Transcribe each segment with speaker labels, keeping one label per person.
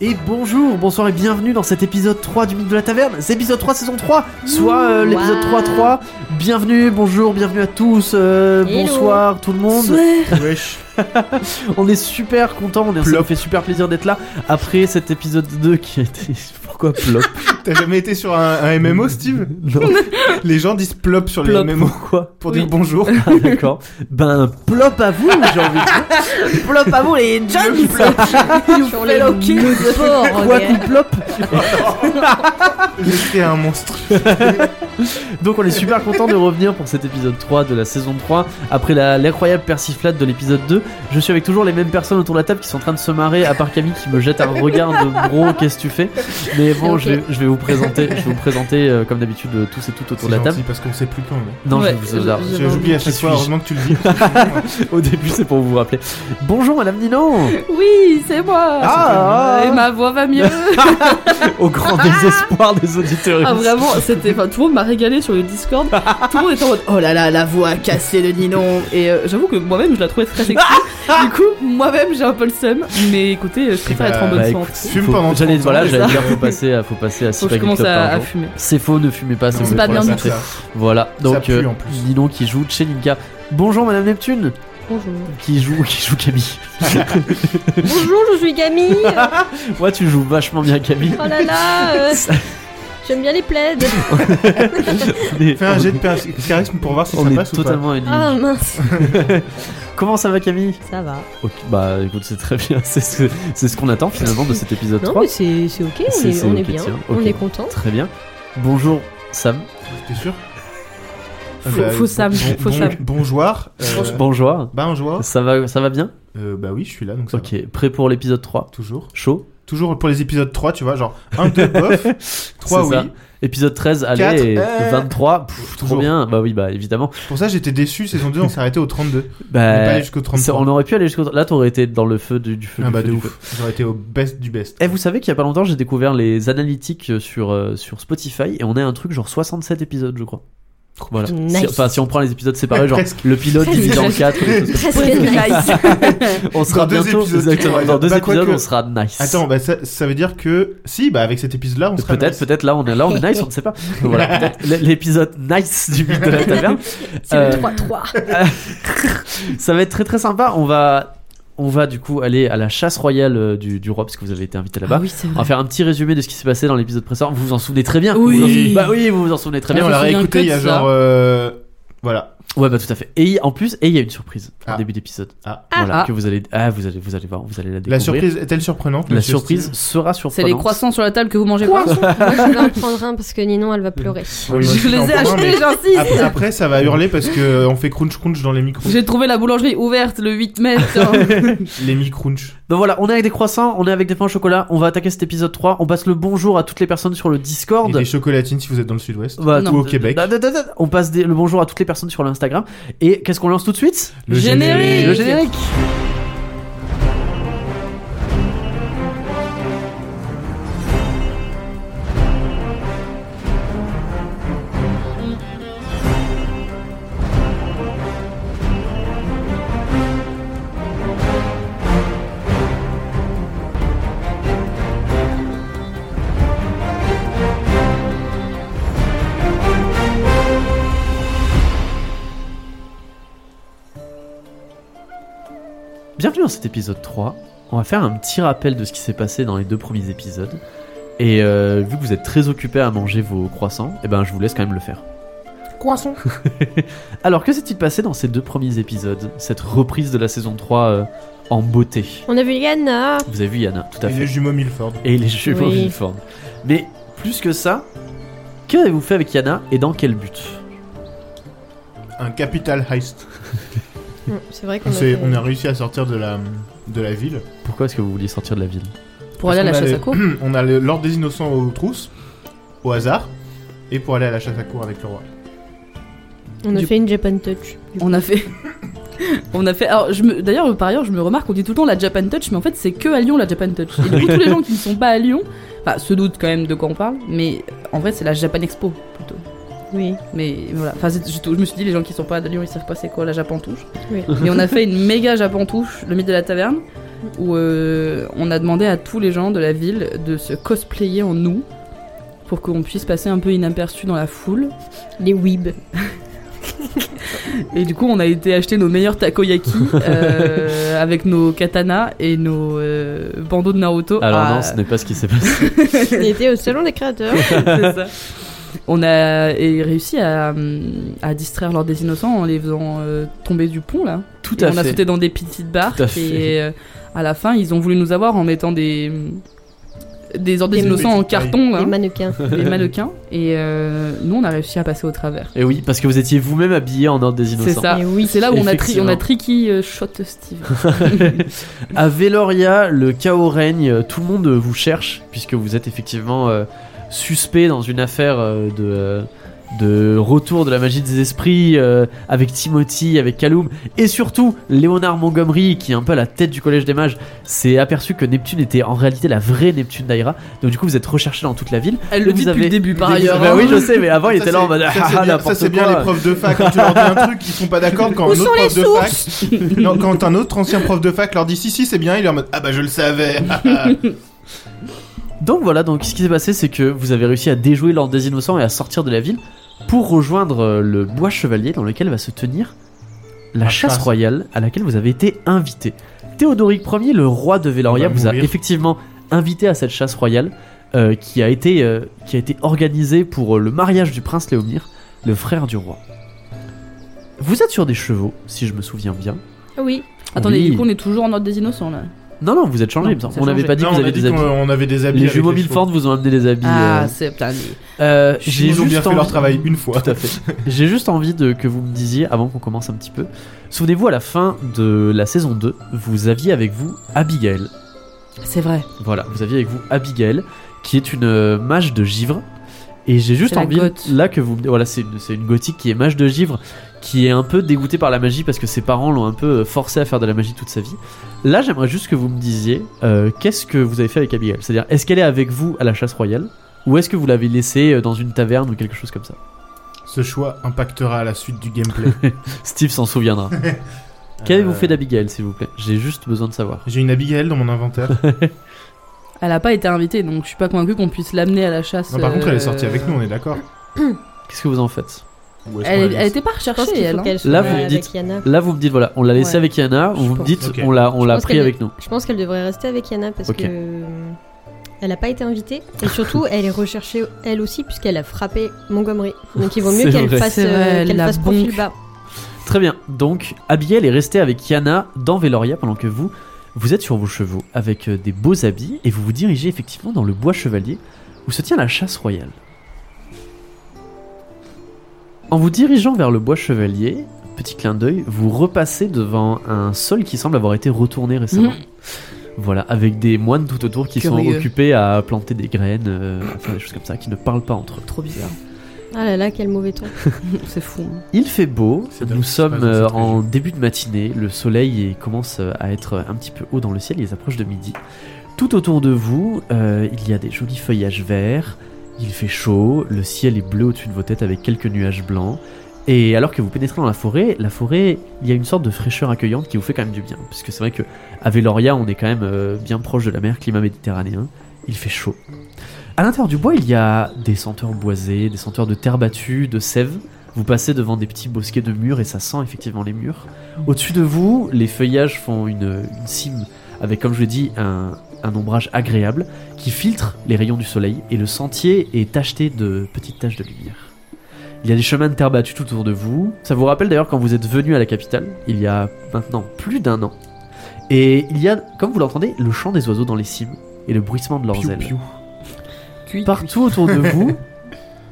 Speaker 1: Et bonjour, bonsoir et bienvenue dans cet épisode 3 du Mythe de la Taverne. C'est épisode 3 saison 3, soit euh,
Speaker 2: Ouh,
Speaker 1: l'épisode
Speaker 2: waouh.
Speaker 1: 3-3. Bienvenue, bonjour, bienvenue à tous, euh,
Speaker 2: Hello.
Speaker 1: bonsoir tout le monde.
Speaker 3: Wesh.
Speaker 1: On est super content, on est, ça
Speaker 3: Plop.
Speaker 1: nous fait super plaisir d'être là après cet épisode 2 qui a été... Pourquoi plop
Speaker 3: T'as jamais été sur un, un MMO, Steve
Speaker 1: Non,
Speaker 3: Les gens disent plop sur
Speaker 1: plop,
Speaker 3: les MMO
Speaker 1: pourquoi
Speaker 3: pour dire bonjour.
Speaker 1: Ah d'accord. Ben plop à vous, j'ai envie de dire.
Speaker 2: Plop à vous ah les Jones Sur les mots forts,
Speaker 1: Quoi
Speaker 2: ok.
Speaker 1: qu'on plop
Speaker 3: J'étais un monstre.
Speaker 1: Donc on est super content de revenir pour cet épisode 3 de la saison 3 après la- l'incroyable persiflade de l'épisode 2. Je suis avec toujours les mêmes personnes autour de la table qui sont en train de se marrer à part Camille qui me jette un regard de bro qu'est-ce que tu fais Mais bon,
Speaker 2: Ok.
Speaker 1: je, vais, je vais vous présenter, je vais vous présenter euh, comme d'habitude euh, tous et toutes autour de la table.
Speaker 3: parce qu'on sait plus quand.
Speaker 1: Non,
Speaker 2: Ouais,
Speaker 1: je vous je-
Speaker 2: je-
Speaker 3: J'ai oublié à
Speaker 1: Qui
Speaker 3: chaque fois,
Speaker 1: suis-je
Speaker 3: heureusement que tu le dis.
Speaker 1: au début c'est pour vous rappeler. Bonjour madame Ninon
Speaker 2: Oui, c'est moi.
Speaker 1: Ah,
Speaker 2: et ma voix va mieux.
Speaker 1: Au grand désespoir des auditeurs.
Speaker 2: Ah vraiment, c'était enfin tout le monde m'a régalé sur le Discord. Tout le monde était en mode oh là là, la voix cassée de Ninon et euh, j'avoue que moi-même je la trouvais très sexy. du coup, moi-même j'ai un peu le seum, mais écoutez, je préfère
Speaker 3: bah,
Speaker 2: être en bonne
Speaker 1: bah,
Speaker 2: santé.
Speaker 3: Fume
Speaker 1: Faut-
Speaker 3: pendant
Speaker 1: J'allais
Speaker 3: 30 ans,
Speaker 1: voilà,
Speaker 2: c'est
Speaker 1: j'allais
Speaker 2: ça.
Speaker 1: dire faut passer à faut passer à six
Speaker 2: Faut que je
Speaker 1: paquets de
Speaker 2: commence
Speaker 1: clopes par
Speaker 2: à, à
Speaker 1: jour.
Speaker 2: fumer.
Speaker 1: C'est faux, ne fumez pas, c'est
Speaker 3: Non,
Speaker 1: mauvais
Speaker 3: mais
Speaker 2: pas
Speaker 1: pour
Speaker 3: voilà,
Speaker 1: la
Speaker 2: bien
Speaker 3: ça,
Speaker 2: du
Speaker 1: santé.
Speaker 3: ça-
Speaker 1: Voilà, donc
Speaker 3: pue,
Speaker 1: euh,
Speaker 3: en plus.
Speaker 1: Ninon qui joue Chelinka. Bonjour Madame Neptune,
Speaker 2: Bonjour.
Speaker 1: qui joue qui joue Camille.
Speaker 4: Bonjour, je suis Camille.
Speaker 1: Moi tu joues vachement bien Camille.
Speaker 4: Oh là là. euh, J'aime bien les plaides.
Speaker 1: On est-
Speaker 3: Fais un jet
Speaker 1: on-
Speaker 3: de per- charisme pour voir si
Speaker 1: On
Speaker 3: ça
Speaker 1: est
Speaker 3: passe ou pas.
Speaker 1: totalement ennemis.
Speaker 4: Ah mince.
Speaker 1: Comment ça va Camille
Speaker 4: Ça va.
Speaker 1: Ok, Bah écoute c'est très bien, c'est ce, c'est ce qu'on attend finalement de cet épisode
Speaker 4: Non,
Speaker 1: 3.
Speaker 4: mais c'est c'est ok, on
Speaker 1: C'est-
Speaker 4: est,
Speaker 1: c'est
Speaker 4: on
Speaker 1: ok,
Speaker 4: est bien.
Speaker 1: tiens,
Speaker 4: On
Speaker 1: ok.
Speaker 4: est content.
Speaker 1: Très bien. Bonjour Sam.
Speaker 3: T'es sûr Ah
Speaker 2: Faux-
Speaker 3: bah,
Speaker 2: faux Sam,
Speaker 3: bon-
Speaker 2: faux
Speaker 3: bon-
Speaker 2: Sam.
Speaker 3: Bonjour. euh,
Speaker 1: Bonjour.
Speaker 3: Bah, bonjour.
Speaker 1: Ça va, ça va bien
Speaker 3: Euh, Bah oui, je suis là, donc ça va.
Speaker 1: Ok, prêt pour l'épisode 3
Speaker 3: Toujours.
Speaker 1: Chaud
Speaker 3: Toujours pour les épisodes 3, tu vois, genre 1, 2, bof. 3,
Speaker 1: C'est
Speaker 3: oui.
Speaker 1: ça. Épisode 13, allez,
Speaker 3: Quatre,
Speaker 1: et
Speaker 3: euh,
Speaker 1: 23, pff, trop
Speaker 3: toujours.
Speaker 1: bien. Bah oui, bah évidemment.
Speaker 3: Pour ça, j'étais déçu, saison 2, on s'est arrêté au 32. On est pas
Speaker 1: Bah,
Speaker 3: allé jusqu'au
Speaker 1: c'est-
Speaker 3: 33.
Speaker 1: on aurait pu aller jusqu'au... Là t'aurais été dans le feu du, du feu.
Speaker 3: Ah
Speaker 1: du
Speaker 3: bah
Speaker 1: feu,
Speaker 3: de
Speaker 1: du feu.
Speaker 3: ouf, j'aurais été au best du best.
Speaker 1: Eh, vous savez qu'il y a pas longtemps, j'ai découvert les analytiques euh, sur, euh, sur Spotify et on a un truc genre 67 épisodes, je crois. Voilà.
Speaker 4: Nice.
Speaker 1: Si- enfin, si on prend les épisodes séparés, genre
Speaker 3: Oh, Presque.
Speaker 1: le pilote divisé en
Speaker 2: Presque.
Speaker 1: 4,
Speaker 4: Presque
Speaker 2: Ouais,
Speaker 4: nice.
Speaker 1: on sera
Speaker 3: Dans deux
Speaker 1: bientôt.
Speaker 3: épisodes,
Speaker 1: exactement,
Speaker 3: ouais.
Speaker 1: dans deux
Speaker 3: Bah, quoi
Speaker 1: épisodes,
Speaker 3: que-
Speaker 1: on sera nice.
Speaker 3: Attends, bah ça, ça veut dire que si, bah avec cet épisode-là, on sera
Speaker 1: Peut-être,
Speaker 3: nice.
Speaker 1: peut-être là on est là, on est nice, on ne sait pas. Donc voilà, peut-être l- l'épisode nice du mythe de la taverne.
Speaker 4: C'est
Speaker 1: Euh,
Speaker 4: le 3-3.
Speaker 1: Ça va être très très sympa. On va, on va du coup aller à la chasse royale euh, du, du roi parce que vous avez été invité là-bas.
Speaker 2: Ah oui, c'est
Speaker 1: On va faire un petit résumé de ce qui s'est passé dans l'épisode précédent. Vous vous en souvenez très bien.
Speaker 2: Oui.
Speaker 1: Vous vous en souvenez- Bah oui, vous vous en souvenez très
Speaker 3: Ah,
Speaker 1: bien.
Speaker 3: on l'a
Speaker 2: Je me souviens que
Speaker 3: réécouté il y a
Speaker 2: de ça.
Speaker 3: genre euh, voilà.
Speaker 1: Ouais, bah tout à fait. Et il- en plus, et il y a une surprise en
Speaker 3: Ah.
Speaker 1: début d'épisode.
Speaker 3: Ah.
Speaker 1: Voilà,
Speaker 2: Ah.
Speaker 1: que vous allez, ah, vous allez, vous allez voir, vous allez la découvrir.
Speaker 3: La surprise est-elle surprenante
Speaker 1: La
Speaker 3: monsieur
Speaker 1: surprise
Speaker 3: Steve
Speaker 1: sera
Speaker 2: C'est
Speaker 1: surprenante.
Speaker 2: les croissants sur la table que vous mangez
Speaker 4: Moi,
Speaker 2: pas
Speaker 4: je vais en prendre un parce que Ninon, elle va pleurer.
Speaker 3: Oui, moi,
Speaker 2: Je
Speaker 3: suis en
Speaker 2: les ai
Speaker 3: train,
Speaker 2: achetés,
Speaker 3: mais Après,
Speaker 2: j'insiste.
Speaker 3: après, ça va hurler parce que on fait crunch crunch dans les micros.
Speaker 2: J'ai trouvé la boulangerie ouverte le 8 mai. putain.
Speaker 3: Les mi-crunch.
Speaker 1: Donc voilà, on est avec des croissants, on est avec des pains au chocolat. On va attaquer cet épisode 3. On passe le bonjour à toutes les personnes sur le
Speaker 3: Et
Speaker 1: Discord.
Speaker 3: des chocolatines si vous êtes dans le sud-ouest.
Speaker 1: Voilà,
Speaker 2: Non.
Speaker 1: tout-
Speaker 3: Ou au Québec.
Speaker 1: Da- da- da- da- On passe des- le bonjour à toutes les personnes sur l'Instagram. Et qu'est-ce qu'on lance tout de suite
Speaker 3: Le
Speaker 2: Générique.
Speaker 1: Le générique Bienvenue dans cet épisode 3. On va faire un petit rappel de ce qui s'est passé dans les deux premiers épisodes. Et euh, vu que vous êtes très occupés à manger vos croissants, eh ben je vous laisse quand même le faire.
Speaker 3: Croissant.
Speaker 1: Alors que s'est-il passé dans ces deux premiers épisodes Cette reprise de la saison 3 euh, en beauté.
Speaker 4: On a vu ah. Yana.
Speaker 1: Vous avez vu Yana, tout à
Speaker 3: Et les
Speaker 1: fait.
Speaker 3: jumeaux Milford.
Speaker 1: Et les jumeaux
Speaker 4: Oui.
Speaker 1: uniformes. Mais plus que ça, que avez-vous fait avec Yana et dans quel but
Speaker 3: Un capital heist.
Speaker 4: Hum, C'est vrai qu'on
Speaker 3: On,
Speaker 4: a
Speaker 3: s'est-
Speaker 4: fait-
Speaker 3: on a réussi à sortir de la de la ville.
Speaker 1: Pourquoi est-ce que vous vouliez sortir de la ville
Speaker 2: Pour aller à la
Speaker 3: Parce qu'on
Speaker 2: chasse
Speaker 3: a
Speaker 2: à cour.
Speaker 3: les- On a le- l'ordre des innocents aux trousses, au hasard, et pour aller à la chasse à cour avec le roi.
Speaker 4: on a
Speaker 2: Du-
Speaker 4: fait une Japan Touch.
Speaker 2: On a fait. On a fait. Alors, je me... d'ailleurs, par ailleurs, je me remarque, on dit tout le temps la Japan Touch, mais en fait, c'est que à Lyon la Japan Touch. Et du coup, tous les gens qui ne sont pas à Lyon, bah, se doutent quand même de quoi on parle, mais en vrai, c'est la Japan Expo plutôt.
Speaker 4: Oui.
Speaker 2: Mais voilà, enfin, c'est- je, je me suis dit, les gens qui sont pas à Lyon, ils savent pas c'est quoi la Japantouche.
Speaker 4: Oui.
Speaker 2: Et on a fait une méga Japantouche, le mythe de la taverne. où euh, on a demandé à tous les gens de la ville de se cosplayer en nous pour qu'on puisse passer un peu inaperçu dans la foule.
Speaker 4: Les weebs.
Speaker 2: Et du coup, on a été acheter nos meilleurs takoyaki euh, avec nos katanas et nos euh, bandeaux de Naruto.
Speaker 1: Ah, Alors
Speaker 2: à-
Speaker 1: non, ce n'est pas ce qui s'est passé.
Speaker 4: On était au salon des créateurs.
Speaker 2: C'est ça. On a et réussi à, hum, à distraire l'ordre des innocents en les faisant euh, tomber du pont là.
Speaker 1: Tout
Speaker 2: Et
Speaker 1: à
Speaker 2: on a
Speaker 1: fait.
Speaker 2: sauté dans des petites barques
Speaker 1: Tout à fait.
Speaker 2: et euh, à la fin ils ont voulu nous avoir en mettant des des ordres des
Speaker 4: Des
Speaker 2: innocents en
Speaker 3: petites
Speaker 2: carton là,
Speaker 4: Les mannequins.
Speaker 2: des mannequins et euh, nous on a réussi à passer au travers.
Speaker 1: Et oui, parce que vous étiez vous-même habillé en ordre des innocents.
Speaker 2: C'est ça.
Speaker 4: Et oui.
Speaker 2: C'est là où on a tri
Speaker 1: Effectivement.
Speaker 2: on a tricky euh, shot Steve.
Speaker 1: à Veloria, le chaos règne, euh, tout le monde euh, vous cherche, puisque vous êtes effectivement euh, suspect dans une affaire euh, de, euh, de retour de la magie des esprits euh, avec Timothy, avec Kaloum, et surtout Léonard Montgomery, qui est un peu à la tête du Collège des Mages, s'est aperçu que Neptune était en réalité la vraie Neptune d'Aira, donc du coup vous êtes recherché dans toute la ville.
Speaker 2: Elle
Speaker 1: Vous
Speaker 2: le dit depuis
Speaker 1: avez-
Speaker 2: le début par
Speaker 1: Des-
Speaker 2: ailleurs.
Speaker 1: Bah
Speaker 2: hein.
Speaker 1: oui, je sais, mais avant il
Speaker 3: Ça,
Speaker 1: était là en
Speaker 3: c'est-
Speaker 1: mode
Speaker 3: ça, c'est
Speaker 1: ah,
Speaker 3: bien-
Speaker 1: n'importe
Speaker 3: Ça, c'est bien
Speaker 1: quoi.
Speaker 3: les profs de fac. Quand tu leur dis un truc, ils sont pas d'accord. Quand
Speaker 4: Où
Speaker 3: un
Speaker 4: sont
Speaker 3: autre
Speaker 4: les
Speaker 3: prof de fac. Non, quand un autre ancien prof de fac leur dit si, si, c'est bien, il est en mode ah bah je le savais.
Speaker 1: Donc voilà, donc ce qui s'est passé, c'est que vous avez réussi à déjouer l'ordre des innocents et à sortir de la ville pour rejoindre euh, le bois chevalier dans lequel va se tenir la
Speaker 3: La
Speaker 1: chasse
Speaker 3: chasse.
Speaker 1: royale à laquelle vous avez été invité. Théodoric Ier, le roi de Véloria,
Speaker 3: Va
Speaker 1: vous a
Speaker 3: mourir.
Speaker 1: effectivement invité à cette chasse royale euh, qui, a été, euh, qui a été organisée pour euh, le mariage du prince Léomir, le frère du roi. Vous êtes sur des chevaux, si je me souviens bien.
Speaker 2: hein.
Speaker 4: Ah Oui.
Speaker 2: Attendez,
Speaker 1: Oui.
Speaker 2: du coup on est toujours en ordre des innocents là.
Speaker 1: Non, non, vous êtes changé,
Speaker 2: Non,
Speaker 1: il me semble.
Speaker 2: ça a
Speaker 1: on n'avait
Speaker 2: changé.
Speaker 1: pas dit
Speaker 3: Non,
Speaker 1: que vous
Speaker 3: on a
Speaker 1: aviez
Speaker 3: dit
Speaker 1: des habits.
Speaker 3: qu'on avait des habits.
Speaker 1: Les
Speaker 3: avec
Speaker 1: jumeaux
Speaker 3: les
Speaker 1: Milford vous ont amené des habits.
Speaker 2: Ah,
Speaker 1: euh,
Speaker 2: c'est putain. mais-
Speaker 1: Euh, j'ai
Speaker 3: Ils ont bien
Speaker 1: juste
Speaker 3: fait
Speaker 1: envie...
Speaker 3: leur travail une fois.
Speaker 1: Tout à fait. J'ai juste envie de, que vous me disiez, avant qu'on commence un petit peu, souvenez-vous, à la fin de la saison 2, vous aviez avec vous Abigail.
Speaker 2: C'est vrai.
Speaker 1: Voilà, vous aviez avec vous Abigail, qui est une euh, mage de givre. Et j'ai juste
Speaker 2: C'est la
Speaker 1: envie,
Speaker 2: goth.
Speaker 1: là, que vous... me- Voilà, c'est une, c'est une gothique qui est mage de givre, qui est un peu dégoûtée par la magie parce que ses parents l'ont un peu euh, forcée à faire de la magie toute sa vie. Là, j'aimerais juste que vous me disiez, euh, qu'est-ce que vous avez fait avec Abigail C'est-à-dire, est-ce qu'elle est avec vous à la chasse royale ou est-ce que vous l'avez laissée euh, dans une taverne ou quelque chose comme ça
Speaker 3: Ce choix impactera la suite du gameplay.
Speaker 1: Steve s'en souviendra. Qu'avez-vous
Speaker 3: Euh,
Speaker 1: fait d'Abigail, s'il vous plaît J'ai juste besoin de savoir.
Speaker 3: J'ai une Abigail dans mon inventaire.
Speaker 2: Elle a pas été invitée, donc je suis pas convaincu qu'on puisse l'amener à la chasse.
Speaker 3: Non, par contre, elle est
Speaker 2: euh,
Speaker 3: sortie avec nous, on est d'accord.
Speaker 1: Qu'est-ce que vous en faites
Speaker 3: Ou est-ce qu'on la
Speaker 2: Elle,
Speaker 3: laisse
Speaker 2: elle était pas
Speaker 4: Je pense
Speaker 2: recherchée,
Speaker 4: qu'il faut
Speaker 2: elle. hein.
Speaker 4: qu'elle soit
Speaker 1: Là,
Speaker 4: avec
Speaker 1: vous me dites-
Speaker 4: Yana.
Speaker 1: Là, vous me dites, voilà, on l'a laissé
Speaker 2: Ouais.
Speaker 1: avec Yana,
Speaker 2: Je
Speaker 1: ou vous me
Speaker 2: pense.
Speaker 1: dites,
Speaker 3: Ok.
Speaker 1: on l'a, on
Speaker 4: Je
Speaker 1: l'a
Speaker 4: pense
Speaker 1: pris
Speaker 4: qu'elle
Speaker 1: avec nous.
Speaker 4: Je pense qu'elle devrait rester avec Yana parce
Speaker 1: Ok.
Speaker 4: que euh, elle n'a pas été invitée et surtout elle est recherchée elle aussi puisqu'elle a frappé Montgomery. Donc il vaut
Speaker 1: C'est
Speaker 4: mieux qu'elle
Speaker 1: vrai.
Speaker 4: fasse,
Speaker 2: C'est
Speaker 4: euh,
Speaker 2: vrai,
Speaker 4: qu'elle
Speaker 2: la
Speaker 4: fasse profil
Speaker 2: bonque.
Speaker 4: bas.
Speaker 1: Très bien. Donc, Abigail est restée avec Yana dans Veloria pendant que vous, vous êtes sur vos chevaux avec euh, des beaux habits et vous vous dirigez effectivement dans le bois chevalier où se tient la chasse royale. En vous dirigeant vers le bois chevalier, petit clin d'œil, vous repassez devant un sol qui semble avoir été retourné récemment. Voilà, avec des moines tout autour qui sont
Speaker 2: Mhm. Curieux.
Speaker 1: occupés à planter des graines, euh, à faire des choses comme ça, qui ne parlent pas entre eux.
Speaker 2: Trop bizarre.
Speaker 4: Ah là là, quel mauvais ton.
Speaker 2: C'est fou. hein.
Speaker 1: Il fait beau,
Speaker 3: C'est dingue
Speaker 1: nous
Speaker 3: ce qui se
Speaker 1: sommes
Speaker 3: passe dans
Speaker 1: euh,
Speaker 3: cette
Speaker 1: en début de matinée, le soleil est- commence euh, à être un petit peu haut dans le ciel, il approche de midi. Tout autour de vous, euh, il y a des jolis feuillages verts, il fait chaud, le ciel est bleu au-dessus de vos têtes avec quelques nuages blancs. Et alors que vous pénétrez dans la forêt, la forêt, il y a une sorte de fraîcheur accueillante qui vous fait quand même du bien. Puisque c'est vrai que à Veloria, on est quand même euh, bien proche de la mer, climat méditerranéen, il fait chaud. À l'intérieur du bois, il y a des senteurs boisées, des senteurs de terre battue, de sève. Vous passez devant des petits bosquets de murs et ça sent effectivement les murs. Au-dessus de vous, les feuillages font une, une cime avec, comme je l'ai dit, un, un ombrage agréable qui filtre les rayons du soleil et le sentier est tacheté de petites taches de lumière. Il y a des chemins de terre battue tout autour de vous. Ça vous rappelle d'ailleurs quand vous êtes venu à la capitale, il y a maintenant plus d'un an. Et il y a, comme vous l'entendez, le chant des oiseaux dans les cimes et le bruissement de leurs
Speaker 3: Piou,
Speaker 1: ailes.
Speaker 3: piou.
Speaker 2: Cui, cui.
Speaker 1: Partout autour de vous,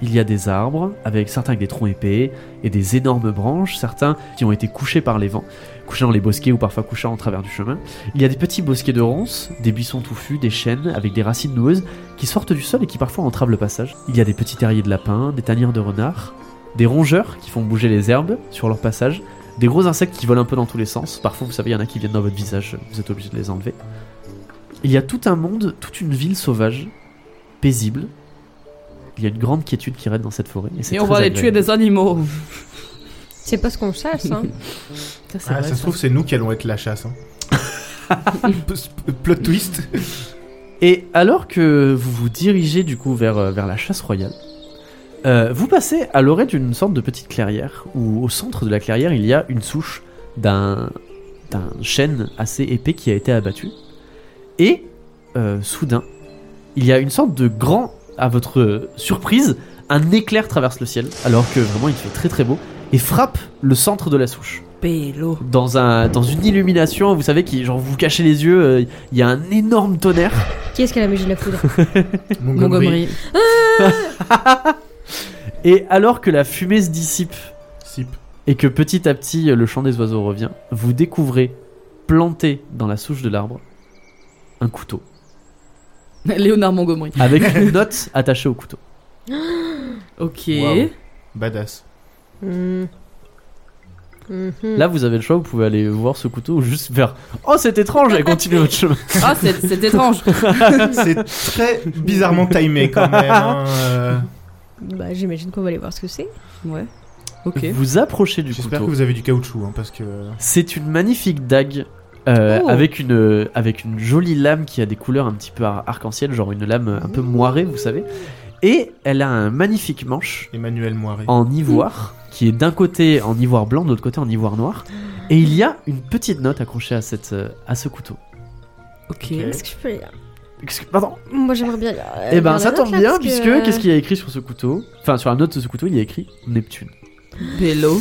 Speaker 1: il y a des arbres, avec certains avec des troncs épais et des énormes branches, certains qui ont été couchés par les vents, couchés dans les bosquets ou parfois couchés en travers du chemin. Il y a des petits bosquets de ronces, des buissons touffus, des chênes avec des racines noueuses qui sortent du sol et qui parfois entravent le passage. Il y a des petits terriers de lapins, des tanières de renards, des rongeurs qui font bouger les herbes sur leur passage, des gros insectes qui volent un peu dans tous les sens. Parfois, vous savez, il y en a qui viennent dans votre visage, vous êtes obligé de les enlever. Il y a tout un monde, toute une ville sauvage, paisible. Il y a une grande quiétude qui règne dans cette forêt. Et, c'est
Speaker 2: Et on
Speaker 1: très
Speaker 2: va aller tuer
Speaker 1: agréable.
Speaker 2: des animaux.
Speaker 4: C'est pas ce qu'on cherche. Hein.
Speaker 2: Ça, c'est
Speaker 3: Ah,
Speaker 2: vrai,
Speaker 3: ça se trouve, c'est nous qui allons être la chasse. hein. Plot twist.
Speaker 1: Et alors que vous vous dirigez du coup vers, euh, vers la chasse royale, euh, vous passez à l'orée d'une sorte de petite clairière où au centre de la clairière il y a une souche d'un d'un chêne assez épais qui a été abattu. Et euh, soudain, il y a une sorte de grand, à votre euh, surprise, un éclair traverse le ciel alors que vraiment il fait très très beau et frappe le centre de la souche
Speaker 2: Pélo.
Speaker 1: dans un dans une illumination. Vous savez qui genre vous cachez les yeux, euh, il y a un énorme tonnerre.
Speaker 4: Qui est-ce qui a la magie de la foudre
Speaker 2: Montgomery.
Speaker 1: Et alors que la fumée se dissipe
Speaker 3: Sip.
Speaker 1: et que petit à petit euh, le chant des oiseaux revient, vous découvrez planté dans la souche de l'arbre un couteau
Speaker 2: Léonard Montgomery.
Speaker 1: avec une note attachée au couteau.
Speaker 2: Ok.
Speaker 3: Waouh. Badass.
Speaker 4: Hmm. Mhm.
Speaker 1: Là, vous avez le choix, vous pouvez aller voir ce couteau ou juste faire "Oh, c'est étrange" et continuer votre chemin.
Speaker 2: Ah, c'est c'est étrange.
Speaker 3: C'est très bizarrement timé quand même. hein, euh.
Speaker 4: Bah, j'imagine qu'on va aller voir ce que c'est.
Speaker 2: Ouais. Ok.
Speaker 1: Vous approchez du
Speaker 3: J'espère
Speaker 1: couteau.
Speaker 3: que vous avez du caoutchouc hein, parce que.
Speaker 1: C'est une magnifique dague euh,
Speaker 4: Oh.
Speaker 1: avec, une, euh, avec une jolie lame qui a des couleurs un petit peu ar- arc-en-ciel, genre une lame euh, un peu moirée, vous savez. Et elle a un magnifique manche
Speaker 3: Emmanuel Moiré.
Speaker 1: en ivoire qui est d'un côté en ivoire blanc, de l'autre côté en ivoire noir. Et il y a une petite note accrochée à, cette, euh, à ce couteau.
Speaker 2: Ok.
Speaker 4: Est-ce que je peux lire
Speaker 1: Excuse- Pardon
Speaker 4: Moi, j'aimerais bien lire. euh,
Speaker 1: Eh ben
Speaker 4: lire
Speaker 1: ça
Speaker 4: la note,
Speaker 1: tombe
Speaker 4: là,
Speaker 1: bien
Speaker 4: parce que,
Speaker 1: puisque
Speaker 4: euh,
Speaker 1: qu'est-ce qu'il y a écrit sur ce couteau Enfin sur la note de ce couteau il y a écrit Neptune.
Speaker 2: Pélo.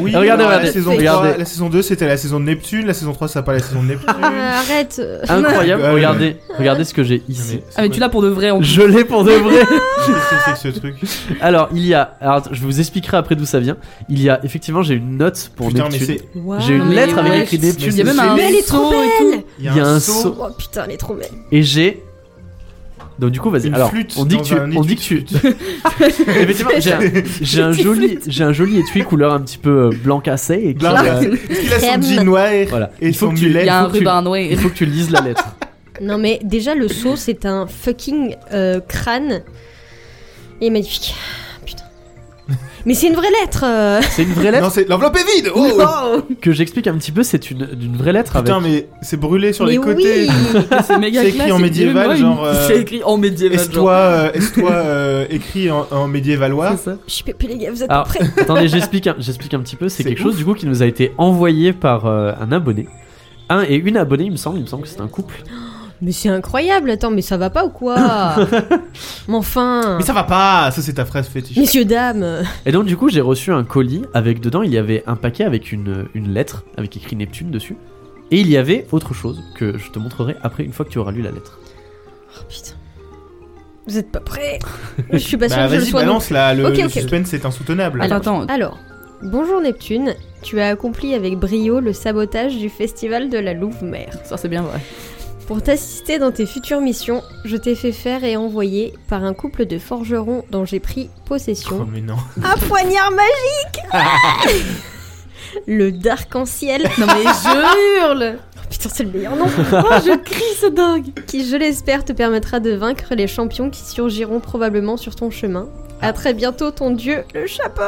Speaker 3: Oui,
Speaker 1: Regardez,
Speaker 3: alors,
Speaker 1: regardez,
Speaker 3: la, saison
Speaker 1: regardez.
Speaker 3: 3, la saison 2 c'était la saison de Neptune, la saison 3 ça n'a pas la saison de Neptune.
Speaker 4: Ah, arrête euh,
Speaker 1: Incroyable,
Speaker 3: Ouais.
Speaker 1: regardez, regardez ce que j'ai ici.
Speaker 2: Ah, mais tu l'as pour de vrai en
Speaker 1: Je l'ai pour de vrai
Speaker 3: Qu'est-ce que c'est que ce truc
Speaker 1: Alors, il y a. alors, je vous expliquerai après d'où ça vient. Il y a effectivement, j'ai une note pour
Speaker 3: Putain, mais
Speaker 1: Neptune.
Speaker 3: c'est.
Speaker 1: J'ai une
Speaker 2: mais
Speaker 1: lettre avec
Speaker 2: ouais,
Speaker 1: écrit
Speaker 3: mais
Speaker 1: Neptune.
Speaker 2: Il y a même
Speaker 3: C'est
Speaker 2: un
Speaker 4: Mais elle est trop
Speaker 2: saut et tout.
Speaker 3: Il y a un saut.
Speaker 4: Oh putain, elle est trop belle.
Speaker 1: Et j'ai. Donc, du coup, vas-y.
Speaker 3: Une
Speaker 1: Alors,
Speaker 3: flûte
Speaker 1: on dit que
Speaker 3: dans
Speaker 1: tu.
Speaker 3: un
Speaker 1: On dit que tu. Effectivement, j'ai un- j'ai un,
Speaker 2: Petite
Speaker 1: joli,
Speaker 2: flûte.
Speaker 1: j'ai un joli étui couleur un petit peu euh, blanc cassé. Et qui-
Speaker 3: Blanc cassé. Il a son
Speaker 4: Crème.
Speaker 3: jean noir
Speaker 1: Voilà.
Speaker 3: et
Speaker 1: Il faut
Speaker 3: son
Speaker 1: que tu-
Speaker 2: Il
Speaker 3: mulet.
Speaker 2: y a
Speaker 1: faut
Speaker 2: un
Speaker 1: que tu-
Speaker 2: ruban noir.
Speaker 1: Il faut que tu lises la lettre.
Speaker 4: Non mais déjà le saut c'est un fucking euh, crâne. Il est magnifique. Putain. Mais c'est une vraie lettre. euh.
Speaker 1: C'est une vraie
Speaker 3: Non,
Speaker 1: lettre
Speaker 3: c'est l'enveloppe est vide. Oh
Speaker 1: que j'explique un petit peu. C'est une, une vraie lettre avec.
Speaker 3: Putain, mais c'est brûlé sur
Speaker 4: mais
Speaker 3: les côtés.
Speaker 4: oui.
Speaker 2: C'est méga
Speaker 3: C'est écrit
Speaker 2: classe,
Speaker 3: en
Speaker 2: et
Speaker 3: médiéval,
Speaker 2: moi, il-
Speaker 3: genre, euh,
Speaker 2: C'est écrit en médiéval.
Speaker 3: Est-ce
Speaker 2: genre.
Speaker 3: toi, euh, est-ce toi euh, écrit en, en médiévalois
Speaker 2: C'est ça.
Speaker 4: Je suis pépé les gars, vous êtes
Speaker 1: Alors,
Speaker 4: prêts
Speaker 1: Attendez, j'explique, un- j'explique un petit peu. C'est
Speaker 3: C'est
Speaker 1: quelque chose du coup qui nous a été envoyé par euh, un abonné. Un et une abonnée, il me semble. Il me semble que c'est un couple.
Speaker 4: Mais c'est incroyable. Attends, mais ça va pas ou quoi Mais enfin.
Speaker 3: Mais ça va pas, ça c'est ta phrase fétiche.
Speaker 4: Messieurs dames.
Speaker 1: Et donc du coup j'ai reçu un colis avec dedans il y avait un paquet avec une, une lettre avec écrit Neptune dessus et il y avait autre chose que je te montrerai après une fois que tu auras lu la lettre.
Speaker 4: Oh, putain. Vous êtes pas prêts Je suis pas sûre
Speaker 3: Bah
Speaker 4: que je le
Speaker 3: vas-y,
Speaker 4: sois. non
Speaker 3: balance là, le,
Speaker 4: Ok,
Speaker 3: le
Speaker 4: ok, ok.
Speaker 3: suspense c'est insoutenable.
Speaker 2: Attends, attends.
Speaker 4: Alors, bonjour Neptune. Tu as accompli avec brio le sabotage du festival de la Louve-Mère.
Speaker 2: Ça, c'est bien vrai.
Speaker 4: Pour t'assister dans tes futures missions, je t'ai fait faire et envoyer par un couple de forgerons dont j'ai pris
Speaker 3: Oh,
Speaker 4: possession
Speaker 3: mais non.
Speaker 4: un poignard magique Le d'arc-en-ciel
Speaker 2: Non, mais je hurle.
Speaker 4: Oh Putain, c'est le meilleur nom
Speaker 2: Oh, je crie, c'est dingue.
Speaker 4: Qui, je l'espère, te permettra de vaincre les champions qui surgiront probablement sur ton chemin.
Speaker 2: Ah.
Speaker 4: À très bientôt, ton dieu, le chapeau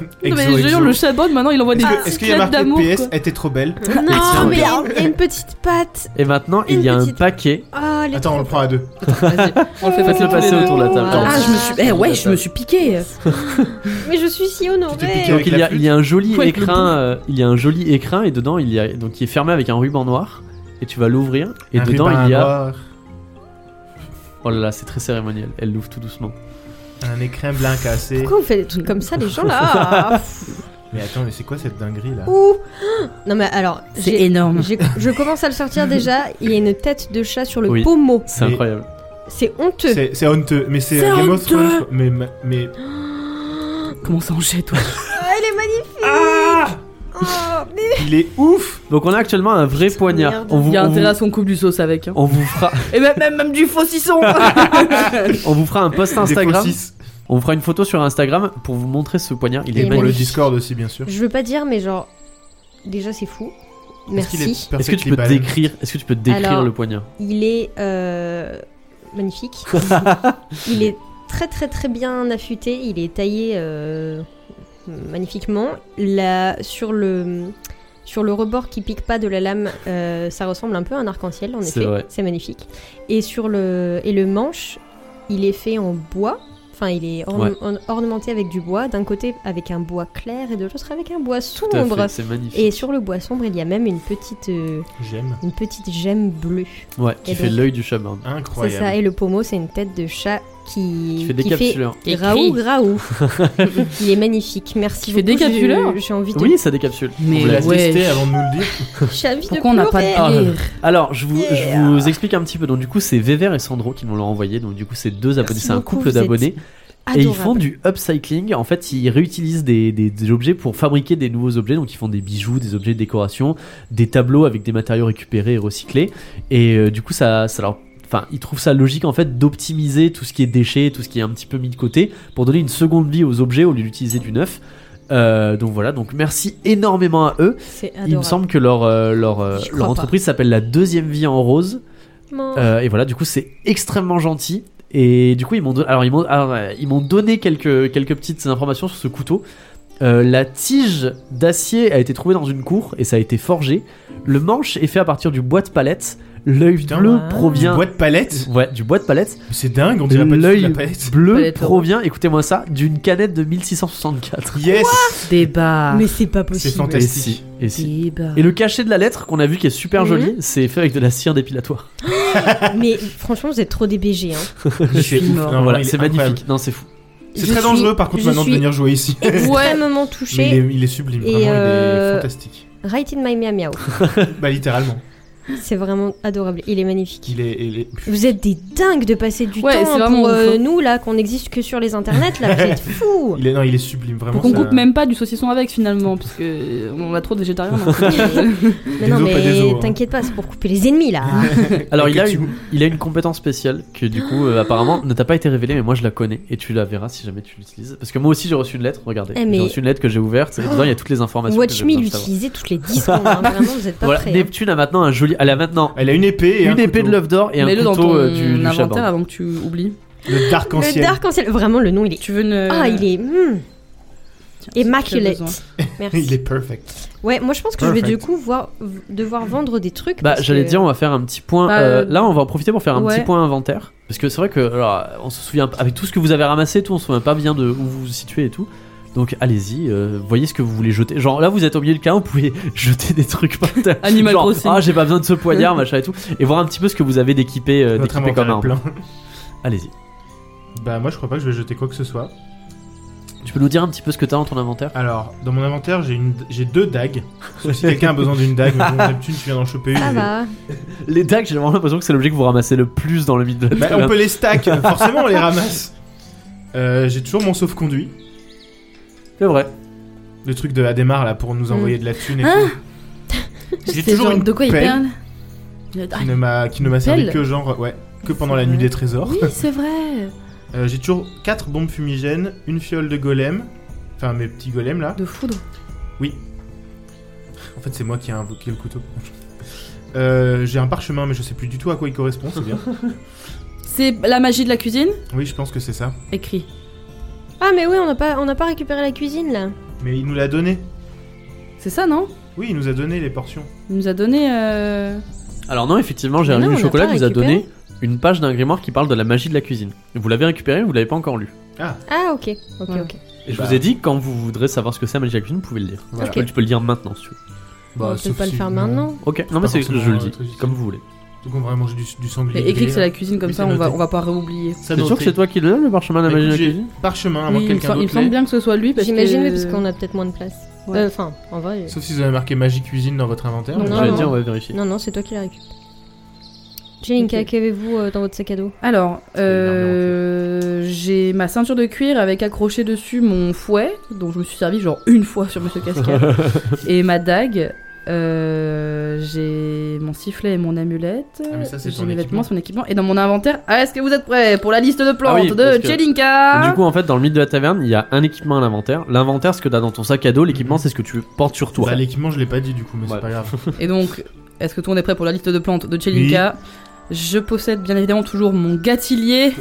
Speaker 2: Non, mais
Speaker 3: Exo,
Speaker 2: je
Speaker 3: exo.
Speaker 2: hurle, le chatbot, maintenant, il envoie des
Speaker 3: Est-ce que- est-ce
Speaker 2: petites
Speaker 3: qu'il y a
Speaker 2: lettres
Speaker 3: marqué
Speaker 2: d'amour.
Speaker 3: PS
Speaker 2: quoi.
Speaker 3: Elle était trop belle.
Speaker 4: Non, mais il y a une- il y a une petite patte
Speaker 1: Et maintenant
Speaker 4: Une
Speaker 1: il y a un
Speaker 4: petite-
Speaker 1: paquet.
Speaker 4: Oh, elle est
Speaker 3: Attends, on le
Speaker 4: trop
Speaker 3: prend à deux.
Speaker 2: Vas-y, on le fait
Speaker 1: Faites-le
Speaker 2: tous les
Speaker 1: passer
Speaker 2: deux.
Speaker 1: autour de la table.
Speaker 4: Voilà.
Speaker 2: Ah, je me suis. Eh ouais, je me suis piqué.
Speaker 4: belle. Mais je suis si
Speaker 3: Tu t'es piqué
Speaker 4: honorée
Speaker 1: Donc
Speaker 3: Avec
Speaker 1: il y,
Speaker 3: la
Speaker 1: a, il y a un joli
Speaker 2: Faut être le
Speaker 1: écrin, euh, il y a un joli écrin et dedans il y a donc qui est fermé avec un ruban noir et tu vas l'ouvrir et
Speaker 3: Un
Speaker 1: dedans
Speaker 3: ruban
Speaker 1: il y a
Speaker 3: noir,
Speaker 1: oh là là c'est très cérémoniel elle l'ouvre tout doucement.
Speaker 3: un écrin blanc cassé.
Speaker 4: Pourquoi vous faites des trucs comme ça, les gens
Speaker 2: Ah,
Speaker 4: là
Speaker 3: Mais attends, mais c'est quoi cette dinguerie là
Speaker 4: Ouh Non mais alors,
Speaker 2: C'est
Speaker 4: j'ai-
Speaker 2: énorme.
Speaker 4: j'ai- je commence à le sortir déjà. Il y a une tête de chat sur le
Speaker 1: Oui.
Speaker 4: pommeau.
Speaker 1: C'est
Speaker 3: Mais-
Speaker 1: incroyable.
Speaker 4: C'est honteux.
Speaker 3: C'est c'est honteux, mais c'est
Speaker 2: C'est
Speaker 3: Game of
Speaker 2: honteux.
Speaker 3: Thrones. quoi. Mais, mais- mais
Speaker 2: Comment ça en jette, toi
Speaker 4: Ah, elle est magnifique. Oh, mais-
Speaker 3: il est ouf
Speaker 1: Donc on a actuellement un vrai poignard.
Speaker 4: merde.
Speaker 1: On vous,
Speaker 2: Il y a
Speaker 1: on vous-
Speaker 2: intérêt à ce qu'on coupe du sauce avec. hein.
Speaker 1: on vous fera
Speaker 2: Et même, même, même du faucisson
Speaker 1: on vous fera un post Instagram.
Speaker 3: Des faux six.
Speaker 1: On vous fera une photo sur Instagram pour vous montrer ce poignard. Il est
Speaker 4: Et
Speaker 3: Pour le
Speaker 1: magnifique.
Speaker 4: magnifique.
Speaker 3: Discord aussi, bien sûr.
Speaker 4: Je veux pas dire, mais genre, déjà c'est fou.
Speaker 3: Est-ce qu'il est
Speaker 4: Merci.
Speaker 1: Est-ce que tu
Speaker 3: perfectly
Speaker 1: peux
Speaker 3: balanced
Speaker 1: décrire Est-ce que tu peux décrire
Speaker 4: Alors-
Speaker 1: le poignard
Speaker 4: Il est euh, magnifique. il est très très très bien affûté. Il est taillé euh, magnifiquement. Là, sur le Sur le rebord qui pique pas de la lame, euh, ça ressemble un peu à un arc-en-ciel, en
Speaker 1: C'est
Speaker 4: effet.
Speaker 1: vrai.
Speaker 4: C'est magnifique. Et sur le et le manche, il est fait en bois. Enfin, il est orne-
Speaker 1: Ouais.
Speaker 4: orne- ornementé avec du bois. D'un côté, avec un bois clair, et de l'autre, avec un bois
Speaker 1: Tout à fait,
Speaker 4: sombre.
Speaker 1: c'est magnifique.
Speaker 4: Et sur le bois sombre, il y a même une petite euh,
Speaker 3: J'aime.
Speaker 4: une petite gemme bleue.
Speaker 1: Ouais, qui
Speaker 4: Et
Speaker 1: fait
Speaker 4: donc-
Speaker 1: l'œil du chaman.
Speaker 4: C'est
Speaker 3: Incroyable.
Speaker 4: ça. Et le pommeau, c'est une tête de chat qui
Speaker 1: Qui fait des capsuleurs.
Speaker 2: Qui
Speaker 4: Graou,
Speaker 2: crie.
Speaker 4: graou. il est magnifique. Merci
Speaker 2: Qui fait
Speaker 4: beaucoup.
Speaker 2: des capsuleurs
Speaker 4: J'ai- J'ai envie de
Speaker 1: Oui, ça décapsule.
Speaker 2: Mais
Speaker 1: On
Speaker 3: Vous
Speaker 1: l'a
Speaker 3: la
Speaker 1: dit.
Speaker 2: ouais.
Speaker 3: testez avant de nous le dire.
Speaker 4: J'ai envie
Speaker 2: Pourquoi on
Speaker 4: de
Speaker 2: n'a pas
Speaker 4: pleurer.
Speaker 1: Ah.
Speaker 2: de délire
Speaker 1: Alors, je vous, je
Speaker 4: Yeah.
Speaker 1: vous explique un petit peu. Donc, du coup, c'est Vévert et Sandro qui nous l'ont envoyé. Donc, du coup, c'est deux abonnés, c'est un
Speaker 4: beaucoup,
Speaker 1: couple
Speaker 4: vous êtes
Speaker 1: d'abonnés. Et ils font du upcycling. En fait, ils réutilisent des, des- des objets pour fabriquer des nouveaux objets. Donc, ils font des bijoux, des objets de décoration, des tableaux avec des matériaux récupérés et recyclés. Et euh, du coup, ça, ça leur. Enfin, ils trouvent ça logique en fait d'optimiser tout ce qui est déchets, tout ce qui est un petit peu mis de côté pour donner une seconde vie aux objets au lieu d'utiliser du neuf. Euh, donc voilà, donc merci énormément à eux.
Speaker 4: C'est
Speaker 1: Il me
Speaker 4: adorable.
Speaker 1: semble que leur, euh, leur, euh,
Speaker 4: J'y crois
Speaker 1: leur
Speaker 4: pas.
Speaker 1: entreprise s'appelle La Deuxième Vie en Rose. Euh, et voilà, du coup, c'est extrêmement gentil. Et du coup, ils m'ont don- alors ils m'ont alors, euh, ils m'ont donné quelques quelques petites informations sur ce couteau. Euh, la tige d'acier a été trouvée dans une cour et ça a été forgé. Le manche est fait à partir du bois de palette. L'œil
Speaker 3: Putain.
Speaker 1: bleu
Speaker 4: Ah.
Speaker 1: provient
Speaker 3: Une boîte palette
Speaker 1: ouais du bois de palette.
Speaker 3: C'est dingue, on dirait pas du tout de
Speaker 1: L'œil
Speaker 3: la palette.
Speaker 1: bleu
Speaker 2: Palette, ouais.
Speaker 1: provient, écoutez-moi ça, d'une canette de 1664.
Speaker 3: Yes
Speaker 2: Débat.
Speaker 4: Mais c'est pas
Speaker 3: C'est
Speaker 4: possible.
Speaker 1: Et si,
Speaker 3: fantastique.
Speaker 1: et si.
Speaker 2: Débat.
Speaker 1: Et le cachet de la lettre qu'on a vu qui est super
Speaker 4: Mhm.
Speaker 1: joli, c'est fait avec de la cire dépilatoire.
Speaker 4: Mais franchement, vous êtes trop des BG. Hein.
Speaker 2: Je suis
Speaker 3: ouf.
Speaker 2: mort.
Speaker 3: Non,
Speaker 1: voilà,
Speaker 3: il est
Speaker 1: c'est
Speaker 3: incroyable.
Speaker 1: magnifique. Non, c'est fou.
Speaker 4: Je
Speaker 3: C'est très
Speaker 4: suis-
Speaker 3: dangereux par contre
Speaker 4: je
Speaker 3: maintenant de
Speaker 4: suis
Speaker 3: venir jouer ici.
Speaker 4: extrêmement
Speaker 3: Mais il
Speaker 4: touché.
Speaker 3: est, il est sublime,
Speaker 4: Et
Speaker 3: vraiment, il
Speaker 4: euh,
Speaker 3: est fantastique.
Speaker 4: Right in my miam miao.
Speaker 3: Bah littéralement.
Speaker 4: C'est vraiment adorable. Il est magnifique.
Speaker 3: Il est, il est-
Speaker 4: Vous êtes des dingues de passer du
Speaker 2: Ouais, c'est
Speaker 4: temps
Speaker 2: vraiment
Speaker 4: pour
Speaker 2: ouf,
Speaker 4: euh,
Speaker 2: hein.
Speaker 4: nous là qu'on n'existe que sur les internets là. Vous êtes fous.
Speaker 3: il est- non, il est sublime vraiment.
Speaker 2: Pour
Speaker 3: ça-
Speaker 2: qu'on coupe même pas du saucisson avec finalement, puisque euh, on a trop de végétariens. dans le film.
Speaker 4: Mais non,
Speaker 3: Désolé, pas désolé,
Speaker 4: mais
Speaker 3: hein.
Speaker 4: t'inquiète pas, c'est pour couper les ennemis là.
Speaker 1: Alors,
Speaker 3: Et
Speaker 1: il
Speaker 3: que
Speaker 1: a,
Speaker 3: tu-
Speaker 1: une, il a une compétence spéciale que, du coup, euh, apparemment, ne t'a pas été révélée, mais moi je la connais et tu la verras si jamais tu l'utilises. Parce que moi aussi j'ai reçu une lettre, regardez.
Speaker 4: Eh, mais-
Speaker 1: J'ai reçu une lettre que j'ai ouverte et dedans il y a toutes les informations. que
Speaker 4: Watch
Speaker 1: j'ai
Speaker 4: me
Speaker 1: besoin de savoir.
Speaker 4: l'utiliser toutes les 10 secondes. hein. Vraiment, vous êtes pas
Speaker 1: Voilà,
Speaker 4: prêts. hein.
Speaker 1: Neptune a maintenant un joli. Elle a maintenant
Speaker 3: Elle a une épée et
Speaker 1: une
Speaker 3: un
Speaker 1: épée de
Speaker 3: couteau.
Speaker 1: l'œuf d'or et un
Speaker 2: Mets-le dans
Speaker 1: couteau
Speaker 2: ton
Speaker 1: euh, du, du
Speaker 2: inventaire
Speaker 1: chaban.
Speaker 2: avant que tu oublies.
Speaker 3: Le Dark
Speaker 4: Le
Speaker 3: Ancien.
Speaker 4: Dark Ancien. Vraiment, le nom il est.
Speaker 2: Tu veux une. euh,
Speaker 4: Ah, il est. hmm,
Speaker 2: Tiens, si
Speaker 4: immaculate.
Speaker 2: tu as besoin.
Speaker 4: Merci.
Speaker 3: Il est perfect.
Speaker 4: Ouais, moi je pense que je vais
Speaker 3: Perfect.
Speaker 4: du coup voir, v- devoir vendre des trucs.
Speaker 1: Bah,
Speaker 4: parce
Speaker 1: j'allais
Speaker 4: que-
Speaker 1: dire, on va faire un petit point.
Speaker 2: Bah,
Speaker 1: euh,
Speaker 2: euh,
Speaker 1: là, on va en profiter pour faire un
Speaker 2: ouais.
Speaker 1: petit point inventaire. Parce que c'est vrai que, alors, on se souvient, avec tout ce que vous avez ramassé, et tout, on se souvient pas bien de où vous vous situez et tout. Donc, allez-y, euh, voyez ce que vous voulez jeter. Genre, là, vous êtes au milieu de cas, vous pouvez jeter des trucs par terre.
Speaker 2: Animal
Speaker 1: Genre,
Speaker 2: Crossing.
Speaker 1: Ah, j'ai pas besoin de ce poignard, machin et tout. Et voir un petit peu ce que vous avez d'équipé, euh,
Speaker 3: Votre
Speaker 1: d'équipé comme
Speaker 3: inventaire
Speaker 1: arme.
Speaker 3: est plein.
Speaker 1: Allez-y.
Speaker 3: Bah moi je crois pas que je vais jeter quoi que ce soit.
Speaker 1: Tu peux nous dire un petit peu ce que t'as dans ton inventaire
Speaker 3: Alors, dans mon inventaire, j'ai une, j'ai deux dagues. Sauf si quelqu'un a besoin d'une dague, mais bon, Neptune, tu viens d'en choper une.
Speaker 4: Ça va.
Speaker 1: Les dagues, j'ai vraiment l'impression que c'est l'objet que vous ramassez le plus dans le mythe de la
Speaker 3: Bah, on
Speaker 1: taverne.
Speaker 3: peut les stack, forcément on les ramasse. Euh, j'ai toujours mon sauf-conduit,
Speaker 1: C'est vrai.
Speaker 3: le truc de la démarre là pour nous envoyer de la thune et
Speaker 2: Ah.
Speaker 3: tout. J'ai
Speaker 2: C'est
Speaker 3: toujours
Speaker 2: genre,
Speaker 3: une
Speaker 2: de quoi il
Speaker 3: pelle
Speaker 2: parle Ah,
Speaker 3: qui ne m'a qui ne m'a servi
Speaker 2: Pelle Ah,
Speaker 3: que genre ouais, que pendant la
Speaker 4: C'est
Speaker 3: nuit
Speaker 4: vrai.
Speaker 3: des trésors.
Speaker 2: Oui, c'est vrai.
Speaker 3: Euh, j'ai toujours quatre bombes fumigènes, une fiole de golem, enfin mes petits golems là.
Speaker 2: De foudre.
Speaker 3: En fait, c'est moi qui ai invoqué le couteau. Euh, j'ai un parchemin, mais je sais plus du tout à quoi il correspond, c'est bien.
Speaker 2: C'est la magie de la cuisine
Speaker 3: Oui, je pense que c'est ça.
Speaker 2: Écrit.
Speaker 4: Ah, mais oui, on n'a pas, on n'a pas récupéré la cuisine là.
Speaker 3: Mais il nous l'a donné.
Speaker 2: C'est ça, non
Speaker 3: Oui, il nous a donné les portions.
Speaker 2: Il nous a donné. euh,
Speaker 1: Alors non, effectivement, j'ai
Speaker 4: Mais
Speaker 1: lu
Speaker 4: non,
Speaker 1: le
Speaker 4: on n'a
Speaker 1: chocolat
Speaker 4: pas
Speaker 1: qui vous a
Speaker 4: récupéré.
Speaker 1: donné une page d'un grimoire qui parle de la magie de la cuisine. Vous l'avez récupéré, mais vous l'avez pas encore lu.
Speaker 4: Ah, ok. Ok,
Speaker 2: Voilà.
Speaker 4: ok.
Speaker 1: Et je
Speaker 3: Bah.
Speaker 1: vous ai dit que quand vous voudrez savoir ce que c'est la magie de la cuisine, vous pouvez le lire.
Speaker 3: Voilà. Bah,
Speaker 1: Tu, peux, tu peux le lire maintenant si tu veux.
Speaker 4: on va peut-être
Speaker 3: sauf
Speaker 4: pas le
Speaker 3: si-
Speaker 4: faire
Speaker 3: non.
Speaker 4: maintenant.
Speaker 1: Ok, non mais c'est
Speaker 3: forcément
Speaker 1: je le
Speaker 3: un
Speaker 1: dis,
Speaker 3: truc utile.
Speaker 1: comme vous voulez.
Speaker 3: Donc on va manger du, du sanglier.
Speaker 2: Mais écrit que c'est la cuisine
Speaker 3: hein.
Speaker 2: comme
Speaker 3: Oui,
Speaker 2: ça,
Speaker 3: c'est
Speaker 2: on va,
Speaker 3: noté.
Speaker 2: on va pas réoublier.
Speaker 3: Ça
Speaker 1: T'es sûr
Speaker 3: noté.
Speaker 1: que c'est toi qui le donne le parchemin de la
Speaker 3: Bah,
Speaker 1: magie de la
Speaker 3: écoute, j'ai
Speaker 1: cuisine
Speaker 3: Parchemin, à moins
Speaker 2: Oui,
Speaker 3: que
Speaker 2: il,
Speaker 3: Ah,
Speaker 2: me
Speaker 3: quelqu'un
Speaker 2: sem- il me
Speaker 3: d'autre.
Speaker 2: semble
Speaker 3: l'ait.
Speaker 2: bien que ce soit lui parce
Speaker 4: J'imagine,
Speaker 2: que...
Speaker 4: oui, parce qu'on a peut-être moins de place.
Speaker 2: Ouais.
Speaker 4: Euh, Enfin, en vrai.
Speaker 3: Sauf si vous avez marqué magie cuisine dans votre inventaire.
Speaker 4: Non,
Speaker 3: mais-
Speaker 1: J'allais
Speaker 4: non.
Speaker 1: dire, on va vérifier.
Speaker 4: Non, non, c'est toi qui la récupère. Jelinka,
Speaker 2: Ok.
Speaker 4: qu'avez-vous euh, dans votre sac à dos
Speaker 2: Alors, euh, j'ai ma ceinture de cuir avec accroché dessus mon fouet, dont je me suis servi genre une fois sur Monsieur Cascade, et ma dague. euh, j'ai mon sifflet et mon amulette.
Speaker 3: Ah, mais ça, c'est
Speaker 2: j'ai
Speaker 3: ton
Speaker 2: mes
Speaker 3: équipement.
Speaker 2: vêtements, c'est mon équipement. Et dans mon inventaire, ah, est-ce que vous êtes prêts pour la liste de plantes
Speaker 1: Ah oui, parce
Speaker 2: de
Speaker 1: que-
Speaker 2: Jelinka
Speaker 1: Du coup, en fait, dans le mythe de la taverne, il y a un équipement à l'inventaire. L'inventaire, ce que t'as dans ton sac à dos, l'équipement, c'est ce que tu portes sur toi.
Speaker 3: Mhm. Bah, l'équipement, je l'ai pas dit du coup, mais
Speaker 1: Ouais.
Speaker 3: c'est pas grave.
Speaker 2: Et donc, est-ce que tout le monde est prêt pour la liste de plantes de Chelinka Je possède bien évidemment toujours mon gâtilier,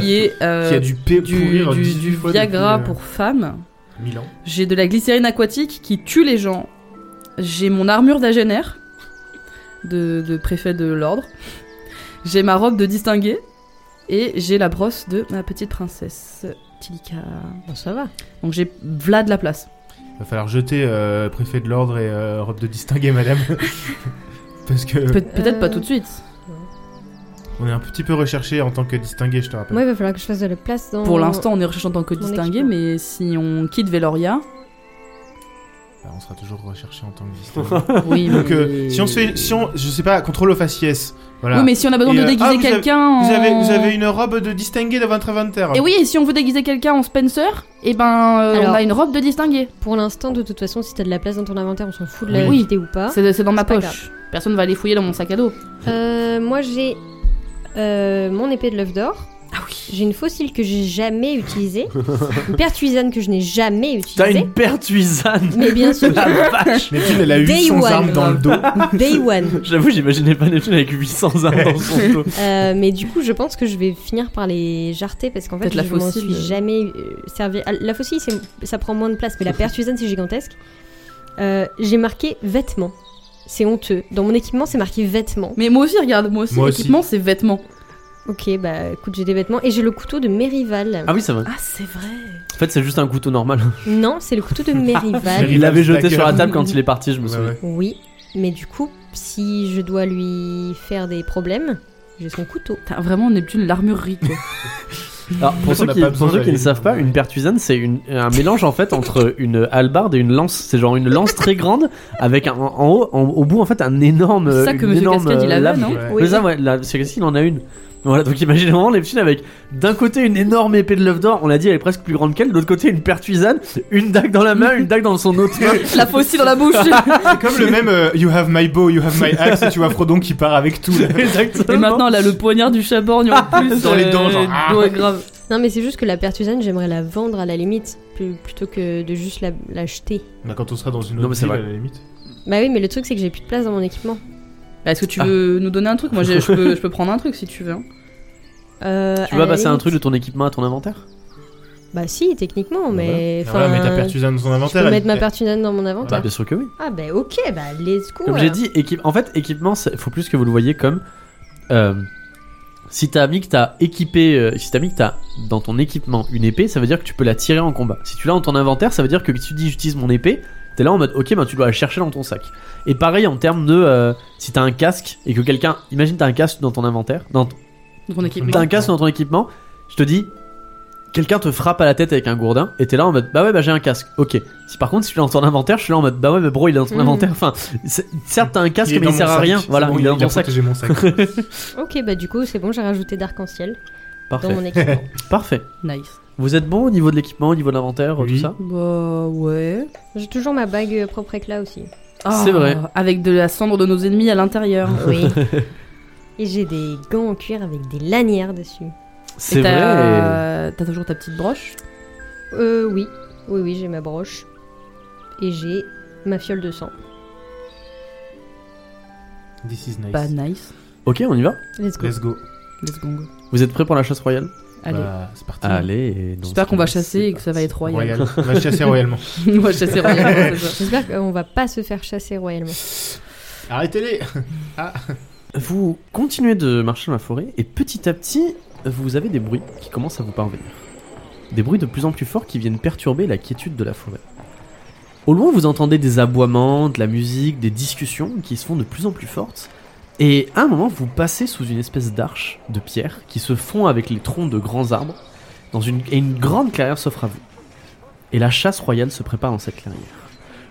Speaker 2: qui est euh,
Speaker 3: Qui a du P
Speaker 2: du,
Speaker 3: pourrir
Speaker 2: du-
Speaker 3: 18
Speaker 2: du
Speaker 3: fois
Speaker 2: Viagra
Speaker 3: depuis, euh,
Speaker 2: pour femmes.
Speaker 3: 1000 ans.
Speaker 2: J'ai de la glycérine aquatique qui tue les gens. J'ai mon armure d'agénaire, de, de préfet de l'ordre. J'ai ma robe de distingué. Et j'ai la brosse de ma petite princesse, Tilika.
Speaker 4: Bon, ça va.
Speaker 2: Donc j'ai v'là de la place.
Speaker 3: Va falloir jeter euh, préfet de l'ordre et euh, robe de distingué, madame. Parce que
Speaker 2: Peut- Peut-être
Speaker 4: Euh.
Speaker 2: pas tout de suite.
Speaker 3: on est un petit peu recherché en tant que distingué, je te rappelle.
Speaker 4: Moi, il va falloir que je fasse de la place dans.
Speaker 2: Pour l'instant, on est recherché en tant que
Speaker 4: Mon
Speaker 2: distingué,
Speaker 4: équipement.
Speaker 2: mais si on quitte Veloria,
Speaker 3: Bah, on sera toujours recherché en tant que distingué.
Speaker 2: oui,
Speaker 3: Donc
Speaker 2: mais-
Speaker 3: euh, si on se fait, si on, je sais pas, contrôle au faciès. Voilà.
Speaker 2: oui, mais si on a besoin
Speaker 3: Et,
Speaker 2: de
Speaker 3: euh,
Speaker 2: déguiser
Speaker 3: ah, vous avez-
Speaker 2: quelqu'un,
Speaker 3: Vous avez,
Speaker 2: en-
Speaker 3: vous avez une robe de distingué de votre inventaire.
Speaker 2: Et oui, et si on veut déguiser quelqu'un en Spencer, et ben euh, on
Speaker 4: Alors.
Speaker 2: a une robe de distingué.
Speaker 4: Pour l'instant, de toute façon, si t'as de la place dans ton inventaire, on s'en fout de la
Speaker 2: Oui.
Speaker 4: vidéo ou pas.
Speaker 2: C'est Ah, c'est dans ma
Speaker 4: C'est pas
Speaker 2: poche. Personne va aller fouiller dans mon sac à dos.
Speaker 4: Euh, moi, j'ai euh, mon épée de l'œuf d'or.
Speaker 2: Ah oui.
Speaker 4: J'ai une fossile que j'ai jamais utilisée. une pertuisane que je n'ai jamais
Speaker 1: T'as
Speaker 4: utilisée.
Speaker 1: une pertuisane
Speaker 4: Mais bien sûr,
Speaker 2: Ah,
Speaker 1: La vache
Speaker 3: Neptune, elle a eu
Speaker 4: Day
Speaker 3: 800
Speaker 4: one.
Speaker 3: armes dans le dos.
Speaker 4: day one.
Speaker 1: J'avoue, j'imaginais pas Neptune avec 800 armes dans son dos.
Speaker 4: Euh, mais du coup, je pense que je vais finir par les jarter parce qu'en fait,
Speaker 2: Peut-être la
Speaker 4: je m'en
Speaker 2: fossile.
Speaker 4: suis jamais euh, servi. Ah, La fossile, c'est- ça prend moins de place, mais la pertuisane, c'est gigantesque. Euh, J'ai marqué vêtements. C'est honteux. Dans mon équipement, c'est marqué vêtements.
Speaker 2: Mais moi aussi, regarde, moi aussi,
Speaker 3: Moi aussi.
Speaker 2: l'équipement, c'est vêtements.
Speaker 4: Ok, bah écoute, j'ai des vêtements et j'ai le couteau de Merival.
Speaker 1: Ah oui, c'est vrai.
Speaker 2: Ah, c'est vrai.
Speaker 1: En fait, c'est juste un couteau normal.
Speaker 4: Non, c'est le couteau de Merival.
Speaker 1: Il l'avait
Speaker 3: Rival
Speaker 1: jeté
Speaker 3: Stacker.
Speaker 1: sur la table quand il est parti, je me
Speaker 3: Ouais,
Speaker 1: souviens.
Speaker 3: ouais.
Speaker 4: oui, mais du coup, si je dois lui faire des problèmes, j'ai son couteau.
Speaker 2: T'as vraiment Neptune l'armurerie. quoi.
Speaker 1: Alors, pour
Speaker 3: En fait, on
Speaker 1: ceux
Speaker 3: a
Speaker 1: qui,
Speaker 3: pas
Speaker 1: pour
Speaker 3: besoin
Speaker 1: ceux qui ne
Speaker 3: d'aller-
Speaker 1: savent pas, une pertuisane, c'est une- un mélange en fait entre une hallebarde et une lance. C'est genre une lance très grande avec un, en haut, en- au bout en fait, un énorme.
Speaker 2: C'est ça que
Speaker 1: une
Speaker 2: Monsieur
Speaker 1: énorme,
Speaker 2: Cascade, il
Speaker 1: euh,
Speaker 2: avait,
Speaker 1: lame.
Speaker 2: non
Speaker 3: Ouais.
Speaker 1: Mais ça, ouais, là, c'est il en a une. Voilà, donc imaginez vraiment Neptune avec d'un côté une énorme épée de l'œuf d'or, on l'a dit, elle est presque plus grande qu'elle, de l'autre côté une pertuisane, une dague dans la main, une dague dans son autre main.
Speaker 2: la faucille dans la bouche.
Speaker 3: C'est comme le même euh, You have my bow, you have my axe, et tu vois Frodon qui part avec tout. là.
Speaker 1: Exactement.
Speaker 2: et maintenant, elle a le poignard du chaborgne en plus. euh,
Speaker 3: Dans les dents, genre, ah.
Speaker 2: Ouais, grave.
Speaker 4: Non, mais c'est juste que la pertusane, j'aimerais la vendre à la limite, plus- plutôt que de juste la- l'acheter.
Speaker 3: Bah, quand on sera dans une
Speaker 1: Non,
Speaker 3: autre
Speaker 1: mais c'est
Speaker 3: ville,
Speaker 1: vrai.
Speaker 3: à la limite.
Speaker 4: Bah oui, mais le truc, c'est que j'ai plus de place dans mon équipement.
Speaker 2: Bah, Est-ce que tu
Speaker 1: Ah.
Speaker 2: veux nous donner un truc Moi, j'ai- je peux, je peux prendre un truc si tu veux. hein.
Speaker 4: Euh,
Speaker 1: Tu
Speaker 4: à
Speaker 1: vas
Speaker 4: la
Speaker 1: passer un
Speaker 4: limite-
Speaker 1: truc de ton équipement à ton inventaire
Speaker 4: Bah si, techniquement, mais.
Speaker 3: Ah,
Speaker 4: enfin, euh,
Speaker 3: voilà, mais ta pertusane dans son
Speaker 4: Je
Speaker 3: inventaire.
Speaker 4: peux
Speaker 3: elle-
Speaker 4: mettre ma pertusane dans mon inventaire.
Speaker 1: Bah, bien sûr que oui.
Speaker 4: Ah bah ok, bah let's go.
Speaker 1: Comme j'ai
Speaker 4: alors.
Speaker 1: dit, équipe... en fait, équipement, il faut plus que vous le voyez comme. euh, si t'as mis que t'as équipé, euh, si t'as mis que t'as dans ton équipement une épée, ça veut dire que tu peux la tirer en combat. Si tu l'as dans ton inventaire, ça veut dire que si tu dis j'utilise mon épée, t'es là en mode ok, ben tu dois la chercher dans ton sac. Et pareil en termes de euh, si t'as un casque et que quelqu'un, imagine t'as un casque dans ton inventaire, dans t-
Speaker 2: Donc on équipe.
Speaker 1: t'as un casque dans ton équipement, je te dis quelqu'un te frappe à la tête avec un gourdin et t'es là en mode bah ouais bah j'ai un casque, ok. Si par contre si tu l'as dans ton inventaire, je suis là en mode bah ouais mais bro il est dans ton
Speaker 2: Mm.
Speaker 4: Mhm.
Speaker 1: inventaire, enfin c'est- certes t'as un
Speaker 3: Il
Speaker 1: casque
Speaker 3: est
Speaker 1: mais
Speaker 3: dans
Speaker 1: il
Speaker 3: mon
Speaker 1: sert à
Speaker 3: sac.
Speaker 1: rien,
Speaker 3: C'est
Speaker 1: voilà
Speaker 3: bon,
Speaker 1: il est dans ton
Speaker 3: bien
Speaker 1: sac.
Speaker 3: protégé, mon sac.
Speaker 4: Ok, bah du coup, c'est bon, j'ai rajouté d'arc-en-ciel dans
Speaker 1: Parfait,
Speaker 4: mon équipement.
Speaker 1: parfait.
Speaker 2: Nice.
Speaker 1: Vous êtes bon au niveau de l'équipement, au niveau de l'inventaire,
Speaker 3: Oui.
Speaker 1: tout ça
Speaker 2: Bah ouais.
Speaker 4: j'ai toujours ma bague euh, propre éclat aussi.
Speaker 1: C'est vrai.
Speaker 2: Ah, Avec de la cendre de nos ennemis à l'intérieur.
Speaker 4: Oui. Et j'ai des gants en cuir avec des lanières dessus.
Speaker 1: C'est
Speaker 2: Et
Speaker 1: vrai.
Speaker 2: t'as- T'as toujours ta petite broche.
Speaker 4: Euh, oui. Oui, oui, j'ai ma broche. Et j'ai ma fiole de sang.
Speaker 3: This is nice.
Speaker 2: Bah nice.
Speaker 1: Ok, on y va.
Speaker 4: Let's go.
Speaker 3: Let's go.
Speaker 2: Let's go.
Speaker 1: Vous êtes prêts pour la chasse royale
Speaker 2: Allez.
Speaker 3: Bah, c'est
Speaker 1: Ah,
Speaker 3: parti.
Speaker 1: Allez.
Speaker 2: J'espère qu'on va chasser et que ça va être royal.
Speaker 3: Royal. On va chasser royalement.
Speaker 2: On va chasser royal. c'est ça.
Speaker 4: J'espère qu'on va pas se faire chasser royalement.
Speaker 3: Arrêtez-les
Speaker 1: Vous continuez de marcher dans la forêt et petit à petit, vous avez des bruits qui commencent à vous parvenir. Des bruits de plus en plus forts qui viennent perturber la quiétude de la forêt. Au loin, vous entendez des aboiements, de la musique, des discussions qui se font de plus en plus fortes. Et à un moment, vous passez sous une espèce d'arche de pierre qui se fond avec les troncs de grands arbres, dans une, et une grande clairière s'offre à vous. Et la chasse royale se prépare dans cette clairière.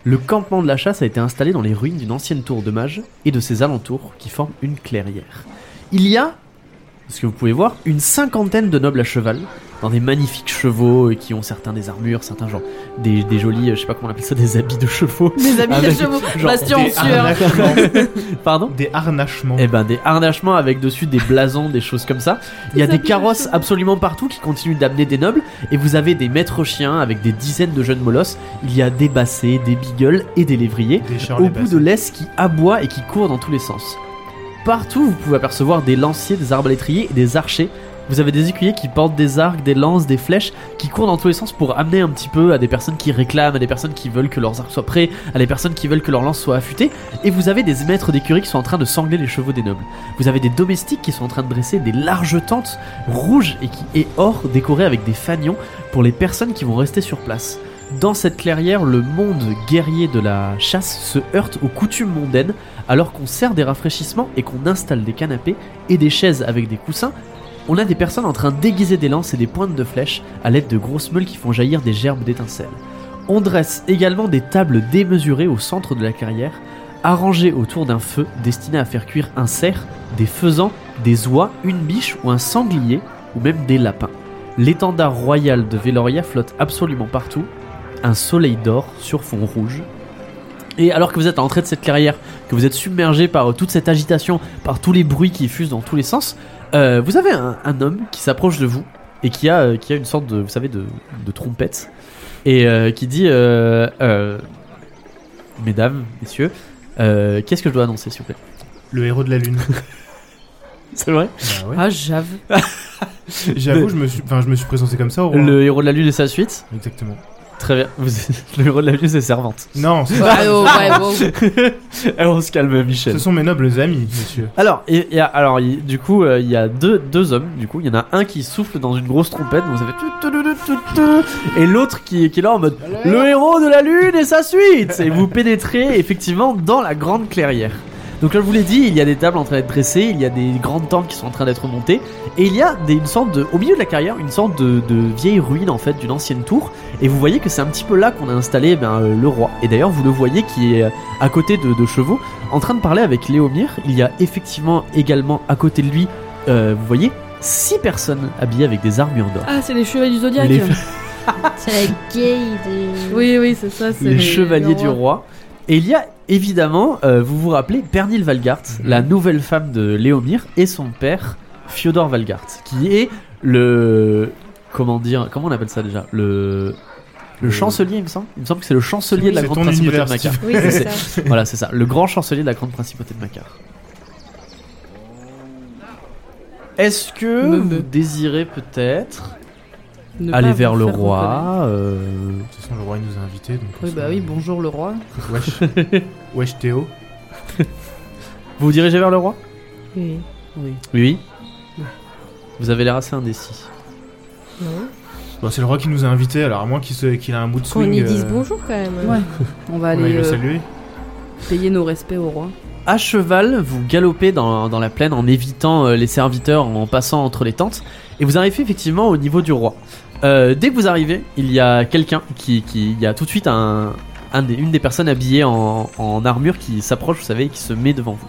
Speaker 1: Le campement de la chasse a été installé dans les ruines d'une ancienne tour de mage et de ses alentours qui forment une clairière. Il y a, ce que vous pouvez voir, une cinquantaine de nobles à cheval, dans des magnifiques chevaux et qui ont certains des armures, certains genre des, des jolis, euh, je sais pas comment on appelle ça, des habits de chevaux.
Speaker 2: Mes amis de
Speaker 1: Avec-
Speaker 2: chevaux.
Speaker 1: genre
Speaker 2: Bastien en
Speaker 3: des
Speaker 2: sueur.
Speaker 3: harnachements.
Speaker 1: Pardon
Speaker 3: Des harnachements.
Speaker 1: Eh ben des harnachements avec dessus des blasons, des choses comme ça. Il y a
Speaker 2: Des
Speaker 1: des
Speaker 2: habits de
Speaker 1: carrosses
Speaker 2: chevaux.
Speaker 1: absolument partout qui continuent d'amener des nobles et vous avez des maîtres chiens avec des dizaines de jeunes molosses. Il y a des bassets, des beagles et des lévriers.
Speaker 3: Des
Speaker 1: au
Speaker 3: Charles
Speaker 1: bout de l'Est qui aboie et qui court dans tous les sens. Partout, vous pouvez apercevoir des lanciers, des arbalétriers et des archers Vous avez des écuyers qui portent des arcs, des lances, des flèches, qui courent dans tous les sens pour amener un petit peu à des personnes qui réclament, à des personnes qui veulent que leurs arcs soient prêts, à des personnes qui veulent que leurs lances soient affûtées. Et vous avez des maîtres d'écurie qui sont en train de sangler les chevaux des nobles. Vous avez des domestiques qui sont en train de dresser des larges tentes rouges et, qui, et or décorées avec des fanions pour les personnes qui vont rester sur place. Dans cette clairière, le monde guerrier de la chasse se heurte aux coutumes mondaines alors qu'on sert des rafraîchissements et qu'on installe des canapés et des chaises avec des coussins. On a des personnes en train d'aiguiser des lances et des pointes de flèches à l'aide de grosses meules qui font jaillir des gerbes d'étincelles. On dresse également des tables démesurées au centre de la clairière, arrangées autour d'un feu destiné à faire cuire un cerf, des faisans, des oies, une biche ou un sanglier, ou même des lapins. L'étendard royal de Veloria flotte absolument partout, un soleil d'or sur fond rouge. Et alors que vous êtes à l'entrée de cette clairière, que vous êtes submergé par euh, toute cette agitation, par tous les bruits qui fusent dans tous les sens, euh, vous avez un, un homme qui s'approche de vous et qui a, euh, qui a une sorte de, vous savez, de, de trompette et euh, qui dit euh, euh, Mesdames, messieurs, euh, qu'est-ce que je dois annoncer, s'il vous plaît
Speaker 3: Le héros de la lune.
Speaker 1: C'est vrai
Speaker 3: Bah ouais.
Speaker 2: Ah, j'avoue.
Speaker 3: J'avoue, je me suis, enfin, je me suis présenté comme ça au roi.
Speaker 1: Le héros de la lune et sa suite
Speaker 3: Exactement.
Speaker 1: Très bien. Vous... Le héros de la lune, c'est Servante.
Speaker 3: Non, c'est
Speaker 2: Ah,
Speaker 3: pas-
Speaker 2: oh, ouais, wow.
Speaker 1: Alors, on se calme, Michel.
Speaker 3: ce sont mes nobles amis, monsieur.
Speaker 1: Alors, et, et- alors il- du coup, euh, il y a deux, deux hommes. Du coup, il y en a un qui souffle dans une grosse trompette. Vous avez tout, tout, tout, tout, tout, tout, et l'autre qui, qui est là en mode le héros de la lune et sa suite. Et vous pénétrez effectivement dans la grande clairière. Donc là, je vous l'ai dit, il y a des tables en train d'être dressées, il y a des grandes tentes qui sont en train d'être montées, et il y a des- une sorte de, au milieu de la carrière, une sorte de, de vieille ruine en fait d'une ancienne tour. Et vous voyez que c'est un petit peu là qu'on a installé ben, euh, le roi. Et d'ailleurs, vous le voyez qui est euh, à côté de, de chevaux, en train de parler avec Léomir. Il y a effectivement également à côté de lui, euh, vous voyez, six personnes habillées avec des armures d'or.
Speaker 2: Ah, c'est les chevaliers du zodiaque.
Speaker 1: Les-
Speaker 4: C'est la gaye des.
Speaker 2: Oui, oui, c'est ça. c'est
Speaker 1: les chevaliers du roi. Et il y a évidemment, euh, vous vous rappelez, Bernil Valgard,
Speaker 2: Mhm.
Speaker 1: la nouvelle femme de Léomir, et son père, Fyodor Valgard, qui est le. Comment dire Comment on appelle ça déjà Le. Le
Speaker 3: Le-
Speaker 1: chancelier, il me semble. Il me semble que c'est le chancelier de la
Speaker 3: C'est
Speaker 1: grande
Speaker 3: ton
Speaker 1: principauté de
Speaker 3: univers,
Speaker 1: Macar.
Speaker 4: Oui, c'est ça.
Speaker 1: voilà, c'est ça. Le grand chancelier de la grande principauté de Macar. Est-ce que
Speaker 2: Me- me.
Speaker 1: vous désirez peut-être
Speaker 2: Ne pas
Speaker 1: aller
Speaker 2: vous
Speaker 1: vers le
Speaker 2: faire
Speaker 1: roi euh,
Speaker 3: De toute façon, le roi il nous a invités. Donc
Speaker 2: reconnaître. Oui, bah oui, bonjour le roi.
Speaker 3: Wesh. Wesh Théo.
Speaker 1: Vous vous dirigez vers le roi
Speaker 4: Oui.
Speaker 2: Oui.
Speaker 1: Oui. Vous avez l'air assez indécis.
Speaker 4: Non.
Speaker 3: Bon, c'est le roi qui nous a invités, alors à moins qu'il se... qu'il a un bout de swing.
Speaker 4: Qu'on y
Speaker 3: euh,
Speaker 4: dise bonjour quand même.
Speaker 2: Ouais. On va
Speaker 3: on
Speaker 2: aller
Speaker 3: aille le
Speaker 2: euh,
Speaker 3: saluer.
Speaker 2: payer nos respects au roi.
Speaker 1: À cheval, vous galopez dans, dans la plaine en évitant euh, les serviteurs, en passant entre les tentes, et vous arrivez effectivement au niveau du roi. Euh, dès que vous arrivez, il y a quelqu'un qui, qui- Il y a tout de suite un, un des- une des personnes habillées en, en armure qui s'approche, vous savez, et qui se met devant vous.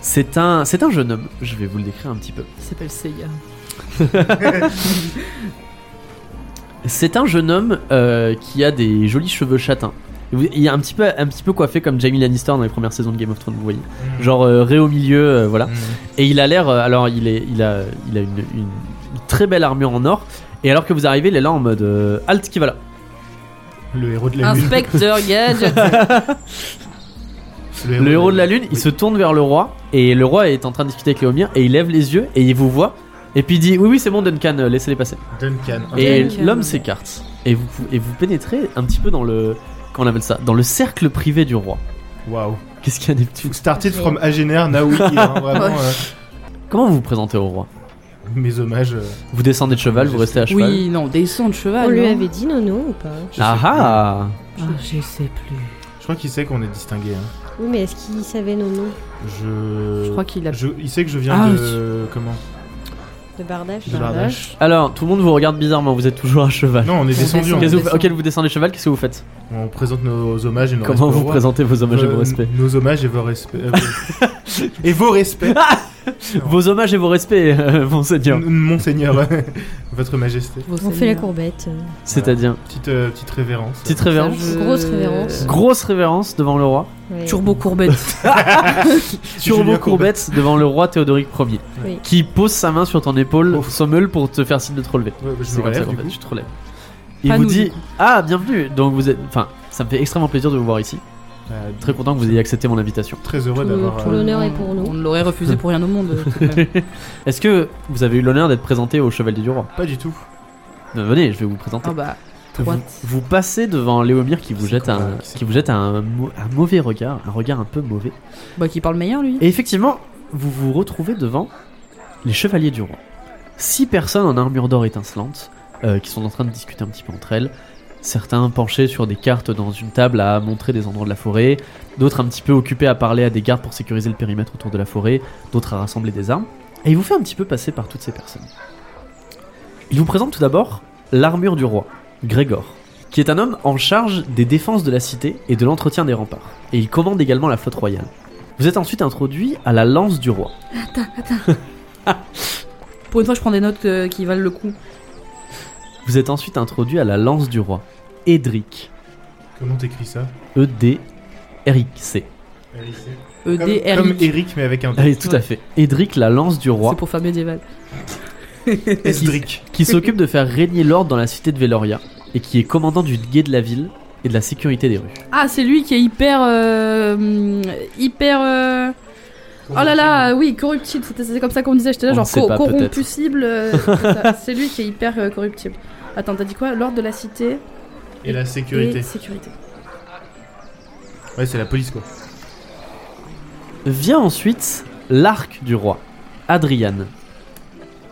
Speaker 1: C'est un, c'est un jeune homme, je vais vous le décrire un petit peu.
Speaker 2: Il s'appelle Seiya.
Speaker 1: C'est un jeune homme euh, qui a des jolis cheveux châtains. Et vous- Il est un petit peu, un petit peu coiffé comme Jamie Lannister dans les premières saisons de Game of Thrones, vous voyez. Genre euh, ré au milieu, euh, voilà.
Speaker 3: Mm.
Speaker 1: Et il a l'air, euh, alors il, est, il a, il a une, une- une très belle armure en or. Et alors que vous arrivez, il est là en mode euh, halte qui va là.
Speaker 3: Le héros de la lune.
Speaker 2: Inspecteur Gadget.
Speaker 1: Le héros de la lune, il
Speaker 3: Oui.
Speaker 1: se tourne vers le roi et le roi est en train de discuter avec Léomir et il lève les yeux et il vous voit et puis il dit oui oui c'est bon Duncan euh, laissez-les passer.
Speaker 3: Duncan.
Speaker 2: Ah,
Speaker 1: Et
Speaker 2: Duncan.
Speaker 1: l'homme s'écarte et vous pou- et vous pénétrez un petit peu dans le comment on appelle ça dans le cercle privé du roi.
Speaker 3: Waouh.
Speaker 1: Qu'est-ce qu'il y a Neptune
Speaker 3: Started from Agener, now we here, hein, vraiment. euh,
Speaker 1: Comment vous vous présentez au roi
Speaker 3: mes hommages. euh,
Speaker 1: Vous descendez de cheval, vous restez à cheval.
Speaker 2: Oui, non, descend de cheval.
Speaker 4: On lui
Speaker 2: Ah, non
Speaker 4: avait dit non, non ou pas
Speaker 3: je sais
Speaker 1: Ah ah
Speaker 2: Ah, je sais plus.
Speaker 3: plus. Je crois qu'il sait qu'on est distingué. hein.
Speaker 4: Oui, mais est-ce qu'il savait non, non
Speaker 3: Je.
Speaker 2: Je crois qu'il a.
Speaker 3: Je- Il sait que je viens
Speaker 2: Ah,
Speaker 3: de. Comment
Speaker 4: de Bardache
Speaker 3: De l'Ardèche.
Speaker 1: Alors tout le monde vous regarde bizarrement. Vous êtes toujours à cheval.
Speaker 3: Non, on est descendu.
Speaker 2: descend.
Speaker 3: on-
Speaker 1: Qu'est-ce que vous-
Speaker 2: descend.
Speaker 1: ok, vous descendez de cheval. Qu'est-ce que vous faites
Speaker 3: On présente nos hommages et nos
Speaker 1: Comment
Speaker 3: respects au
Speaker 1: vous
Speaker 3: roi.
Speaker 1: présentez vos hommages et
Speaker 3: Euh,
Speaker 1: vos respects
Speaker 3: Nos hommages et vos respects. euh, vos- et vos respects,
Speaker 1: Vos hommages et vos respects, euh, monseigneur.
Speaker 3: m- monseigneur, votre majesté.
Speaker 4: On fait la courbette.
Speaker 1: C'est-à-dire,
Speaker 3: Petite, euh, petite révérence.
Speaker 1: petite révérence,
Speaker 4: Grosse révérence.
Speaker 1: grosse révérence devant le roi,
Speaker 4: Ouais.
Speaker 2: Turbo courbette.
Speaker 1: turbo
Speaker 3: Julien Courbet.
Speaker 1: courbette devant le roi Théodoric Ier,
Speaker 4: Oui.
Speaker 1: qui pose sa main sur ton épaule,
Speaker 3: Oh.
Speaker 1: sommeul, pour te faire signe de te relever.
Speaker 3: Ouais, bah, je
Speaker 1: C'est
Speaker 3: me
Speaker 1: comme ça
Speaker 3: relève
Speaker 1: qu'en
Speaker 3: du
Speaker 1: fait,
Speaker 3: coup.
Speaker 1: tu te relèves. Il
Speaker 2: Pas
Speaker 1: vous
Speaker 2: nous,
Speaker 1: dit
Speaker 2: du coup.
Speaker 1: Ah, bienvenue Donc vous êtes. Enfin, ça me fait extrêmement plaisir de vous voir ici.
Speaker 3: Bah,
Speaker 1: Très content que vous ayez accepté mon invitation.
Speaker 3: très heureux
Speaker 4: Tout-
Speaker 3: d'avoir.
Speaker 4: tout
Speaker 3: euh,
Speaker 4: le- l'honneur est pour nous.
Speaker 2: On l'aurait refusé pour rien au monde. quand même.
Speaker 1: Est-ce que vous avez eu l'honneur d'être présenté au Chevalier du Roi
Speaker 3: Pas du tout.
Speaker 1: Euh, Venez, je vais vous présenter.
Speaker 2: Ah bah,
Speaker 1: vous,
Speaker 2: droite.
Speaker 1: vous passez devant Léomir qui vous
Speaker 3: C'est
Speaker 1: jette,
Speaker 3: quoi,
Speaker 1: un,
Speaker 3: qui c'est
Speaker 1: qui vous jette un, mau- un mauvais regard, un regard un peu mauvais.
Speaker 2: Bah, qui parle meilleur lui.
Speaker 1: Et effectivement, vous vous retrouvez devant les Chevaliers du Roi. Six personnes en armure d'or étincelante euh, qui sont en train de discuter un petit peu entre elles. Certains penchés sur des cartes dans une table à montrer des endroits de la forêt, d'autres un petit peu occupés à parler à des gardes pour sécuriser le périmètre autour de la forêt, d'autres à rassembler des armes. Et il vous fait un petit peu passer par toutes ces personnes. Il vous présente tout d'abord l'armure du roi, Grégor, qui est un homme en charge des défenses de la cité et de l'entretien des remparts. Et il commande également la flotte royale. Vous êtes ensuite introduit à la lance du roi.
Speaker 2: Pour une fois, je prends des notes euh, qui valent le coup.
Speaker 1: Vous êtes ensuite introduit à la lance du roi, Edric,
Speaker 3: Comment t'écris ça
Speaker 1: E D R I C.
Speaker 3: Comme,
Speaker 2: EDR.
Speaker 3: comme Eric, mais avec un.
Speaker 1: Allez, tout à fait. Edric, la lance du roi,
Speaker 2: C'est pour faire médiéval.
Speaker 3: Esdric.
Speaker 1: qui s'occupe de faire régner l'ordre dans la cité de Veloria et qui est commandant du guet de la ville et de la sécurité des rues.
Speaker 2: Ah, c'est lui qui est hyper. euh, hum, hyper. euh, Oh là là, oui, corruptible. C'était c'était comme ça qu'on disait, j'étais là,
Speaker 1: On
Speaker 2: genre
Speaker 1: ne sait
Speaker 2: co-
Speaker 1: pas, peut-être.
Speaker 2: corrompusible. euh, c'est ça. c'est lui qui est hyper euh, corruptible. Attends, t'as dit quoi L'ordre de la cité
Speaker 3: Et la sécurité.
Speaker 2: et sécurité.
Speaker 3: Ouais, c'est la police quoi.
Speaker 1: Vient ensuite l'arc du roi, Adrian,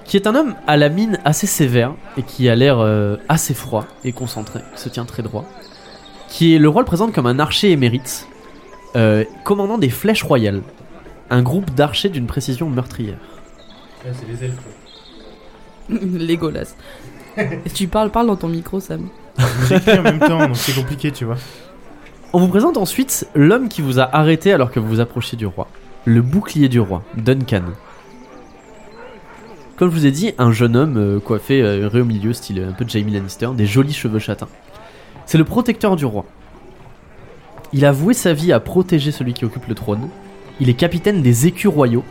Speaker 1: qui est un homme à la mine assez sévère et qui a l'air euh, assez froid et concentré, qui se tient très droit, qui est le roi le présente comme un archer émérite, euh, commandant des flèches royales, un groupe d'archers d'une précision meurtrière.
Speaker 3: Ouais, Ah, c'est les elfes.
Speaker 2: Légolas. tu parles, parle dans ton micro, Sam.
Speaker 3: Vous écrivez en même temps, donc c'est compliqué, tu vois.
Speaker 1: On vous présente ensuite l'homme qui vous a arrêté alors que vous vous approchiez du roi, le bouclier du roi, Duncan. Comme je vous ai dit, un jeune homme euh, coiffé euh, ré au milieu, style euh, un peu Jamie Lannister, des jolis cheveux châtains. C'est le protecteur du roi. Il a voué sa vie à protéger celui qui occupe le trône. Il est capitaine des écus royaux,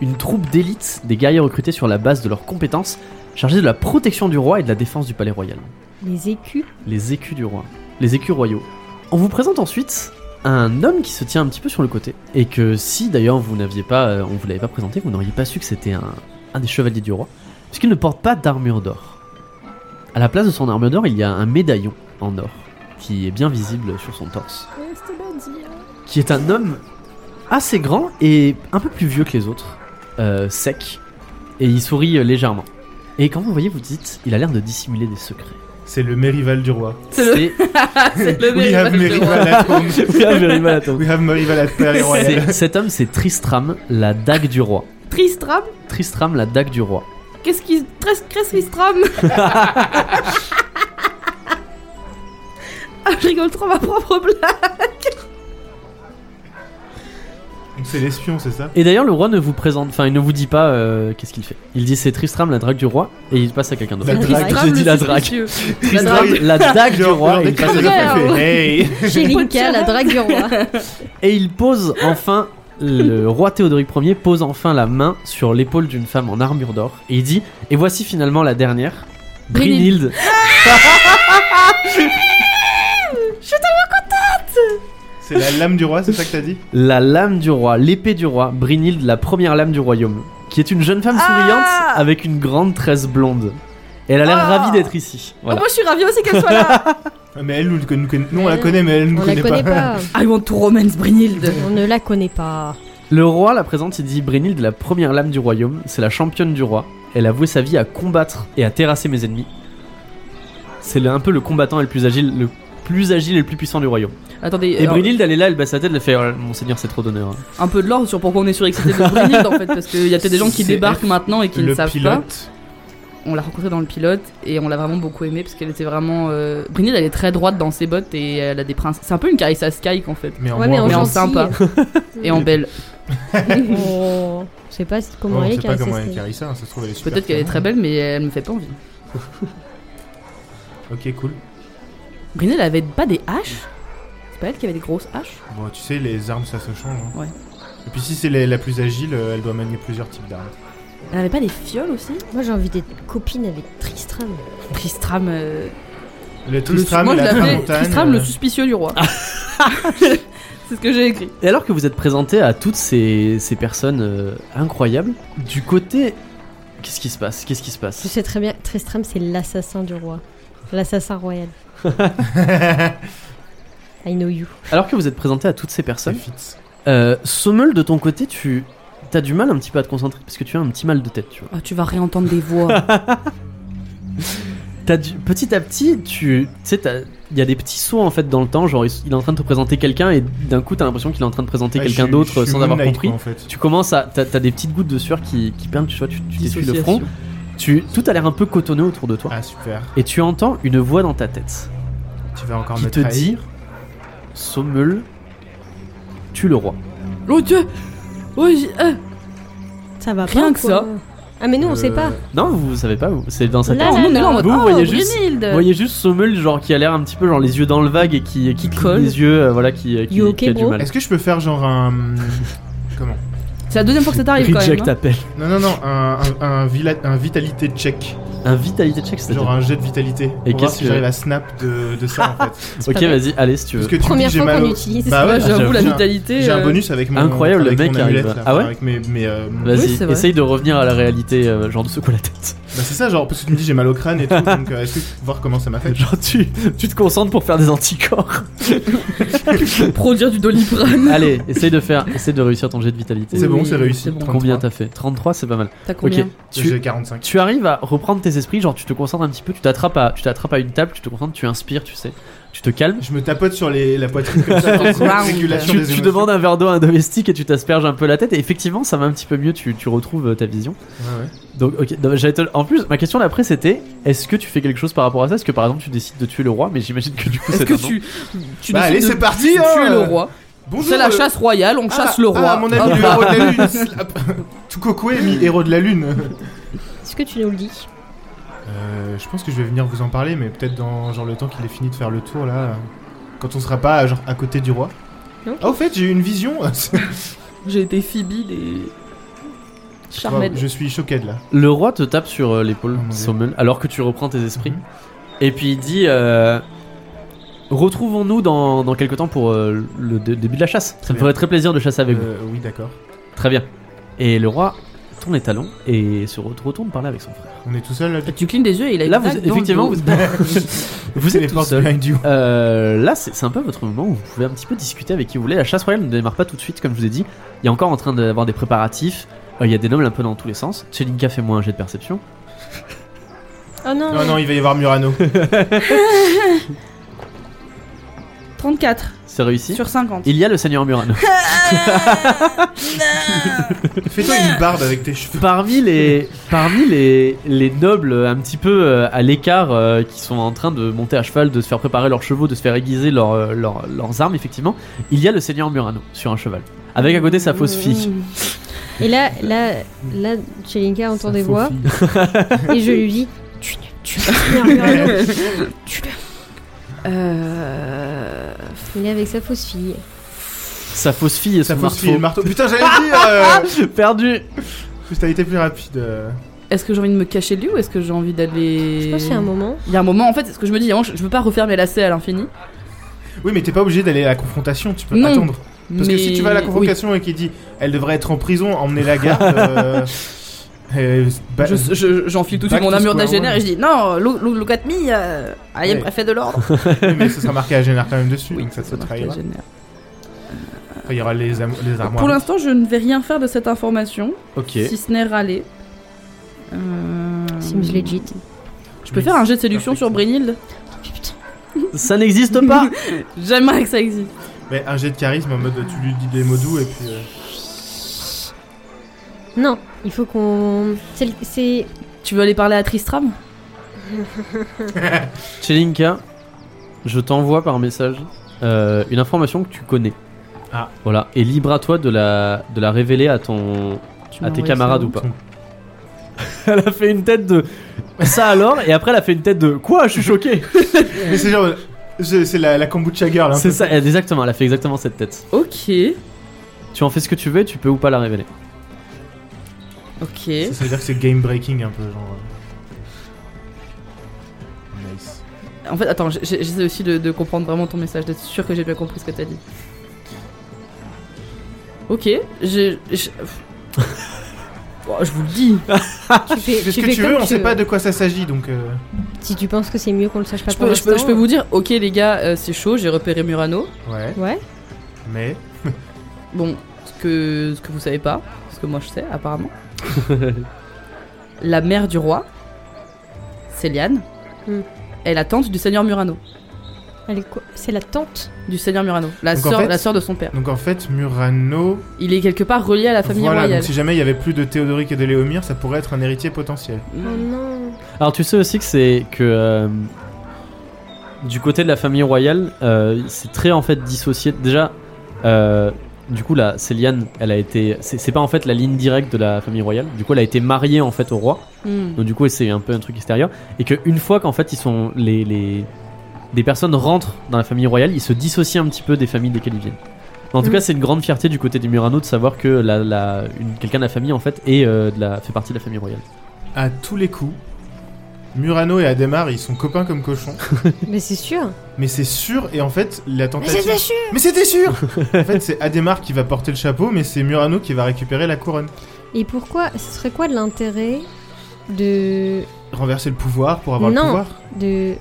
Speaker 1: une troupe d'élite des guerriers recrutés sur la base de leurs compétences, chargés de la protection du roi et de la défense du palais royal
Speaker 4: Les écus.
Speaker 1: les écus du roi, les écus royaux. On vous présente ensuite un homme qui se tient un petit peu sur le côté et que si d'ailleurs vous n'aviez pas, euh, on vous l'avait pas présenté, vous n'auriez pas su que c'était un, un des chevaliers du roi, puisqu'il ne porte pas d'armure d'or. À la place de son armure d'or, il y a un médaillon en or qui est bien visible sur son torse, qui est un homme assez grand et un peu plus vieux que les autres, euh, sec, et il sourit euh, légèrement. Et quand vous le voyez, vous dites, il a l'air de dissimuler des secrets.
Speaker 3: C'est le Merival du roi.
Speaker 2: C'est le- C'est le
Speaker 3: We have
Speaker 2: Légolas.
Speaker 3: Merival at home.
Speaker 1: Oui, ah, j'arrive à l'attendre.
Speaker 3: We have Merival at Palais Royal.
Speaker 1: C'est- Cet homme, c'est Tristram, la dague du roi.
Speaker 2: Tristram
Speaker 1: Tristram, la dague du roi.
Speaker 2: Qu'est-ce qui. Tris- Tris- Tristram Ah, je rigole trop à ma propre blague.
Speaker 3: Donc C'est l'espion, c'est ça
Speaker 1: Et d'ailleurs, le roi ne vous présente, enfin, il ne vous dit pas euh, qu'est-ce qu'il fait. Il dit c'est Tristram, la drague du roi, et il passe à quelqu'un d'autre.
Speaker 3: La drague,
Speaker 2: Tristram,
Speaker 1: j'ai dit
Speaker 2: le
Speaker 1: la drague.
Speaker 2: suspicieux. La
Speaker 3: Tristram,
Speaker 2: drague.
Speaker 3: il-
Speaker 1: La dague du
Speaker 3: Genre,
Speaker 1: roi,
Speaker 3: genre,
Speaker 1: et
Speaker 3: dès
Speaker 1: il
Speaker 3: que
Speaker 1: passe à
Speaker 3: ça
Speaker 1: quelqu'un
Speaker 2: quelqu'un
Speaker 3: fait,
Speaker 2: d'autre.
Speaker 3: Hey
Speaker 4: Chérinka, la drague du roi.
Speaker 1: Et il pose enfin, le roi Théodoric Ier pose enfin la main sur l'épaule d'une femme en armure d'or et il dit Et voici finalement la dernière, Brynhilde.
Speaker 2: Brynhilde.
Speaker 3: C'est la lame du roi, c'est ça que t'as dit
Speaker 1: La lame du roi, l'épée du roi, Brynhilde, la première lame du royaume, qui est une jeune femme souriante
Speaker 2: Ah
Speaker 1: avec une grande tresse blonde. Et elle a l'air
Speaker 2: Ah
Speaker 1: ravie d'être ici.
Speaker 2: Oh,
Speaker 1: Voilà.
Speaker 2: moi, je suis ravie aussi qu'elle soit là.
Speaker 3: Ah, Mais elle, nous, nous conna- nous, on la connaît, mais elle nous
Speaker 4: On la connaît
Speaker 3: connaît,
Speaker 4: pas.
Speaker 2: I want to romance Brynhilde.
Speaker 4: On ne la connaît pas.
Speaker 1: Le roi la présente, il dit Brynhilde, la première lame du royaume, c'est la championne du roi. Elle a voué sa vie à combattre et à terrasser mes ennemis. C'est le- un peu le combattant et le plus agile, le plus agile et le plus puissant du royaume.
Speaker 2: Attendez,
Speaker 1: Et
Speaker 2: alors,
Speaker 1: Brynhilde, elle est là, elle baisse la tête, elle fait Oh, Monseigneur, c'est trop d'honneur.
Speaker 2: un peu de l'ordre sur pourquoi on est surexcité de Brynhilde en fait, parce qu'il y a peut-être des gens qui
Speaker 3: C'est
Speaker 2: débarquent
Speaker 3: F,
Speaker 2: maintenant et qui ne
Speaker 3: Le
Speaker 2: savent pas.
Speaker 3: pilote.
Speaker 2: On l'a rencontrée dans le pilote et on l'a vraiment beaucoup aimée parce qu'elle était vraiment. Euh... Brynhilde, elle est très droite dans ses bottes et elle a des princes. C'est un peu une Carissa Skyke en fait.
Speaker 3: Mais en
Speaker 4: Ouais, mais
Speaker 3: moins
Speaker 4: en
Speaker 2: Mais en
Speaker 3: bon.
Speaker 4: gentil.
Speaker 2: sympa.
Speaker 3: hein.
Speaker 2: Et en belle.
Speaker 4: On- Je sais pas si- comment
Speaker 3: Ouais,
Speaker 4: elle
Speaker 3: Oh, On
Speaker 4: est,
Speaker 3: sait pas comment elle est
Speaker 4: Carissa.
Speaker 3: Carissa, hein, ça se trouve elle est super
Speaker 2: Peut-être qu'elle est très belle, mais elle me fait pas envie.
Speaker 3: Ok, cool.
Speaker 2: Brynhilde, elle avait pas des haches C'est pas elle qui avait des grosses haches
Speaker 3: Bon, tu sais, les armes ça se change. hein.
Speaker 2: Ouais.
Speaker 3: Et puis si c'est la, la plus agile, euh, elle doit manier plusieurs types d'armes.
Speaker 2: Elle avait pas des fioles aussi
Speaker 4: Moi j'ai envie d'être copine avec Tristram.
Speaker 2: Tristram. euh,
Speaker 3: Le
Speaker 2: le su-
Speaker 3: Tristram,
Speaker 2: moi, je
Speaker 3: la euh,
Speaker 2: l'appelais
Speaker 3: tramontagne.
Speaker 2: Tristram, le
Speaker 3: euh,
Speaker 2: suspicieux du roi. C'est ce que j'ai écrit.
Speaker 1: Et alors que vous êtes présenté à toutes ces, ces personnes euh, incroyables, du côté. Qu'est-ce qui se passe Qu'est-ce qui se
Speaker 4: Je
Speaker 1: passe
Speaker 4: sais très bien, Tristram, c'est l'assassin du roi. L'assassin royal. I know you.
Speaker 1: Alors que vous êtes présenté à toutes ces
Speaker 3: Ça
Speaker 1: personnes,
Speaker 3: fit.
Speaker 1: euh, Sommel, de ton côté, tu as du mal un petit peu à te concentrer parce que tu as un petit mal de tête, tu vois.
Speaker 2: Ah, tu vas réentendre des voix.
Speaker 1: T'as du- petit à petit, tu tu sais, t'as- il y a des petits sauts en fait dans le temps. Genre, il il est en train de te présenter quelqu'un et d'un coup, t'as l'impression qu'il est en train de présenter
Speaker 3: Ouais, Ah, je
Speaker 1: quelqu'un
Speaker 3: suis- je
Speaker 1: d'autre
Speaker 3: suis
Speaker 1: sans avoir
Speaker 3: Moonlight,
Speaker 1: compris.
Speaker 3: quoi, en fait.
Speaker 1: Tu commences à. T'as t'as des petites gouttes de sueur qui, qui peinent, tu vois, tu tu t'essuies le front. Tu, tout a l'air un peu cotonneux autour de toi.
Speaker 3: Ah super.
Speaker 1: Et tu entends une voix dans ta tête
Speaker 3: Tu vas encore
Speaker 1: qui
Speaker 3: me
Speaker 1: te dit
Speaker 3: trahir.
Speaker 1: Sommel, tue le roi.
Speaker 2: Oh dieu Oh, j'ai- ah.
Speaker 4: Ça va
Speaker 2: Rien
Speaker 4: pas,
Speaker 2: que
Speaker 4: quoi.
Speaker 2: ça.
Speaker 4: Ah, mais nous, on sait
Speaker 3: Euh,
Speaker 4: pas.
Speaker 1: Non, vous savez pas, vous- c'est dans sa
Speaker 4: Là,
Speaker 1: tête.
Speaker 2: Oh, nous, on est là en mode,
Speaker 1: Vous
Speaker 2: oh,
Speaker 1: voyez juste-
Speaker 2: Brunhilde.
Speaker 1: Vous voyez juste Sommel, genre qui a l'air un petit peu genre les yeux dans le vague et qui, qui cligne
Speaker 2: Colle.
Speaker 1: les yeux, euh, voilà, qui, qui,
Speaker 4: You
Speaker 1: qui a
Speaker 4: okay,
Speaker 1: du
Speaker 4: bro
Speaker 1: mal.
Speaker 3: Est-ce que je peux faire genre un comment
Speaker 2: C'est la deuxième fois que ça t'arrive quand même.
Speaker 1: Reject
Speaker 2: hein.
Speaker 1: appel.
Speaker 3: Non non non un un, un vila- un vitalité check.
Speaker 1: Un vitalité check, c'est
Speaker 3: Genre un jet de vitalité.
Speaker 1: Et
Speaker 3: Pour voir
Speaker 1: qu'est-ce
Speaker 3: si
Speaker 1: que-
Speaker 3: j'arrive à snap de, de ça en fait.
Speaker 1: Ok,
Speaker 2: pas
Speaker 1: vas-y, allez si tu veux.
Speaker 3: Parce que tu me
Speaker 4: Première
Speaker 3: dis, j'ai
Speaker 4: fois
Speaker 3: mal
Speaker 4: qu'on
Speaker 3: au-
Speaker 4: utilise.
Speaker 3: Bah ouais,
Speaker 2: Ouais, j'avoue,
Speaker 1: j'avoue,
Speaker 2: la
Speaker 3: j'ai un-
Speaker 2: vitalité.
Speaker 3: J'ai un
Speaker 2: euh,
Speaker 3: bonus avec mon
Speaker 1: Incroyable, le
Speaker 3: avec
Speaker 1: mec
Speaker 3: mon
Speaker 1: arrive.
Speaker 3: amulette, là,
Speaker 1: Ah ouais
Speaker 3: avec mes, mes, euh,
Speaker 2: Oui,
Speaker 1: Vas-y,
Speaker 2: c'est vrai.
Speaker 1: essaye de revenir à la réalité, euh, genre de secouer la tête.
Speaker 3: Bah c'est ça, genre, parce que tu me dis j'ai mal au crâne et tout, donc euh, est-ce que voir comment ça m'a fait
Speaker 1: Genre tu, tu te concentres pour faire des anticorps.
Speaker 2: Produire du doliprane.
Speaker 1: allez, essaye de faire, essaye de réussir ton jet de vitalité.
Speaker 3: C'est
Speaker 2: Oui,
Speaker 3: bon,
Speaker 2: oui,
Speaker 3: c'est réussi.
Speaker 2: c'est bon.
Speaker 3: 33.
Speaker 1: Combien t'as fait 33, c'est pas mal.
Speaker 2: T'as combien
Speaker 1: ok, tu,
Speaker 3: J'ai 45.
Speaker 1: tu arrives à reprendre tes esprits, genre tu te concentres un petit peu, tu t'attrapes à, tu t'attrapes à une table, tu te concentres, tu inspires, tu sais, tu te calmes.
Speaker 3: Je me tapote sur les, la poitrine comme ça,
Speaker 2: Wow.
Speaker 3: pour régulation
Speaker 1: Euh, Tu,
Speaker 3: des
Speaker 1: tu
Speaker 3: émotions.
Speaker 1: demandes un verre d'eau à un domestique et tu t'asperges un peu la tête et effectivement ça va un petit peu mieux, tu, tu retrouves euh, ta vision.
Speaker 3: Ouais, ouais.
Speaker 1: Donc ok, non, mais j'allais te- en plus ma question d'après c'était est-ce que tu fais quelque chose par rapport à ça Est-ce que par exemple tu décides de tuer le roi Mais j'imagine que du coup
Speaker 2: Est-ce
Speaker 1: c'est
Speaker 2: que
Speaker 1: un non.
Speaker 2: tu. tu
Speaker 3: Bah allez,
Speaker 2: décides de
Speaker 3: c'est parti hein
Speaker 2: Tuer le roi.
Speaker 3: Bonjour
Speaker 2: C'est la
Speaker 3: euh,
Speaker 2: chasse royale, on
Speaker 3: ah,
Speaker 2: chasse le roi.
Speaker 3: Ah, mon ami, le héros de la lune slap. Tout coco est mis héros de la lune
Speaker 4: Est-ce que tu nous le dis
Speaker 3: Euh, Je pense que je vais venir vous en parler, mais peut-être dans genre le temps qu'il est fini de faire le tour là. euh, Quand on sera pas genre à côté du roi.
Speaker 4: Ok.
Speaker 3: Ah, au fait, j'ai eu une vision
Speaker 2: J'ai été Phoebe et. Charmel.
Speaker 3: Je suis choqué de là.
Speaker 1: Le roi te tape sur euh, l'épaule,
Speaker 3: Oh mon Dieu.
Speaker 1: Sommel, alors que tu reprends tes esprits.
Speaker 3: Mhm.
Speaker 1: Et puis il dit euh, Retrouvons-nous dans, dans quelques temps pour euh, le dé- début de la chasse. Ça me
Speaker 3: bien.
Speaker 1: ferait très plaisir de chasser avec vous.
Speaker 3: Euh, oui, d'accord.
Speaker 1: Très bien. Et le roi tourne les talons et se re- retourne parler avec son frère.
Speaker 3: On est tout seul là.
Speaker 2: Tu clignes des yeux et il a
Speaker 1: Là,
Speaker 2: une
Speaker 1: vous,
Speaker 2: dague dans le
Speaker 1: effectivement,
Speaker 2: dos.
Speaker 1: vous, vous êtes tout
Speaker 3: Téléporte
Speaker 1: seul.
Speaker 3: behind you.
Speaker 1: Euh, là, c'est c'est un peu votre moment où vous pouvez un petit peu discuter avec qui vous voulez. La chasse royale ne démarre pas tout de suite, comme je vous ai dit. Il y a encore en train d'avoir des préparatifs. Euh, Il y a des nobles un peu dans tous les sens. Chelinka, fais-moi un jet de perception.
Speaker 2: Ah
Speaker 4: Oh non,
Speaker 3: Non, non, il va y avoir Murano.
Speaker 2: 34
Speaker 1: C'est réussi.
Speaker 2: sur Ah, 50.
Speaker 1: Il y a le seigneur Murano.
Speaker 3: Fais-toi une barbe avec tes cheveux.
Speaker 1: parmi les, parmi les, les nobles euh, un petit peu euh, à l'écart euh, qui sont en train de monter à cheval, de se faire préparer leurs chevaux, de se faire aiguiser leurs, euh, leurs- leurs armes, effectivement, il y a le seigneur Murano sur un cheval. Avec à côté sa fausse fille.
Speaker 3: Mmh.
Speaker 4: Et là, là, là, Chelinka entend des voix et je lui dis Tu tu
Speaker 2: Euh.
Speaker 4: Il est avec sa fausse fille.
Speaker 1: Sa fausse fille et son
Speaker 3: Ça fausse
Speaker 1: marteau.
Speaker 3: fille et le marteau. Putain, j'allais dire euh,
Speaker 1: Perdu
Speaker 3: Juste, t'as été plus rapide. euh.
Speaker 2: Est-ce que j'ai envie de me cacher de lui ou est-ce que j'ai envie d'aller.
Speaker 4: Je pense qu'il y a un moment.
Speaker 2: Il y a un moment, en fait, c'est ce que je me dis, vraiment, je je veux pas refaire mes lacets à l'infini.
Speaker 3: Oui, mais t'es pas obligé d'aller à la confrontation, tu peux
Speaker 2: Non.
Speaker 3: attendre. Parce que
Speaker 2: mais-
Speaker 3: si tu vas à la confrontation et qu'il dit elle devrait être en prison, emmener la garde. euh, euh,
Speaker 2: Oui.
Speaker 3: bah,
Speaker 2: Je- je- J'enfile tout de
Speaker 3: Back
Speaker 2: suite mon
Speaker 3: to
Speaker 2: armure
Speaker 3: square
Speaker 2: d'agénaire
Speaker 3: one.
Speaker 2: et je dis non, look, look- look at me, euh, I
Speaker 3: Ouais.
Speaker 2: am préfet de l'ordre.
Speaker 3: oui, mais ça sera marqué à Génard quand même dessus, donc ça te
Speaker 2: c'est marqué
Speaker 3: trahira.
Speaker 2: Agener.
Speaker 3: Après, Il y aura les, am- les armoires.
Speaker 2: Pour l'instant, je ne vais rien faire de cette information,
Speaker 1: Ok.
Speaker 2: si ce n'est râler. Euh,
Speaker 4: Seems legit.
Speaker 2: Je peux faire un jet de séduction sur Brynhilde
Speaker 4: Putain.
Speaker 1: Ça n'existe pas
Speaker 2: J'aimerais que ça existe.
Speaker 3: Mais un jet de charisme en mode tu lui dis des mots doux et puis. euh,
Speaker 4: Non, il faut qu'on. C'est. le- c'est-
Speaker 2: Tu veux aller parler à Tristram
Speaker 1: Chelinka, je t'envoie par message euh, une information que tu connais.
Speaker 3: Ah.
Speaker 1: Voilà, et libre à toi de la, de la révéler à ton,
Speaker 2: Tu
Speaker 1: à
Speaker 2: m'as
Speaker 1: tes
Speaker 2: envoyé
Speaker 1: camarades
Speaker 2: ça,
Speaker 1: ou pas. Elle a fait une tête de ça alors, et après elle a fait une tête de quoi Je suis choqué.
Speaker 3: Mais c'est genre. je- C'est la, la kombucha girl. un
Speaker 1: C'est
Speaker 3: peu.
Speaker 1: ça, elle- exactement. Elle a fait exactement cette tête.
Speaker 2: Ok,
Speaker 1: Tu en fais ce que tu veux, tu peux ou pas la révéler.
Speaker 2: ok.
Speaker 3: Ça, ça veut dire que c'est game breaking un peu, genre. euh. Nice.
Speaker 2: En fait, attends, j'ai- j'essaie aussi de, de comprendre vraiment ton message, d'être sûr que j'ai bien compris ce que t'as dit. Ok, je. je... Bon, je vous le dis.
Speaker 4: tu fais,
Speaker 3: Fais Ah, ce que
Speaker 4: fais
Speaker 3: tu
Speaker 4: comme
Speaker 3: veux, on sait pas de quoi ça s'agit donc. euh,
Speaker 4: Si tu penses que c'est mieux qu'on le sache pas
Speaker 2: Je
Speaker 4: pour
Speaker 2: peux, je peux- je
Speaker 4: l'instant,
Speaker 2: peux vous dire, ok les gars, euh, c'est chaud, j'ai repéré Murano.
Speaker 3: Ouais,
Speaker 4: Ouais.
Speaker 3: mais.
Speaker 2: Bon, ce que, ce que vous savez pas, ce que moi je sais apparemment. La mère du roi, Céliane,
Speaker 4: Hmm.
Speaker 2: est la tante du seigneur Murano.
Speaker 4: Elle est quoi C'est la tante.
Speaker 2: Du seigneur Murano, la
Speaker 3: Donc en
Speaker 2: sœur
Speaker 3: fait-
Speaker 2: la sœur de son père.
Speaker 3: Donc en fait, Murano.
Speaker 2: Il est quelque part relié à la famille
Speaker 3: voilà,
Speaker 2: royale.
Speaker 3: donc si jamais il y avait plus de Théodoric et de Léomir, ça pourrait être un héritier potentiel.
Speaker 4: Oh
Speaker 2: Hmm.
Speaker 4: non.
Speaker 1: Alors tu sais aussi que c'est que euh, du côté de la famille royale, euh, c'est très en fait dissocié. Déjà, euh, du coup là, Céliane, elle a été, c'est c'est pas en fait la ligne directe de la famille royale. Du coup, elle a été mariée en fait au roi.
Speaker 2: Hmm.
Speaker 1: Donc du coup, c'est un peu un truc extérieur. Et que une fois qu'en fait ils sont les les des personnes rentrent dans la famille royale, ils se dissocient un petit peu des familles desquelles ils viennent. En tout
Speaker 4: Mhm.
Speaker 1: cas, c'est une grande fierté du côté des Murano de savoir que la, la, une- quelqu'un de la famille en fait est, euh, de la, fait partie de la famille royale.
Speaker 3: À tous les coups, Murano et Ademar, ils sont copains comme cochons.
Speaker 4: Mais c'est sûr.
Speaker 3: Mais c'est sûr, et en fait, la tentative.
Speaker 4: sûr.
Speaker 3: Mais c'était sûr En fait, c'est Ademar qui va porter le chapeau, mais c'est Murano qui va récupérer la couronne.
Speaker 4: Et pourquoi Ce serait quoi l'intérêt de
Speaker 3: Renverser le pouvoir pour avoir
Speaker 4: Non.
Speaker 3: le pouvoir
Speaker 4: de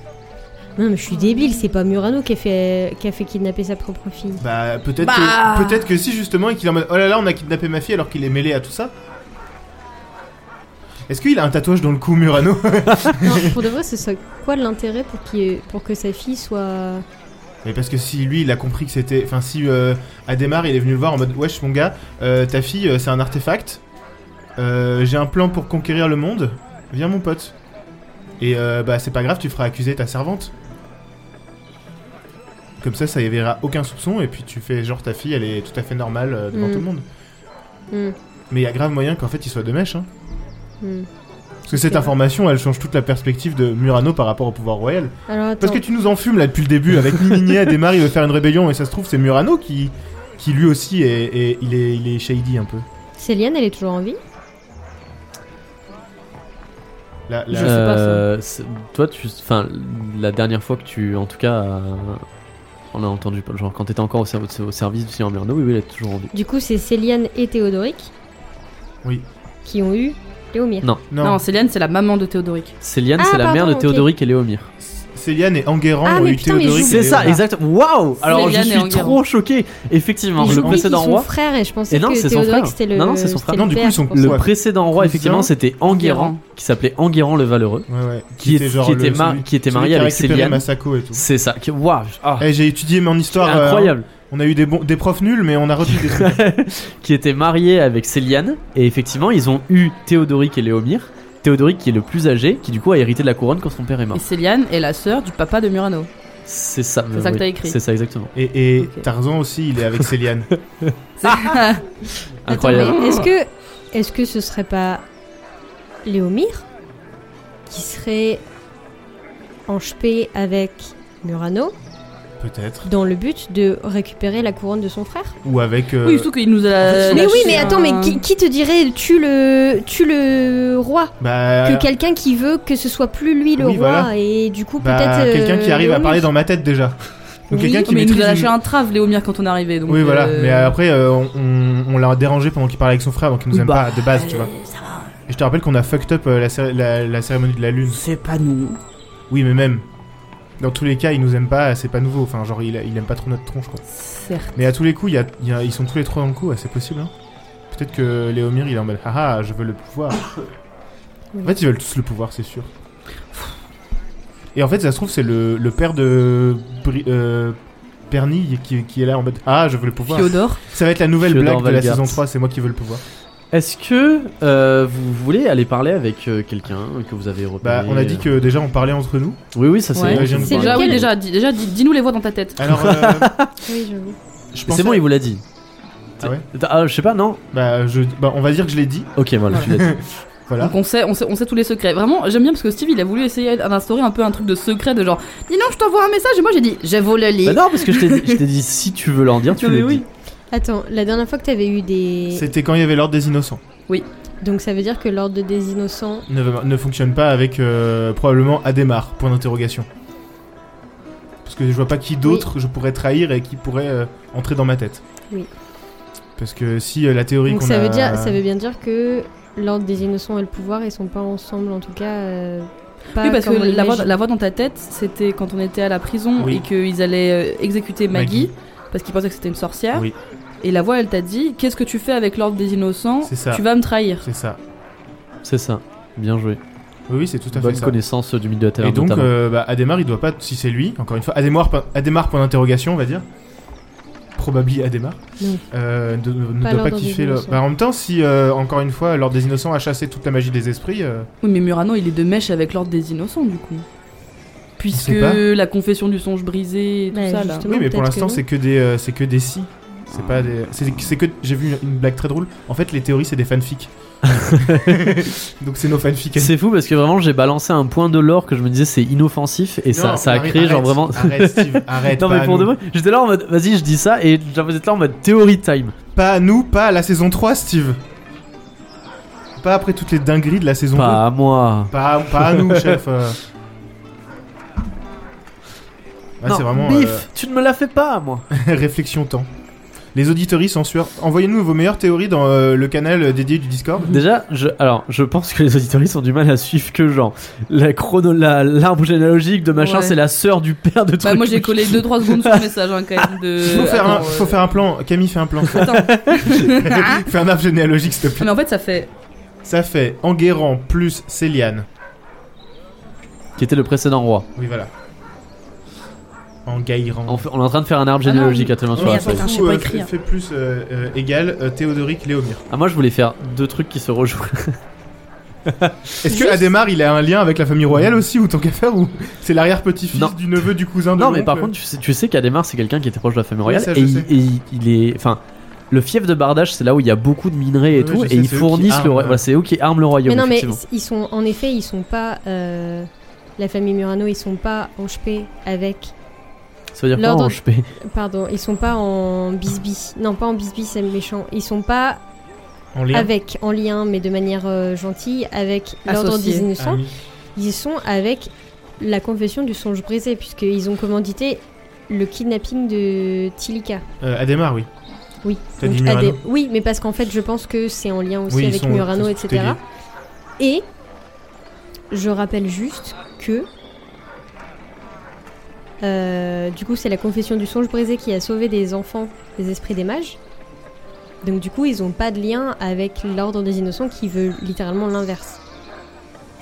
Speaker 4: Non, mais je suis débile. C'est pas Murano qui a fait qui a fait kidnapper sa propre fille.
Speaker 3: Bah, peut-être
Speaker 2: Bah.
Speaker 3: que, peut-être que si, justement, et qu'il est en mode Oh là là, on a kidnappé ma fille alors qu'il est mêlé à tout ça. Est-ce qu'il a un tatouage dans le cou, Murano
Speaker 4: Non, pour de vrai, ce serait quoi l'intérêt pour qu'il- pour que sa fille soit
Speaker 3: Mais parce que si lui, il a compris que c'était. Enfin, si euh, Ademar, il est venu le voir en mode Wesh, mon gars, euh, ta fille, euh, c'est un artefact. Euh, J'ai un plan pour conquérir le monde. Viens, mon pote. Et euh, bah, c'est pas grave, tu feras accuser ta servante. Comme ça, ça y verra aucun soupçon, et puis tu fais genre ta fille, elle est tout à fait normale euh, devant
Speaker 4: Mm.
Speaker 3: tout le monde.
Speaker 4: Hmm,
Speaker 3: Mais il y a grave moyen qu'en fait, il soit de mèche, hein.
Speaker 4: hmm.
Speaker 3: Parce que cette
Speaker 4: vrai.
Speaker 3: information, elle change toute la perspective de Murano par rapport au pouvoir royal.
Speaker 4: Alors attends.
Speaker 3: Parce que tu nous en fumes là depuis le début avec Mimini à démarrer, il veut faire une rébellion et ça se trouve c'est Murano qui, qui lui aussi est, est- il est il est shady un peu.
Speaker 4: Céliane, elle est toujours en vie
Speaker 3: La,
Speaker 2: Je
Speaker 3: la-
Speaker 2: sais pas, ça.
Speaker 1: Euh, c'est- toi, tu, enfin, la dernière fois que tu, en tout cas, euh, on a entendu, genre quand t'étais encore au, ser- au service du Seigneur Murano, oui, oui, il est toujours en vie.
Speaker 4: Du coup, c'est Céliane et Théodoric.
Speaker 3: Oui.
Speaker 4: Qui ont eu Léomir.
Speaker 1: Non.
Speaker 3: non,
Speaker 2: Non, Céliane, c'est la maman de Théodoric.
Speaker 1: Céliane,
Speaker 4: Ah,
Speaker 1: c'est la mère
Speaker 4: pardon,
Speaker 1: de
Speaker 4: ok.
Speaker 1: Théodoric et Léomir.
Speaker 3: Céliane et Enguerrand
Speaker 4: Ah,
Speaker 3: ont
Speaker 4: mais
Speaker 3: eu
Speaker 4: putain, mais j'oublie
Speaker 3: Théodoric.
Speaker 1: C'est
Speaker 3: et
Speaker 1: ça,
Speaker 3: Léonard.
Speaker 1: exactement. Waouh Alors je
Speaker 2: Céliane et
Speaker 1: suis
Speaker 2: Enguerrand.
Speaker 1: trop choqué. Effectivement,
Speaker 4: Mais
Speaker 1: le
Speaker 4: j'oublie
Speaker 1: précédent
Speaker 4: qu'ils sont
Speaker 1: roi,
Speaker 4: frères et je pensais
Speaker 1: Et non,
Speaker 4: que
Speaker 1: c'est son
Speaker 4: Théodoric
Speaker 1: frère.
Speaker 4: c'était le.
Speaker 1: Non, non, c'est son
Speaker 4: c'était
Speaker 1: frère.
Speaker 4: le
Speaker 3: Non, du coup,
Speaker 4: père,
Speaker 3: ils sont
Speaker 4: je pensais.
Speaker 1: le
Speaker 3: Ouais.
Speaker 1: précédent roi,
Speaker 3: Cousin.
Speaker 1: effectivement, c'était Enguerrand,
Speaker 2: Enguerrand.
Speaker 1: qui s'appelait Enguerrand le Valeureux,
Speaker 3: Ouais, ouais.
Speaker 1: qui, est- qui était,
Speaker 3: le-
Speaker 1: mar-
Speaker 3: celui-
Speaker 1: qui était
Speaker 3: celui
Speaker 1: marié
Speaker 3: qui a
Speaker 1: avec
Speaker 3: récupéré
Speaker 1: Céliane.
Speaker 3: Masako et tout.
Speaker 1: C'est ça. qui- Waouh ah,
Speaker 3: Eh, j'ai étudié mon histoire. euh,
Speaker 1: Incroyable.
Speaker 3: on a eu des, bons, des profs nuls, mais on a retenu des trucs.
Speaker 1: qui était marié avec Céliane. Et effectivement, ils ont eu Théodoric et Léomir. Théodoric qui est le plus âgé, qui du coup a hérité de la couronne quand son père est mort.
Speaker 2: Et Céliane est la sœur du papa de Murano.
Speaker 1: C'est ça.
Speaker 2: C'est ça que t'as écrit.
Speaker 1: C'est ça exactement.
Speaker 3: Et, et
Speaker 2: Ok.
Speaker 3: Tarzan aussi, il est avec Céliane.
Speaker 4: Attends,
Speaker 1: Incroyable.
Speaker 4: mais Est-ce que est-ce que ce serait pas Léomir qui serait en chepé avec Murano
Speaker 3: Peut-être.
Speaker 4: dans le but de récupérer la couronne de son frère
Speaker 3: Ou avec. euh,
Speaker 2: Oui, surtout qu'il nous a.
Speaker 4: Mais oui,
Speaker 2: lâché
Speaker 4: mais attends, mais
Speaker 2: un-
Speaker 4: qui, qui te dirait tue le tue le roi
Speaker 3: bah,
Speaker 4: que quelqu'un qui veut que ce soit plus lui le
Speaker 3: Oui,
Speaker 4: roi
Speaker 3: voilà.
Speaker 4: et du coup
Speaker 3: bah,
Speaker 4: peut-être euh,
Speaker 3: quelqu'un qui arrive à
Speaker 4: Léomir.
Speaker 3: parler dans ma tête déjà. Donc
Speaker 2: Oui,
Speaker 3: quelqu'un qui
Speaker 2: mais il nous a
Speaker 3: maîtrise
Speaker 2: lâché
Speaker 3: une-
Speaker 2: un trave, Léomir, quand on est arrivé. Donc,
Speaker 3: Oui, voilà.
Speaker 2: euh,
Speaker 3: Mais après, euh, on, on- on l'a dérangé pendant qu'il parlait avec son frère, donc il nous
Speaker 2: Oui,
Speaker 3: aime
Speaker 2: bah,
Speaker 3: pas de base, tu vois.
Speaker 2: euh, ça va,
Speaker 3: Et je te rappelle qu'on a fucked up euh, la, cér- la- la cérémonie de la lune.
Speaker 2: C'est pas nous.
Speaker 3: Oui, mais même. Dans tous les cas, il nous aime pas, c'est pas nouveau. Enfin, genre, il, il aime pas trop notre tronche, quoi.
Speaker 2: Certes.
Speaker 3: Mais à tous les coups, il y a- il y a- ils sont tous les trois dans le coup, ouais, c'est possible, hein. Peut-être que Léomir, il est en mode Haha, je veux le pouvoir.
Speaker 4: Oui.
Speaker 3: En fait, ils veulent tous le pouvoir, c'est sûr. Et en fait, ça se trouve, c'est le, le père de. Bri- euh, Pernille qui, qui est là en mode Ah, je veux le pouvoir.
Speaker 2: Théodore.
Speaker 3: Ça va être la nouvelle
Speaker 1: Fyodor
Speaker 3: blague de la
Speaker 1: Valgard.
Speaker 3: saison 3, c'est moi qui veux le pouvoir.
Speaker 1: Est-ce que euh, vous voulez aller parler avec euh, quelqu'un que vous avez repéré euh
Speaker 3: Bah, on a dit que déjà on parlait entre nous.
Speaker 1: Oui, oui, ça c'est.
Speaker 2: Ouais.
Speaker 1: bon,
Speaker 3: C'est
Speaker 1: je
Speaker 4: C'est
Speaker 1: vous
Speaker 2: Déjà,
Speaker 1: parle.
Speaker 2: oui,
Speaker 4: lequel
Speaker 2: déjà, dis- déjà, dis- dis-nous les voix dans ta tête.
Speaker 3: Alors, euh,
Speaker 4: Oui, j'avoue.
Speaker 3: je
Speaker 1: Mais
Speaker 3: pensais...
Speaker 1: C'est bon, il vous l'a dit.
Speaker 3: Ah ouais
Speaker 1: Ah, je sais pas, non
Speaker 3: bah, je... bah, on va dire que je l'ai dit.
Speaker 1: Ok, voilà, tu l'as dit.
Speaker 3: Voilà.
Speaker 2: Donc on sait, on sait, on sait tous les secrets. Vraiment, j'aime bien parce que Steve, il a voulu essayer d'instaurer un peu un truc de secret de genre, dis non, je t'envoie un message et moi j'ai dit, je vous le lis.
Speaker 1: Bah non, parce que je t'ai dit, je t'ai dit, si tu veux leur dire, tu
Speaker 2: Non, mais
Speaker 1: le
Speaker 2: oui.
Speaker 1: dis.
Speaker 4: Attends, la dernière fois que t'avais eu des
Speaker 3: C'était quand il y avait l'ordre des innocents.
Speaker 4: donc ça veut dire que l'ordre des innocents
Speaker 3: Ne, ne fonctionne pas avec euh, probablement Adhémar, point d'interrogation. Parce que je vois pas qui d'autre je pourrais trahir et qui pourrait euh, entrer dans ma tête.
Speaker 4: Oui.
Speaker 3: Parce que si euh, la théorie
Speaker 4: Donc
Speaker 3: qu'on
Speaker 4: ça,
Speaker 3: a...
Speaker 4: veut dire, ça veut bien dire que l'ordre des innocents et le pouvoir, ils sont pas ensemble, en tout cas. euh, pas
Speaker 2: Oui, parce que
Speaker 4: comme on
Speaker 2: la voix,
Speaker 4: l'imagine.
Speaker 2: la voix dans ta tête, c'était quand on était à la prison
Speaker 3: Oui.
Speaker 2: et qu'ils allaient euh, exécuter Maggie,
Speaker 3: Maggie.
Speaker 2: parce qu'ils pensaient que c'était une sorcière.
Speaker 3: Oui.
Speaker 2: Et la voix, elle t'a dit Qu'est-ce que tu fais avec l'ordre des innocents
Speaker 3: C'est ça.
Speaker 2: Tu vas me trahir.
Speaker 3: C'est ça.
Speaker 1: C'est ça. Bien joué.
Speaker 3: Oui, oui, c'est tout à
Speaker 1: Bonne
Speaker 3: fait ça.
Speaker 1: connaissance euh, du mythe de la Terre.
Speaker 3: Et donc,
Speaker 1: notamment.
Speaker 3: euh, bah, Adhémar, il doit pas, si c'est lui, encore une fois, Adhémar, point- Adhémar point d'interrogation, on va dire. Probably Adhémar.
Speaker 4: Oui.
Speaker 3: Euh, de- ne
Speaker 4: Pas
Speaker 3: doit pas
Speaker 4: l'ordre des
Speaker 3: kiffer le.
Speaker 4: innocents.
Speaker 3: Bah, en même temps, si, euh, encore une fois, l'ordre des innocents a chassé toute la magie des esprits, euh,
Speaker 2: Oui, mais Murano, il est de mèche avec l'ordre des innocents, du coup. Puisque
Speaker 3: On sait pas.
Speaker 2: la confession du songe brisé et tout
Speaker 4: Bah,
Speaker 2: ça, là.
Speaker 4: justement,
Speaker 3: Oui, mais pour
Speaker 4: peut-être
Speaker 3: l'instant,
Speaker 4: que
Speaker 3: c'est que des, euh, c'est que des si. C'est
Speaker 1: Ah.
Speaker 3: pas des. C'est c'est que j'ai vu une blague très drôle. En fait, les théories, c'est des fanfics. Donc c'est nos fanfics.
Speaker 1: C'est fou parce que vraiment j'ai balancé un point de l'or que je me disais c'est inoffensif et ça,
Speaker 3: Non,
Speaker 1: ça a
Speaker 3: Marie,
Speaker 1: créé genre
Speaker 3: arrête,
Speaker 1: vraiment.
Speaker 3: Arrête, Steve, arrête.
Speaker 1: non
Speaker 3: pas
Speaker 1: mais pour
Speaker 3: à
Speaker 1: de
Speaker 3: nous.
Speaker 1: vrai, j'étais là en mode vas-y je dis ça et genre vous êtes là en mode théorie time.
Speaker 3: Pas à nous, pas à la saison 3, Steve. Pas après toutes les dingueries de la saison
Speaker 1: Pas à moi.
Speaker 3: 2. Pas, pas à nous, chef. euh. Ouais,
Speaker 1: Non,
Speaker 3: c'est vraiment
Speaker 1: Biff,
Speaker 3: euh,
Speaker 1: tu ne me la fais pas moi.
Speaker 3: réflexion temps. Les auditories sont sueur. Envoyez-nous vos meilleures théories dans euh, le canal dédié du Discord.
Speaker 1: Déjà, je, alors je pense que les auditoristes ont du mal à suivre que genre la chrono, la- l'arbre généalogique de machin
Speaker 2: Ouais.
Speaker 1: c'est la sœur du père de
Speaker 2: Bah,
Speaker 1: truc.
Speaker 2: moi, j'ai collé 2-3 secondes sur le message, hein, quand même. De...
Speaker 3: faut, faire un,
Speaker 2: Attends,
Speaker 3: faut
Speaker 2: euh,
Speaker 3: faire un plan. Camille, fait un plan.
Speaker 2: Attends.
Speaker 3: Fais un arbre généalogique, s'il te plaît.
Speaker 2: mais en fait, ça fait.
Speaker 3: Hein Ça fait Enguerrand plus Céliane.
Speaker 1: Qui était le précédent roi.
Speaker 3: Oui, voilà. Enguerrand.
Speaker 1: On, fait- on est en train de faire un arbre
Speaker 2: Ah non,
Speaker 1: généalogique actuellement sur
Speaker 2: mais
Speaker 1: la
Speaker 2: attends,
Speaker 1: feuille.
Speaker 2: je sais pas écrire.
Speaker 3: fait plus euh, euh, égal euh, Théodoric Léomir.
Speaker 1: Ah moi je voulais faire deux trucs qui se rejouent.
Speaker 3: Ah, Est-ce que
Speaker 4: Juste-
Speaker 3: Adhémar il a un lien avec la famille royale aussi ou tant qu'à faire ou c'est l'arrière-petit-fils
Speaker 1: Non.
Speaker 3: du neveu du cousin de
Speaker 1: Non, mais
Speaker 3: l'oncle
Speaker 1: par contre, tu sais, tu sais qu'Adhémar, c'est quelqu'un qui était proche de la famille
Speaker 3: euh, Oui,
Speaker 1: royale.
Speaker 3: ça, je
Speaker 1: et,
Speaker 3: sais.
Speaker 1: il, et il- il est. Enfin, le fief de Bardage, c'est là où il y a beaucoup de minerais et
Speaker 3: Ouais,
Speaker 1: tout.
Speaker 3: je
Speaker 1: Et
Speaker 3: sais,
Speaker 1: ils
Speaker 3: c'est eux qui
Speaker 1: fournissent
Speaker 3: arment,
Speaker 1: le roi-
Speaker 3: ouais.
Speaker 1: voilà, c'est eux qui arment le royaume.
Speaker 4: Mais non, mais
Speaker 1: effectivement.
Speaker 4: ils sont, en effet, ils sont pas. euh, la famille Murano, ils sont pas en chepé avec.
Speaker 1: Ça veut dire quoi
Speaker 4: l'ordre-
Speaker 1: en HP
Speaker 4: Pardon, ils sont pas en bisbis. Non, pas en bisbis, c'est méchant. Ils sont pas
Speaker 3: En lien.
Speaker 4: avec, en lien, mais de manière euh, gentille, avec l'ordre
Speaker 2: Associés.
Speaker 4: des
Speaker 3: Ah
Speaker 4: innocents.
Speaker 3: oui.
Speaker 4: Ils sont avec la confession du songe brisé, puisqu'ils ont commandité le kidnapping de Tilika.
Speaker 3: Euh, Adhémar, oui.
Speaker 4: Oui.
Speaker 3: T'as
Speaker 4: Donc,
Speaker 3: dit
Speaker 4: à
Speaker 3: Murano
Speaker 4: des- Oui, mais parce qu'en fait, je pense que c'est en lien aussi
Speaker 3: Oui, ils
Speaker 4: avec
Speaker 3: sont-
Speaker 4: Murano,
Speaker 3: ils sont tout est
Speaker 4: etc.
Speaker 3: lié.
Speaker 4: Et je rappelle juste que. euh, du coup, c'est la confession du songe brisé qui a sauvé des enfants des esprits des mages. Donc, du coup, ils ont pas de lien avec l'ordre des innocents qui veut littéralement l'inverse.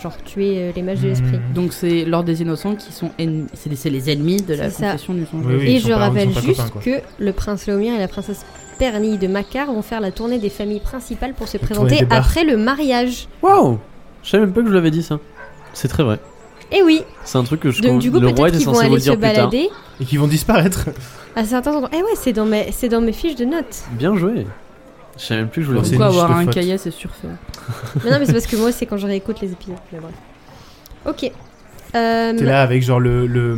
Speaker 4: Genre tuer euh, les mages de l'esprit.
Speaker 3: Hmm.
Speaker 2: Donc, c'est l'ordre des innocents qui sont ennemis. C'est c'est les ennemis de la
Speaker 4: C'est ça.
Speaker 2: confession du songe.
Speaker 3: Oui, oui,
Speaker 4: Et
Speaker 3: ils sont
Speaker 4: je
Speaker 3: pas- ils
Speaker 4: rappelle
Speaker 3: sont pas
Speaker 4: juste
Speaker 3: copains, quoi.
Speaker 4: que le prince Léomir et la princesse Perny de Macar vont faire la tournée des familles principales pour se
Speaker 3: La tournée
Speaker 4: présenter
Speaker 3: des bars.
Speaker 4: après le mariage.
Speaker 1: Waouh Je savais même pas que je l'avais dit ça. C'est très vrai.
Speaker 4: Et Eh oui,
Speaker 1: C'est un truc que je trouve.
Speaker 4: donc du coup
Speaker 1: le roi
Speaker 4: peut-être
Speaker 1: était
Speaker 4: qu'ils vont
Speaker 1: censé vous
Speaker 4: aller
Speaker 1: le
Speaker 4: se
Speaker 1: dire plus tard.
Speaker 4: balader
Speaker 3: Et qui vont disparaître.
Speaker 4: à certains endroits. Eh ouais, c'est dans mes, c'est dans mes fiches de notes.
Speaker 1: Bien joué. Je savais même plus que je
Speaker 3: Bon,
Speaker 1: l'avais dit.
Speaker 3: c'est
Speaker 2: Pourquoi
Speaker 3: une niche
Speaker 2: avoir
Speaker 3: de
Speaker 2: un
Speaker 3: faute.
Speaker 2: cahier, c'est surfait
Speaker 4: non, non, mais c'est parce que moi c'est quand je réécoute les épisodes. mais bref. Ok. Euh,
Speaker 3: T'es là avec genre le, le,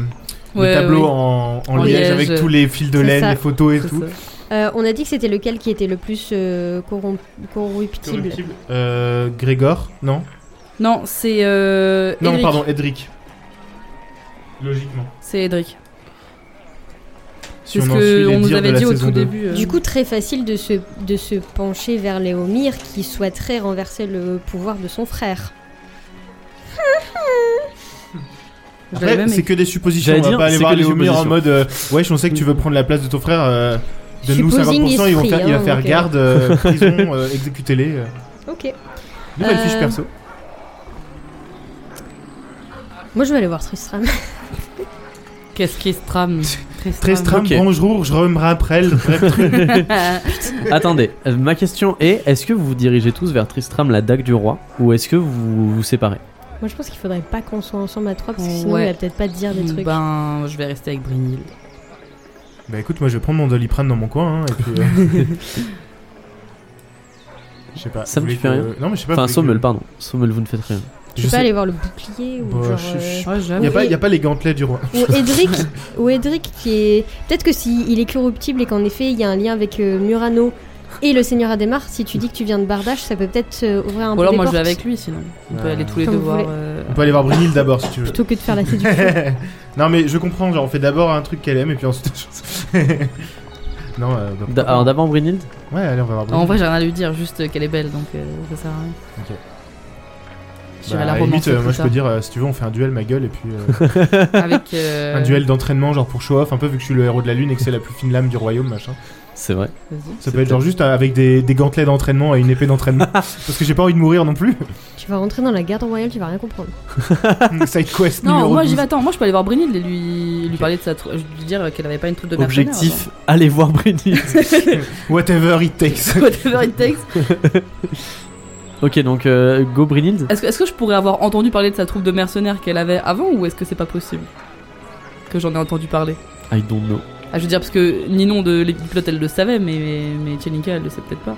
Speaker 3: le
Speaker 2: Ouais,
Speaker 3: tableau
Speaker 2: ouais.
Speaker 3: en, en
Speaker 2: En
Speaker 3: liège
Speaker 2: liège.
Speaker 3: avec tous les fils de
Speaker 4: C'est
Speaker 3: laine,
Speaker 4: ça.
Speaker 3: les photos et
Speaker 2: C'est
Speaker 3: tout.
Speaker 2: ça.
Speaker 4: euh, on a dit que c'était lequel qui était le plus euh, corromp- corruptible.
Speaker 3: Corruptible. Euh, Grégor Non
Speaker 2: Non, c'est. Euh,
Speaker 3: Non,
Speaker 2: Edric.
Speaker 3: pardon, Edric. Logiquement.
Speaker 2: C'est Edric.
Speaker 3: Si
Speaker 2: C'est ce
Speaker 3: en suit les
Speaker 2: qu'on nous
Speaker 3: dires de
Speaker 2: avait
Speaker 3: la
Speaker 2: dit au
Speaker 3: saison
Speaker 2: tout
Speaker 3: 2.
Speaker 2: début. euh.
Speaker 4: Du coup, très facile de se, de se pencher vers Léomir qui souhaiterait renverser le pouvoir de son frère.
Speaker 2: Je l'avais
Speaker 3: Après,
Speaker 2: même
Speaker 3: c'est que des suppositions.
Speaker 1: J'allais dire,
Speaker 3: On va pas aller
Speaker 1: c'est
Speaker 3: voir
Speaker 1: que des
Speaker 3: Léomir en
Speaker 1: suppositions.
Speaker 3: mode euh, Ouais, je sais que tu veux prendre la place de ton frère. euh, Donne-nous
Speaker 4: Supposing
Speaker 3: 50%, ils vont faire, il va
Speaker 4: hein,
Speaker 3: faire
Speaker 4: donc, euh.
Speaker 3: garde, euh, prison, euh, exécutez-les. euh.
Speaker 4: Ok.
Speaker 3: Nouvelle
Speaker 4: Euh,
Speaker 3: fiche perso.
Speaker 4: Moi, je vais aller voir Tristram.
Speaker 2: Qu'est-ce qui se trame
Speaker 3: Trestram,
Speaker 1: ok.
Speaker 3: bonjour, je me rappelle.
Speaker 1: Attendez, euh, ma question est est-ce que vous vous dirigez tous vers Tristram, la dague du roi, ou est-ce que vous vous séparez
Speaker 4: Moi, je pense qu'il faudrait pas qu'on soit ensemble à trois parce que sinon,
Speaker 2: Ouais.
Speaker 4: il va peut-être pas te dire des trucs.
Speaker 2: Ben, je vais rester avec Brinil.
Speaker 3: bah écoute, moi je vais prendre mon doliprane dans mon coin. hein, et puis, euh, Je sais pas.
Speaker 1: Ça
Speaker 3: vous
Speaker 1: me
Speaker 3: voulez
Speaker 1: fait
Speaker 3: que-
Speaker 1: rien.
Speaker 3: Non, mais je sais pas.
Speaker 1: Enfin,
Speaker 3: vous voulez
Speaker 1: Sommel,
Speaker 3: que-
Speaker 1: pardon. Sommel, vous ne faites rien.
Speaker 4: Tu
Speaker 3: Je
Speaker 4: peux
Speaker 3: sais-
Speaker 4: pas aller voir le bouclier ou
Speaker 3: Bah,
Speaker 4: genre.
Speaker 3: je-
Speaker 4: euh,
Speaker 3: je-
Speaker 2: Ouais,
Speaker 3: Il n'y
Speaker 2: j'avoue.
Speaker 3: a, pas- y a pas les gantelets du roi.
Speaker 4: Ou Edric, ou Edric qui est. Peut-être que s'il il est corruptible et qu'en effet il y a un lien avec euh, Murano et le Seigneur Adhémar, si tu dis que tu viens de Bardage, ça peut peut-être euh, ouvrir un
Speaker 2: Ou
Speaker 4: peu
Speaker 2: alors
Speaker 4: les
Speaker 2: moi je
Speaker 4: portes.
Speaker 2: vais avec lui sinon. On peut
Speaker 3: Ouais.
Speaker 2: aller tous les
Speaker 4: Comme
Speaker 2: deux
Speaker 4: vous
Speaker 2: voir.
Speaker 4: voulez.
Speaker 2: euh,
Speaker 3: On peut aller voir Brunil d'abord si tu veux.
Speaker 4: Plutôt que de faire la séduction.
Speaker 3: non mais je comprends, genre on fait d'abord un truc qu'elle aime et puis ensuite. Non, euh, bah,
Speaker 1: D- Alors d'avant Brinild
Speaker 3: ouais, allez, on va voir.
Speaker 2: En
Speaker 3: Brune.
Speaker 2: vrai, j'ai rien à lui dire, juste qu'elle est belle, donc euh, ça sert à rien.
Speaker 3: Ok.
Speaker 2: J'irai
Speaker 3: Bah,
Speaker 2: la
Speaker 3: à la
Speaker 2: romancer
Speaker 3: limite, euh,
Speaker 2: plus
Speaker 3: moi je
Speaker 2: tard.
Speaker 3: peux dire, euh, si tu veux, on fait un duel, ma gueule, et puis euh,
Speaker 2: Avec, euh,
Speaker 3: un duel d'entraînement, genre pour show off, un peu vu que je suis le héros de la lune et que c'est la plus fine lame du royaume, machin.
Speaker 1: C'est vrai.
Speaker 2: vas-y.
Speaker 3: Ça peut être genre juste euh, avec des, des gantelets d'entraînement et une épée d'entraînement, parce que j'ai pas envie de mourir non plus.
Speaker 4: Tu vas rentrer dans la garde royale, tu vas rien comprendre.
Speaker 3: Side quest
Speaker 2: Non,
Speaker 3: numéro
Speaker 2: moi j'y
Speaker 3: 12.
Speaker 2: vais, attends, moi je peux aller voir Brynhild et lui, lui
Speaker 3: Ok.
Speaker 2: parler de sa trou- lui dire qu'elle avait pas une troupe de mercenaires.
Speaker 1: Objectif, allez voir Brinild.
Speaker 3: Whatever it takes.
Speaker 2: genre. Whatever it takes.
Speaker 1: ok, donc euh, go Brinild.
Speaker 2: Est-ce que, est-ce que je pourrais avoir entendu parler de sa troupe de mercenaires qu'elle avait avant ou est-ce que c'est pas possible que j'en ai entendu parler
Speaker 4: Euh.
Speaker 1: I don't know.
Speaker 2: Ah, je veux dire, parce que Ninon de l'équipe pilote elle le savait, mais, mais, mais Tchelinka, elle le sait peut-être pas.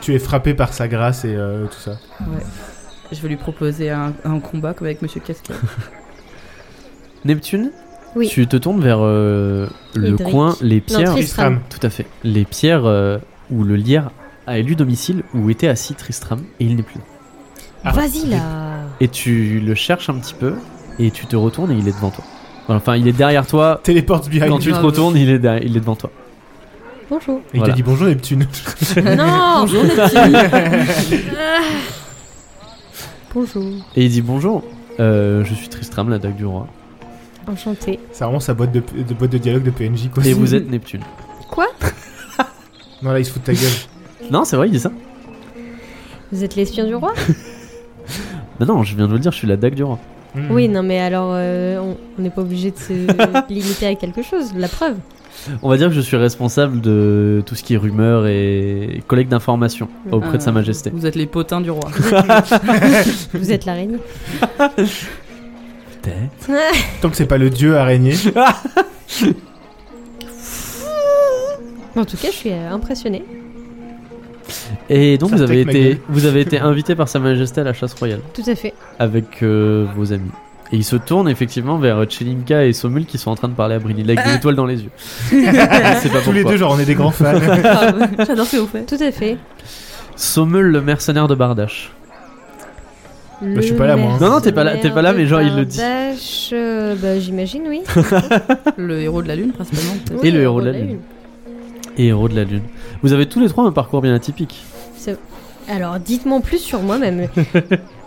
Speaker 3: tu es frappé par sa grâce et euh, tout ça.
Speaker 2: Je vais lui proposer un, un combat comme avec Monsieur Casca.
Speaker 1: Neptune
Speaker 4: Oui.
Speaker 1: Tu te tournes vers euh, le
Speaker 4: Idric.
Speaker 1: coin, les pierres.
Speaker 4: Non, Tristram.
Speaker 1: Tout à fait. Les pierres euh, où le lierre a élu domicile, où était assis Tristram, et il n'est plus. là.
Speaker 3: Ah.
Speaker 4: Vas-y là
Speaker 1: Et tu le cherches un petit peu, et tu te retournes et il est devant toi. Enfin, il est derrière toi.
Speaker 3: Téléporte behind
Speaker 1: Quand tu
Speaker 3: you.
Speaker 1: te retournes, il est, derrière- il est devant toi.
Speaker 4: Bonjour
Speaker 3: Et il
Speaker 1: Voilà.
Speaker 3: t'a dit bonjour Neptune.
Speaker 4: Non
Speaker 2: Bonjour Neptune
Speaker 4: Ah. Bonjour
Speaker 1: Et il dit Bonjour, euh, je suis Tristram, la dague du roi.
Speaker 4: Enchanté
Speaker 3: C'est vraiment sa boîte de, de boîte de dialogue de PNJ quoi.
Speaker 1: Et vous êtes Neptune.
Speaker 3: Non là il se fout de ta gueule.
Speaker 1: Non, c'est vrai, il dit ça.
Speaker 4: Vous êtes l'espion du roi
Speaker 1: Bah non, je viens de le dire, je suis la dague du roi.
Speaker 3: Hmm.
Speaker 4: Oui, non mais alors, euh, on on n'est pas obligé de se limiter à quelque chose, la preuve.
Speaker 1: On va dire que je suis responsable de tout ce qui est rumeur et collecte d'informations auprès de Sa
Speaker 2: Euh,
Speaker 1: Majesté.
Speaker 2: Vous êtes les potins du roi.
Speaker 4: Vous êtes l'araignée.
Speaker 3: Tant que c'est pas le dieu araignée.
Speaker 4: En tout cas, je suis euh, impressionnée.
Speaker 1: Et donc
Speaker 3: Ça
Speaker 1: vous
Speaker 3: se
Speaker 1: avez,
Speaker 3: take, ma
Speaker 1: été,
Speaker 3: gueule.
Speaker 1: vous avez été invité par Sa Majesté à la chasse royale
Speaker 4: Tout à fait.
Speaker 1: avec euh, vos amis. Et il se tourne effectivement vers Chelinka et Somul qui sont en train de parler à Brinil avec
Speaker 4: Ah.
Speaker 1: des étoiles dans les yeux. c'est pas
Speaker 3: Tous les
Speaker 1: pourquoi.
Speaker 3: deux genre on est des grands fans.
Speaker 2: Ah, J'adore ce que vous faites.
Speaker 4: Tout à fait.
Speaker 1: Sommel le mercenaire de Bardache.
Speaker 4: Le
Speaker 3: je suis pas là, moi, hein.
Speaker 1: Non, non, t'es Bah, pas là- t'es pas là, mais genre, il le dit.
Speaker 4: Dash, bah, j'imagine, oui.
Speaker 2: Le héros de la lune, principalement. peut-être.
Speaker 4: Oui,
Speaker 1: le héros de la lune. Et héros de la lune. Vous avez tous les trois un parcours bien atypique.
Speaker 4: C'est- Alors, dites-moi en plus sur moi-même.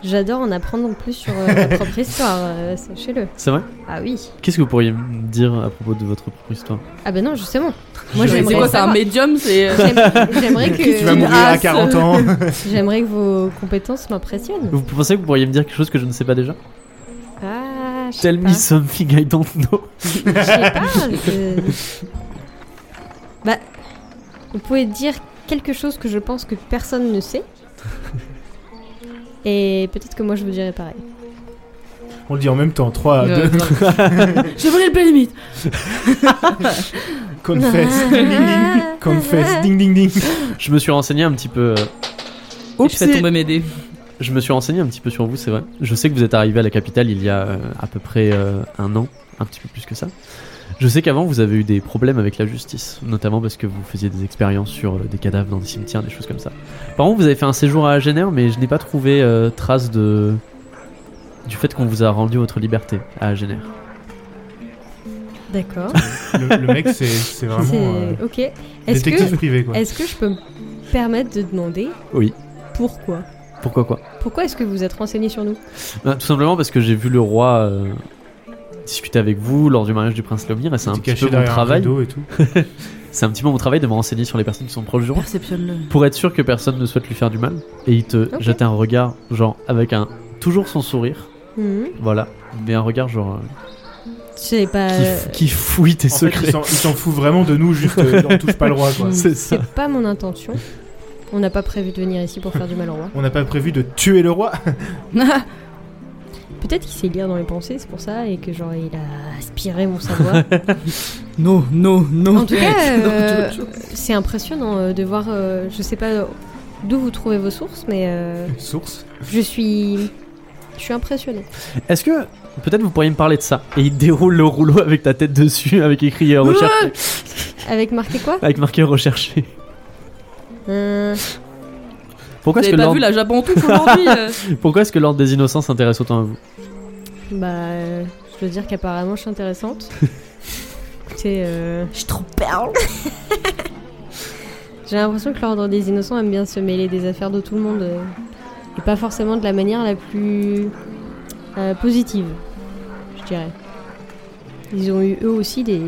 Speaker 4: J'adore en apprendre plus sur euh, ma propre histoire, euh, sachez-le.
Speaker 1: C'est vrai
Speaker 4: Ah oui.
Speaker 1: Qu'est-ce que vous pourriez me dire à propos de votre propre histoire
Speaker 4: Ah ben non, justement. Moi,
Speaker 2: Mais C'est
Speaker 4: j'aimerais
Speaker 2: quoi, c'est un
Speaker 4: savoir-
Speaker 2: médium C'est. euh,
Speaker 4: j'aime- J'aimerais
Speaker 3: tu vas
Speaker 2: une
Speaker 3: mourir
Speaker 4: que, euh,
Speaker 3: à
Speaker 2: race.
Speaker 3: 40 ans.
Speaker 4: j'aimerais que vos compétences m'impressionnent.
Speaker 1: Vous pensez que vous pourriez me dire quelque chose que je ne sais pas déjà
Speaker 4: Ah, je sais
Speaker 1: Tell
Speaker 4: pas.
Speaker 1: me something I don't know.
Speaker 4: Je sais pas. je- Bah, vous pouvez dire quelque chose que je pense que personne ne sait. Et peut-être que moi je vous dirais pareil.
Speaker 3: on le dit en même temps 3
Speaker 2: Euh,
Speaker 3: 2
Speaker 2: J'ai volé le plein limite.
Speaker 3: confess ding ding ding. Confess ding ding ding.
Speaker 1: Je me suis renseigné un petit peu. euh,
Speaker 2: Je fais tomber mes dés.
Speaker 1: Je me suis renseigné un petit peu sur vous, c'est vrai. Je sais que vous êtes arrivé à la capitale il y a euh, à peu près euh, un an, un petit peu plus que ça. Je sais qu'avant vous avez eu des problèmes avec la justice, notamment parce que vous faisiez des expériences sur euh, des cadavres dans des cimetières, des choses comme ça. Par contre, vous avez fait un séjour à Agener, mais je n'ai pas trouvé euh, trace de du fait qu'on vous a rendu votre liberté à Agener.
Speaker 4: D'accord.
Speaker 3: Le, le mec c'est c'est vraiment
Speaker 4: C'est
Speaker 3: euh,
Speaker 4: ok. Est-ce
Speaker 3: détective
Speaker 4: que
Speaker 3: privé quoi.
Speaker 4: est-ce que je peux me permettre de demander
Speaker 1: Oui.
Speaker 4: pourquoi
Speaker 1: Pourquoi quoi
Speaker 4: Pourquoi est-ce que vous êtes renseigné sur nous
Speaker 1: Bah, Tout simplement parce que j'ai vu le roi euh, discuter avec vous lors du mariage du prince Léomir et c'est un
Speaker 3: T'es
Speaker 1: petit peu
Speaker 3: caché
Speaker 1: mon
Speaker 3: derrière un
Speaker 1: travail.
Speaker 3: rideau et tout.
Speaker 1: C'est un petit peu mon travail de me renseigner sur les personnes qui sont proches du roi.
Speaker 2: Perceptionne-le.
Speaker 1: pour être sûr que personne ne souhaite lui faire du mal. Et il te
Speaker 4: Ok.
Speaker 1: jette un regard, genre, avec un. Toujours son sourire,
Speaker 4: Hmm,
Speaker 1: voilà. Mais un regard, genre. euh,
Speaker 4: Je sais pas.
Speaker 1: qui
Speaker 2: Euh,
Speaker 1: f- qui, fouille tes
Speaker 3: En fait,
Speaker 1: secrets.
Speaker 3: il s'en- il s'en fout vraiment de nous juste euh, on touche pas le roi quoi.
Speaker 1: C'est ça.
Speaker 4: C'est pas mon intention. On n'a pas prévu de venir ici pour faire du mal au roi.
Speaker 3: On n'a pas prévu de tuer le roi.
Speaker 4: Peut-être qu'il sait lire dans les pensées, c'est pour ça, et que genre il a aspiré mon savoir.
Speaker 2: Non, non, non.
Speaker 4: En tout cas,
Speaker 2: Non,
Speaker 4: euh,
Speaker 2: tout- tout-
Speaker 4: c'est impressionnant euh, de voir. euh, je sais pas d'où vous trouvez vos sources, mais euh,
Speaker 3: Source.
Speaker 4: je suis. Je suis impressionnée.
Speaker 1: Est-ce que. Peut-être vous pourriez me parler de ça. Et il déroule le rouleau avec ta tête dessus, avec écrit euh, recherché.
Speaker 4: Avec marqué quoi
Speaker 1: avec marqué recherché.
Speaker 4: Euh,
Speaker 1: Pourquoi
Speaker 2: Vous
Speaker 1: est-ce
Speaker 2: avez
Speaker 1: que
Speaker 2: pas vu
Speaker 1: l'ordre
Speaker 2: la Japon tout aujourd'hui euh
Speaker 1: pourquoi est-ce que l'ordre des innocents s'intéresse autant à vous
Speaker 4: Bah. euh, je veux dire qu'apparemment je suis intéressante. écoutez, euh,
Speaker 2: Je trop perle.
Speaker 4: j'ai l'impression que l'ordre des innocents aime bien se mêler des affaires de tout le monde. euh, et pas forcément de la manière la plus euh, positive, je dirais. Ils ont eu eux aussi des,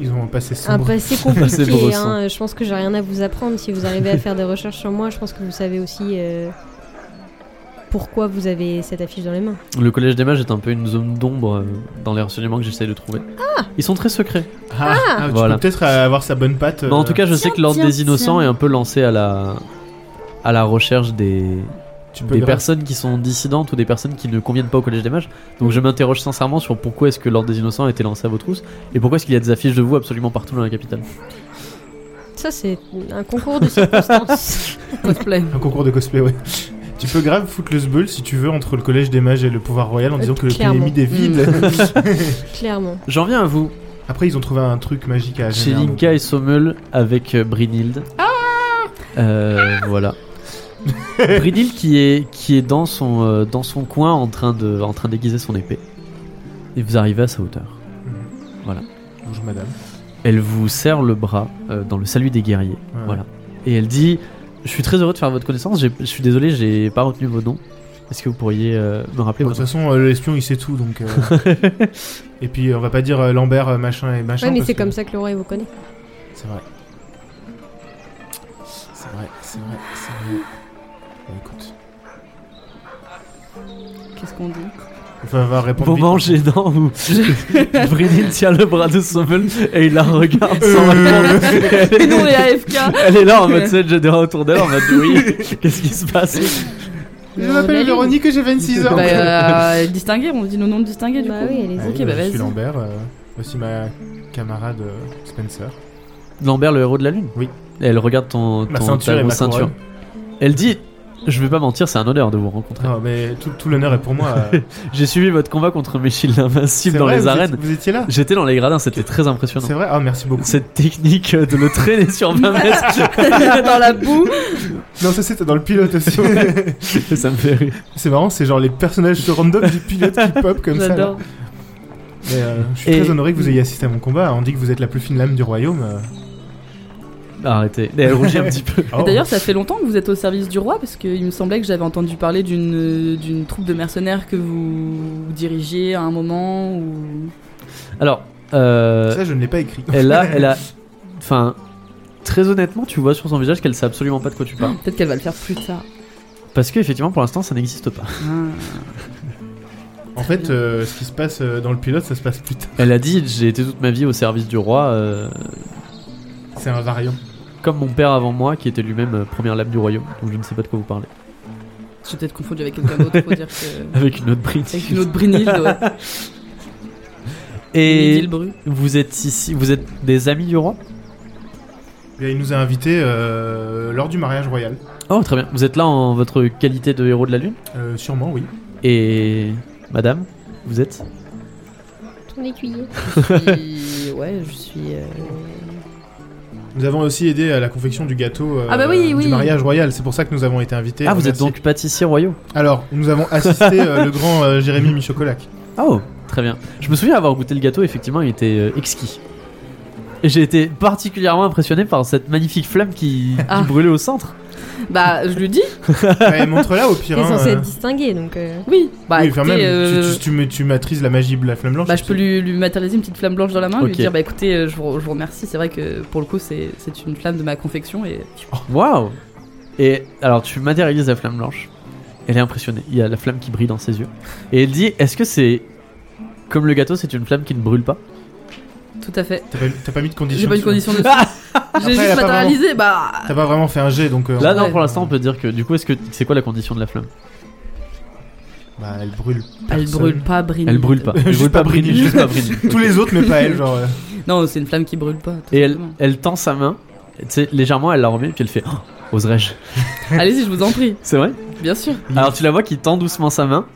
Speaker 3: Ils ont passé
Speaker 4: un
Speaker 3: sombre.
Speaker 4: passé
Speaker 1: Passé
Speaker 4: compliqué.
Speaker 1: bresson.
Speaker 4: hein. Je pense que j'ai rien à vous apprendre. Si vous arrivez à faire des recherches sur moi, je pense que vous savez aussi euh, pourquoi vous avez cette affiche dans les mains.
Speaker 1: Le collège des mages est un peu une zone d'ombre euh, dans les renseignements que j'essaye de trouver. Ils sont très secrets.
Speaker 3: Ah, ah, tu
Speaker 1: Voilà.
Speaker 3: peux peut-être euh, avoir sa bonne patte.
Speaker 1: Mais en tout
Speaker 3: euh,
Speaker 1: cas, je sais
Speaker 2: tiens,
Speaker 1: que l'ordre
Speaker 2: tiens,
Speaker 1: des innocents
Speaker 2: tiens.
Speaker 1: est un peu lancé à la à la recherche des
Speaker 3: tu peux
Speaker 1: des
Speaker 3: grave-
Speaker 1: personnes qui sont dissidentes ou des personnes qui ne conviennent pas au collège des mages. Donc je m'interroge sincèrement sur pourquoi est-ce que l'ordre des innocents a été lancé à vos trousses et pourquoi est-ce qu'il y a des affiches de vous absolument partout dans la capitale.
Speaker 4: Ça, c'est un concours de circonstances.
Speaker 2: Cosplay.
Speaker 3: Un concours de cosplay, ouais. Tu peux grave foutre le sbeul si tu veux entre le collège des mages et le pouvoir royal en
Speaker 4: Euh,
Speaker 3: disant que
Speaker 4: clairement. Hmm.
Speaker 3: l'épidémie des villes.
Speaker 4: Clairement.
Speaker 1: J'en viens à vous.
Speaker 3: Après, ils ont trouvé un truc magique Ah, à
Speaker 1: Chez
Speaker 3: Génère,
Speaker 1: Linka et Sommel avec euh, Brynhild. Euh, voilà. Brynhild qui est, qui est dans, son, euh, dans son coin en train, de, en train d'aiguiser son épée. Et vous arrivez à sa hauteur.
Speaker 3: donc. Mhm. Bonjour madame.
Speaker 1: Elle vous serre le bras euh, dans le salut des guerriers.
Speaker 3: Ouais.
Speaker 1: Voilà. Et elle dit Je suis très heureux de faire votre connaissance. j'ai- Je suis désolé, j'ai pas retenu vos noms. Est-ce que vous pourriez euh, me rappeler
Speaker 3: Bon, de
Speaker 1: votre
Speaker 3: toute façon, euh, l'espion il sait tout donc. euh, et puis on va pas dire euh, Lambert euh, machin et machin.
Speaker 4: Ouais, mais
Speaker 3: parce
Speaker 4: c'est
Speaker 3: que-
Speaker 4: comme ça que le roi il vous connaît.
Speaker 3: C'est vrai. C'est vrai, c'est vrai, c'est vrai. Bon, écoute.
Speaker 2: Qu'est-ce qu'on dit
Speaker 3: Enfin, on va répondre.
Speaker 1: Bon
Speaker 3: vite.
Speaker 1: manger dans vous. Brynhild tient le bras de Sommel et il la regarde sans
Speaker 3: Euh.
Speaker 1: répondre. Elle est-
Speaker 2: Et nous on est AFK.
Speaker 1: Elle est là en mode c'est j'ai des retours d'elle en mode oui, qu'est-ce qui se passe
Speaker 3: Je
Speaker 4: Non,
Speaker 3: m'appelle
Speaker 4: Naline.
Speaker 3: Véronique et j'ai 26 ans.
Speaker 2: Bah, euh, distinguer, on dit nos noms distingués du
Speaker 4: Bah
Speaker 2: coup.
Speaker 4: oui, allez-y.
Speaker 3: Ouais,
Speaker 2: Ok, bah
Speaker 3: Je suis
Speaker 2: vas-y.
Speaker 3: Lambert, Ah, euh, voici ma camarade euh, Spencer.
Speaker 1: Lambert, le héros de la lune
Speaker 3: Oui.
Speaker 1: Et elle regarde ton,
Speaker 3: Ma
Speaker 1: ton-
Speaker 3: ceinture
Speaker 1: ta
Speaker 3: et ma
Speaker 1: grosse ceinture.
Speaker 3: couronne.
Speaker 1: Elle dit Je vais pas mentir, c'est un honneur de vous rencontrer.
Speaker 3: Non, mais tout, tout l'honneur est pour moi. euh.
Speaker 1: J'ai suivi votre combat contre mes shields
Speaker 3: C'est
Speaker 1: invincibles dans
Speaker 3: vrai,
Speaker 1: les
Speaker 3: vous étiez-
Speaker 1: arènes.
Speaker 3: Vous étiez là
Speaker 1: J'étais dans les gradins, c'était très impressionnant.
Speaker 3: C'est vrai Ah, merci beaucoup.
Speaker 1: Cette technique euh, de le traîner sur 20 mètres,
Speaker 2: Dans la boue.
Speaker 3: Non, ça c'était dans le pilote aussi.
Speaker 1: ça me fait rire.
Speaker 3: c'est marrant, c'est genre les personnages random du pilote qui pop comme ça. là.
Speaker 2: J'adore.
Speaker 3: Mais, euh, je suis
Speaker 1: Et-
Speaker 3: très honoré que vous ayez assisté à mon combat. On dit que vous êtes la plus fine lame du royaume. euh.
Speaker 1: Arrêtez. Et elle rougit un petit peu.
Speaker 3: Oh.
Speaker 2: D'ailleurs, ça fait longtemps que vous êtes au service du roi parce qu'il me semblait que j'avais entendu parler d'une euh, d'une troupe de mercenaires que vous dirigez à un moment ou.
Speaker 1: Alors, euh,
Speaker 3: Oh, ça je ne l'ai pas écrit.
Speaker 1: elle a. Elle a enfin, très honnêtement, tu vois sur son visage qu'elle sait absolument pas de quoi tu parles.
Speaker 2: Peut-être qu'elle va le faire plus tard.
Speaker 1: Parce que, effectivement, pour l'instant, ça n'existe pas.
Speaker 2: Ah.
Speaker 3: En fait, euh, ce qui se passe euh, dans le pilote, ça se passe plus tard.
Speaker 1: Elle a dit J'ai été toute ma vie au service du roi, euh,
Speaker 3: C'est un variant.
Speaker 1: comme mon père avant moi, qui était lui-même euh, première lame du royaume. Donc je ne sais pas de quoi vous parlez.
Speaker 2: Je suis peut-être confondue avec quelqu'un d'autre pour dire que.
Speaker 1: Avec une autre bride.
Speaker 2: Avec une autre Brynhilde, ouais.
Speaker 1: Et
Speaker 2: Brynhilde Bru.
Speaker 1: vous êtes ici, vous êtes des amis du roi
Speaker 3: Et il nous a invités euh, lors du mariage royal.
Speaker 1: Oh, très bien. Vous êtes là en votre qualité de héros de la lune.
Speaker 3: Euh, sûrement, oui.
Speaker 1: Et. Madame, vous êtes
Speaker 4: Ton écuyer.
Speaker 2: Puis, ouais, je suis. euh,
Speaker 3: Nous avons aussi aidé à la confection du gâteau euh,
Speaker 2: Ah bah oui,
Speaker 3: du
Speaker 2: oui.
Speaker 3: mariage royal. C'est pour ça que nous avons été invités.
Speaker 1: Ah, vous êtes
Speaker 3: Merci.
Speaker 1: donc pâtissier royaux
Speaker 3: Alors, nous avons assisté euh, le grand euh, Jérémy Michocolac.
Speaker 1: Oh, très bien. Je me souviens avoir goûté le gâteau, effectivement, il était euh, exquis. Et j'ai été particulièrement impressionné par cette magnifique flamme qui, qui
Speaker 2: Ah.
Speaker 1: brûlait au centre.
Speaker 2: Bah, je lui dis,
Speaker 3: Ouais, montre-la au
Speaker 4: T'es
Speaker 3: pire. hein,
Speaker 4: censé
Speaker 3: euh.
Speaker 4: être distingué, donc. euh,
Speaker 2: oui. Bah,
Speaker 3: oui, enfin,
Speaker 2: écoutez,
Speaker 3: même, tu-
Speaker 2: euh,
Speaker 3: tu, tu, me- tu maîtrises la magie de la flamme blanche.
Speaker 2: bah, je peux lui, lui matérialiser une petite flamme blanche dans la main,
Speaker 1: Ok.
Speaker 2: lui dire, bah écoutez, euh, je vous, je vous remercie, c'est vrai que pour le coup, c'est c'est une flamme de ma confection et.
Speaker 1: Waouh Et alors, tu matérialises la flamme blanche. Elle est impressionnée. Il y a la flamme qui brille dans ses yeux. Et elle dit Est-ce que c'est. Comme le gâteau, c'est une flamme qui ne brûle pas
Speaker 2: Tout à fait.
Speaker 3: T'as pas, t'as pas mis de condition.
Speaker 2: J'ai pas une
Speaker 3: dessus.
Speaker 2: condition de. J'ai
Speaker 3: elle a
Speaker 2: juste
Speaker 3: pas
Speaker 2: matérialisé, bah.
Speaker 3: T'as pas vraiment fait un jet, donc. euh,
Speaker 1: Là,
Speaker 2: Ouais.
Speaker 1: non, pour l'instant, on peut dire que. Du coup, est-ce que c'est quoi la condition de la flamme
Speaker 3: Bah, elle brûle.
Speaker 2: Elle
Speaker 3: personne.
Speaker 2: brûle pas, Brynhilde.
Speaker 1: Elle brûle pas. Elle
Speaker 3: Juste
Speaker 1: brûle
Speaker 3: pas
Speaker 1: pas, brille,
Speaker 3: brille.
Speaker 1: juste pas brille.
Speaker 3: Tous les autres, mais pas elle, genre. euh.
Speaker 2: Non, c'est une flamme qui brûle pas. tout
Speaker 1: Et elle,
Speaker 2: simplement.
Speaker 1: elle tend sa main, tu sais, légèrement, elle la remet, puis elle fait Oh, Oserais-je
Speaker 2: Allez-y, je vous en prie,
Speaker 1: C'est vrai
Speaker 2: bien sûr.
Speaker 1: Alors tu la vois qui tend doucement sa main.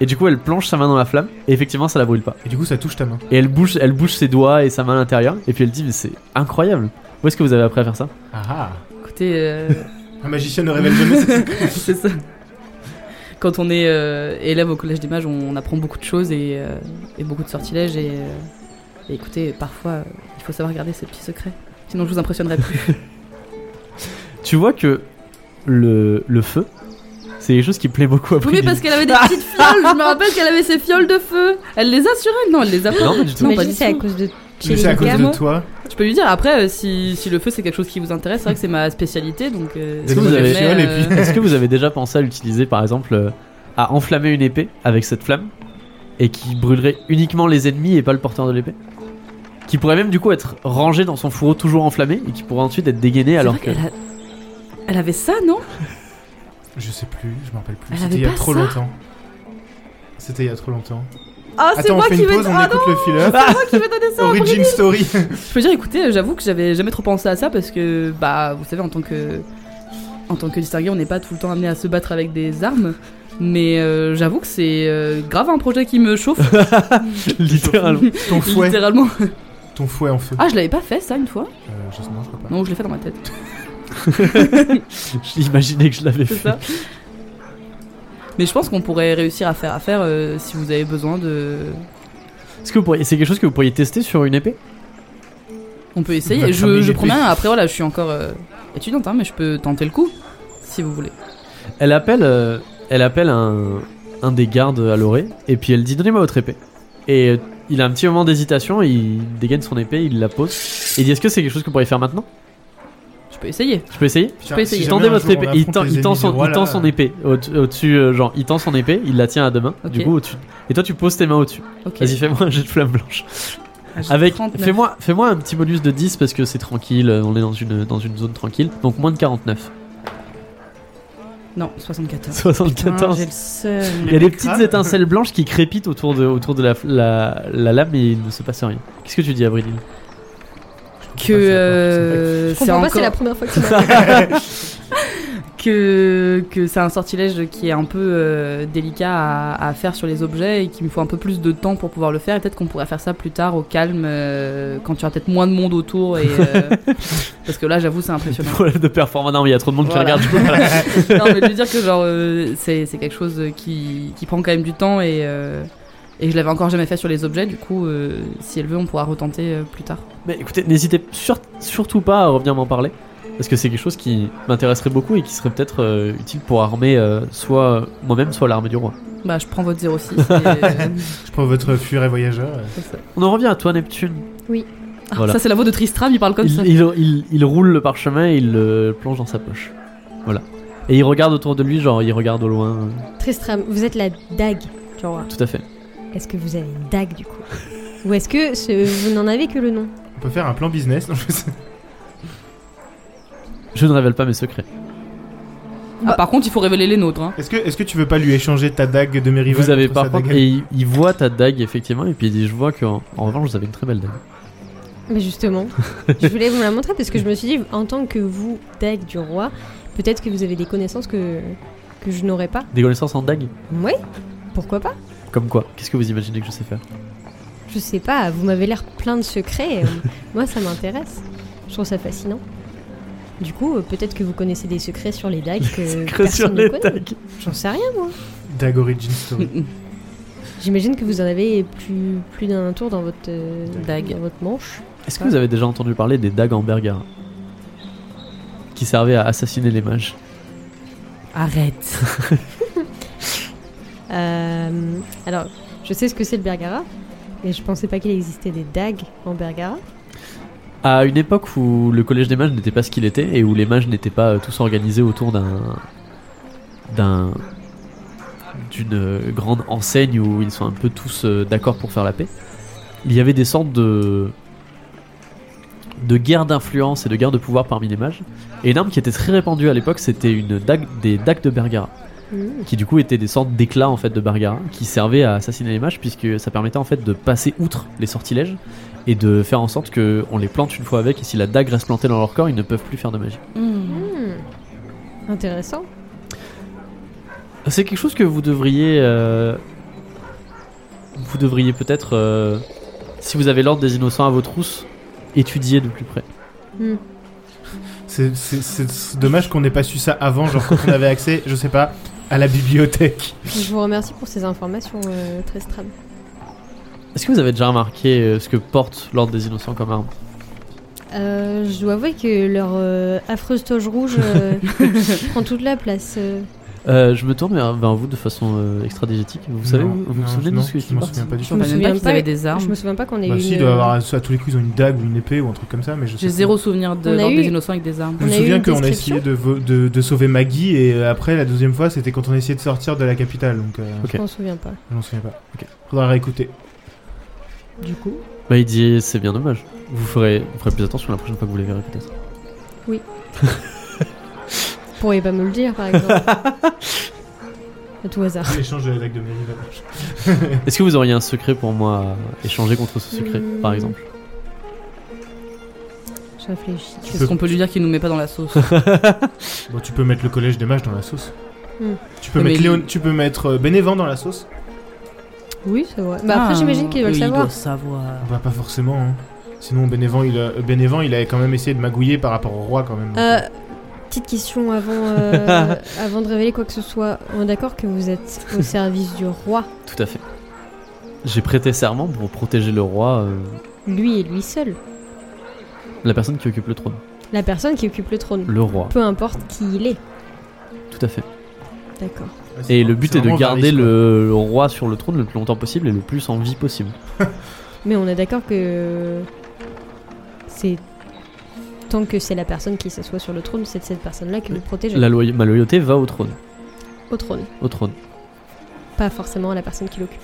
Speaker 1: Et du coup, elle plonge sa main dans la flamme. Et effectivement, ça la brûle pas.
Speaker 3: Et du coup, ça touche ta main.
Speaker 1: Et elle bouge, elle bouge ses doigts et sa main à l'intérieur. Et puis elle dit Mais c'est incroyable. Où est-ce que vous avez appris à faire ça
Speaker 3: Ah ah.
Speaker 2: Écoutez, euh,
Speaker 3: Un magicien ne révèle jamais ses secrets.
Speaker 2: c'est ça. Quand on est euh, élève au collège des mages, on, on apprend beaucoup de choses et, euh, et beaucoup de sortilèges et, euh, Et écoutez, parfois, euh, il faut savoir garder ses petits secrets. Sinon, je vous impressionnerai plus.
Speaker 1: Tu vois que le, le feu, c'est quelque chose qui plaît beaucoup à
Speaker 2: Oui, mais
Speaker 1: Brigitte.
Speaker 2: parce qu'elle avait des petites fioles. Je me rappelle qu'elle avait ses fioles de feu. Elle les a sur elle. Non, elle les a pas.
Speaker 1: Non, pas du tout.
Speaker 2: Non,
Speaker 4: T'imagines,
Speaker 2: pas du
Speaker 4: c'est à
Speaker 2: tout.
Speaker 4: cause de
Speaker 3: Mais c'est à cause
Speaker 4: Chellingham.
Speaker 3: de toi.
Speaker 2: Je peux lui dire après euh, si, si le feu c'est quelque chose qui vous intéresse. C'est vrai que c'est ma spécialité. Donc. euh,
Speaker 1: Est-ce que vous
Speaker 2: si
Speaker 1: avez-
Speaker 3: Fiole,
Speaker 2: jamais,
Speaker 3: et puis-
Speaker 2: euh,
Speaker 1: Est-ce que vous avez déjà pensé à l'utiliser par exemple euh, à enflammer une épée avec cette flamme et qui brûlerait uniquement les ennemis et pas le porteur de l'épée Qui pourrait même du coup être rangé dans son fourreau toujours enflammé et qui pourrait ensuite être dégainé
Speaker 2: c'est
Speaker 1: alors
Speaker 2: vrai
Speaker 1: que.
Speaker 2: qu'elle a- Elle avait ça, non
Speaker 3: Je sais plus, je m'en rappelle plus.
Speaker 2: Elle
Speaker 3: C'était
Speaker 2: avait
Speaker 3: il y a
Speaker 2: pas
Speaker 3: trop
Speaker 2: ça
Speaker 3: longtemps. C'était il y a trop longtemps.
Speaker 2: Ah, c'est
Speaker 3: Attends, on
Speaker 2: moi
Speaker 3: fait
Speaker 2: qui
Speaker 3: une
Speaker 2: vais.
Speaker 3: pause, on
Speaker 2: ah
Speaker 3: écoute le filler.
Speaker 2: non, qui vais donner ça. à Brigitte.
Speaker 3: Origin Story.
Speaker 2: Je peux dire, écoutez, euh, j'avoue que j'avais jamais trop pensé à ça parce que, bah, vous savez, en tant que, en tant que distingué, on n'est pas tout le temps amené à se battre avec des armes. Mais euh, j'avoue que c'est euh, grave un projet qui me chauffe,
Speaker 1: Littéralement.
Speaker 3: Ton fouet.
Speaker 2: littéralement.
Speaker 3: Ton fouet en feu.
Speaker 2: Ah, je l'avais pas fait ça une fois
Speaker 3: Euh, je sais, non, je crois pas.
Speaker 2: Non, je l'ai fait dans ma tête,
Speaker 1: J'imaginais que je l'avais
Speaker 2: c'est
Speaker 1: fait.
Speaker 2: ça. Mais je pense qu'on pourrait réussir à faire affaire euh, si vous avez besoin de.
Speaker 1: Est-ce que vous pourriez- c'est quelque chose que vous pourriez tester sur une épée
Speaker 2: On
Speaker 3: On
Speaker 2: peut
Speaker 3: va
Speaker 2: essayer.
Speaker 3: cramer
Speaker 2: Je, je
Speaker 3: les
Speaker 2: promets,
Speaker 3: prix.
Speaker 2: après voilà, je suis encore euh, étudiante, hein, mais je peux tenter le coup si vous voulez.
Speaker 1: Elle appelle, euh, elle appelle un, un des gardes à l'orée et puis elle dit donnez-moi votre épée. Et euh, il a un petit moment d'hésitation, il dégaine son épée, il la pose et il dit est-ce que c'est quelque chose que vous pourriez faire maintenant
Speaker 2: Je peux essayer.
Speaker 1: Je peux essayer
Speaker 3: Putain,
Speaker 2: peux essayer.
Speaker 3: si jamais
Speaker 1: Tendez
Speaker 3: un
Speaker 1: votre
Speaker 3: jour on
Speaker 1: épée. Il
Speaker 3: affronte
Speaker 1: tend,
Speaker 3: les
Speaker 1: il tend
Speaker 3: ennemis
Speaker 1: son,
Speaker 3: du roi,
Speaker 1: il tend
Speaker 3: là, euh.
Speaker 1: son épée au- au-dessus, euh, genre, il tend son épée, il la tient à deux mains,
Speaker 2: Ok.
Speaker 1: du coup, au-dessus. Et toi, tu poses tes mains au-dessus.
Speaker 2: Ok.
Speaker 1: Vas-y, fais-moi un jet de flamme blanche.
Speaker 2: Ah, j'ai
Speaker 1: Avec,
Speaker 2: 39.
Speaker 1: fais-moi, fais-moi un petit bonus de 10 parce que c'est tranquille, euh, on est dans une, dans une zone tranquille. Donc moins de 49.
Speaker 2: Non, 74.
Speaker 1: 74.
Speaker 2: Putain, j'ai le seum.
Speaker 1: il y a des
Speaker 3: Crame.
Speaker 1: petites étincelles blanches qui crépitent autour de, autour de la, la, la lame et il ne se passe rien. Qu'est-ce que tu dis, Avril
Speaker 2: que euh,
Speaker 4: Je
Speaker 2: c'est
Speaker 4: comprends pas, c'est
Speaker 2: encore
Speaker 4: la première fois que ça m'arrive.
Speaker 2: que que c'est un sortilège qui est un peu euh, délicat à, à faire sur les objets et qu'il me faut un peu plus de temps pour pouvoir le faire. Et peut-être qu'on pourrait faire ça plus tard au calme euh, quand il y aura peut-être moins de monde autour et euh, parce que là, j'avoue, c'est impressionnant.
Speaker 1: Problème de performance. Non, mais il y a trop de monde
Speaker 2: Voilà.
Speaker 1: qui regarde. du coup, voilà.
Speaker 2: non, mais je veux dire que genre euh, c'est c'est quelque chose qui qui prend quand même du temps et euh, et je l'avais encore jamais fait sur les objets. Du coup, euh, si elle veut, on pourra retenter euh, plus tard.
Speaker 1: Mais écoutez, n'hésitez sur- surtout pas à revenir m'en parler. Parce que c'est quelque chose qui m'intéresserait beaucoup et qui serait peut-être euh, utile pour armer euh, soit moi-même, soit l'armée du roi.
Speaker 2: Bah, je prends votre 06. et, euh,
Speaker 3: Je prends votre furet voyageur. euh.
Speaker 2: c'est ça.
Speaker 1: On en revient à toi, Neptune.
Speaker 2: Ah,
Speaker 1: Voilà.
Speaker 2: Ça, c'est la voix de Tristram, il parle comme
Speaker 1: Il,
Speaker 2: ça.
Speaker 1: il- il- il roule le parchemin et il le plonge dans sa poche. Voilà. Et il regarde autour de lui, genre il regarde au loin. euh,
Speaker 4: Tristram, vous êtes la dague du roi.
Speaker 1: Tout à fait.
Speaker 4: Est-ce que vous avez une dague du coup Ou est-ce que ce- vous n'en avez que le nom
Speaker 3: On peut faire un plan business. Non, je sais.
Speaker 1: Je ne révèle pas mes secrets.
Speaker 2: Ah, par contre, il faut révéler les nôtres. hein.
Speaker 3: Est-ce que, est que tu veux pas lui échanger ta dague de Merryweather
Speaker 1: vous avez
Speaker 3: contre
Speaker 1: par
Speaker 3: sa
Speaker 1: contre.
Speaker 3: dague
Speaker 1: Et il, il voit ta dague, effectivement, et puis il dit Je vois qu'en en revanche, vous avez une très belle dague.
Speaker 4: Mais justement, je voulais vous la montrer parce que je me suis dit, en tant que vous, dague du roi, peut-être que vous avez des connaissances que, que je n'aurais pas.
Speaker 1: Des connaissances en dague
Speaker 4: Oui, pourquoi pas
Speaker 1: Comme quoi Qu'est-ce que vous imaginez que je sais faire
Speaker 4: Je sais pas, vous m'avez l'air plein de secrets. euh, Moi, ça m'intéresse. Je trouve ça fascinant. Du coup, euh, peut-être que vous connaissez des secrets sur les dagues que
Speaker 1: Secret sur
Speaker 4: personne ne
Speaker 1: les
Speaker 4: connaît.
Speaker 1: dagues
Speaker 4: J'en sais rien, moi.
Speaker 3: Dague Origin Story.
Speaker 4: J'imagine que vous en avez plus, plus d'un tour dans votre, euh,
Speaker 2: Dague.
Speaker 4: dans votre manche.
Speaker 1: Est-ce que vous avez déjà entendu parler des dagues en Bergara Qui servaient à assassiner les mages
Speaker 2: Arrête.
Speaker 4: Euh, alors, je sais ce que c'est le Bergara, mais je pensais pas qu'il existait des dagues en Bergara.
Speaker 1: À une époque où le collège des mages n'était pas ce qu'il était et où les mages n'étaient pas euh, tous organisés autour d'un. d'un. d'une euh, grande enseigne où ils sont un peu tous euh, d'accord pour faire la paix, il y avait des sortes de. de guerres d'influence et de guerres de pouvoir parmi les mages. Et une arme qui était très répandue à l'époque, c'était une dague, des dagues de Bergara,
Speaker 4: Mmh.
Speaker 1: qui du coup étaient des sortes d'éclats en fait de Bergara, qui servaient à assassiner les mages puisque ça permettait en fait de passer outre les sortilèges et de faire en sorte que on les plante une fois avec et si la dague reste plantée dans leur corps, ils ne peuvent plus faire de magie.
Speaker 4: Mmh. Intéressant.
Speaker 1: C'est quelque chose que vous devriez, euh, vous devriez peut-être, euh, si vous avez l'ordre des innocents à vos trousses, étudier de plus près.
Speaker 4: Mmh.
Speaker 3: C'est- C'est c'est- c'est dommage qu'on n'ait pas su ça avant, genre quand on avait accès, je sais pas, à la bibliothèque.
Speaker 4: Je vous remercie pour ces informations, euh, Tristram.
Speaker 1: Est-ce que vous avez déjà remarqué euh, ce que porte l'ordre des innocents comme arme
Speaker 4: Euh, je dois avouer que leur euh, affreuse toge rouge euh, prend toute la place. euh.
Speaker 1: Euh, Je me tourne vers, vers vous de façon euh, extra-diégétique. Vous savez, vous, vous vous souvenez de ce que
Speaker 3: Je m'en souviens pas du
Speaker 2: Je
Speaker 3: tout.
Speaker 2: me
Speaker 4: me
Speaker 2: souviens
Speaker 4: souviens
Speaker 2: même pas
Speaker 4: pas-
Speaker 2: qu'ils avaient des
Speaker 4: Je
Speaker 2: armes.
Speaker 4: me souviens pas qu'on ait
Speaker 3: Bah
Speaker 4: eu
Speaker 3: si,
Speaker 4: une,
Speaker 3: ils doivent
Speaker 4: euh,
Speaker 3: avoir à à tous les coups ils ont une dague ou une épée ou un truc comme ça, mais je.
Speaker 2: J'ai
Speaker 3: sais
Speaker 2: zéro souvenir de
Speaker 4: On a
Speaker 2: l'ordre
Speaker 4: eu-
Speaker 2: des innocents avec des armes.
Speaker 3: Je me
Speaker 4: On a eu
Speaker 3: souviens
Speaker 4: une
Speaker 3: qu'on a
Speaker 4: description
Speaker 3: essayé de, vo- de, de sauver Maggie et euh, après la deuxième fois c'était quand on a essayé de sortir de la capitale donc euh,
Speaker 1: Ok.
Speaker 4: Je m'en souviens pas.
Speaker 3: je m'en souviens pas.
Speaker 1: Ok.
Speaker 3: Faudra réécouter.
Speaker 4: Du coup,
Speaker 1: Bah, il dit c'est bien dommage. Vous ferez, vous ferez plus attention la prochaine fois que vous les verrez peut-être.
Speaker 4: vous pourriez pas me le dire, par exemple. à tout hasard.
Speaker 3: L'échange de la dague de Mary Valence.
Speaker 1: Est-ce que vous auriez un secret pour moi à échanger contre ce secret,
Speaker 4: Hmm.
Speaker 1: par exemple
Speaker 4: Je réfléchis.
Speaker 3: Tu
Speaker 2: Est-ce
Speaker 3: peux,
Speaker 2: qu'on peut lui dire qu'il nous met pas dans la sauce
Speaker 3: bon, tu peux mettre le collège des mages dans la sauce.
Speaker 4: Hmm.
Speaker 3: Tu peux
Speaker 2: Mais
Speaker 3: mettre
Speaker 2: il-
Speaker 3: Léon... tu peux mettre euh, Bénévent dans la sauce.
Speaker 4: Oui, c'est vrai. Bah après,
Speaker 2: Ah,
Speaker 4: j'imagine qu'ils veulent
Speaker 2: oui,
Speaker 4: savoir.
Speaker 2: Ils doivent savoir.
Speaker 3: Bah pas forcément. hein. Sinon Bénévent il a... euh, Bénévent il avait quand même essayé de magouiller par rapport au roi quand même. donc,
Speaker 4: Euh, petite question avant, euh, avant de révéler quoi que ce soit. On est d'accord que vous êtes au service du roi,
Speaker 1: Tout à fait. J'ai prêté serment pour protéger le roi, euh,
Speaker 4: lui et lui seul.
Speaker 1: la personne qui occupe le trône.
Speaker 4: La personne qui occupe le trône.
Speaker 1: Le roi,
Speaker 4: Peu importe qui il est.
Speaker 1: tout à fait.
Speaker 4: D'accord.
Speaker 3: ouais, c'est-
Speaker 1: Et le but
Speaker 3: c'est
Speaker 1: est de
Speaker 3: vraiment
Speaker 1: garder
Speaker 3: Varys, quoi.
Speaker 1: le, le roi sur le trône le plus longtemps possible et le plus en vie possible.
Speaker 4: Mais on est d'accord que c'est tant que c'est la personne qui s'assoit sur le trône, c'est de cette personne-là que vous protégez
Speaker 1: La loy- ma loyauté va au trône,
Speaker 4: au trône,
Speaker 1: au trône.
Speaker 4: pas forcément à la personne qui l'occupe.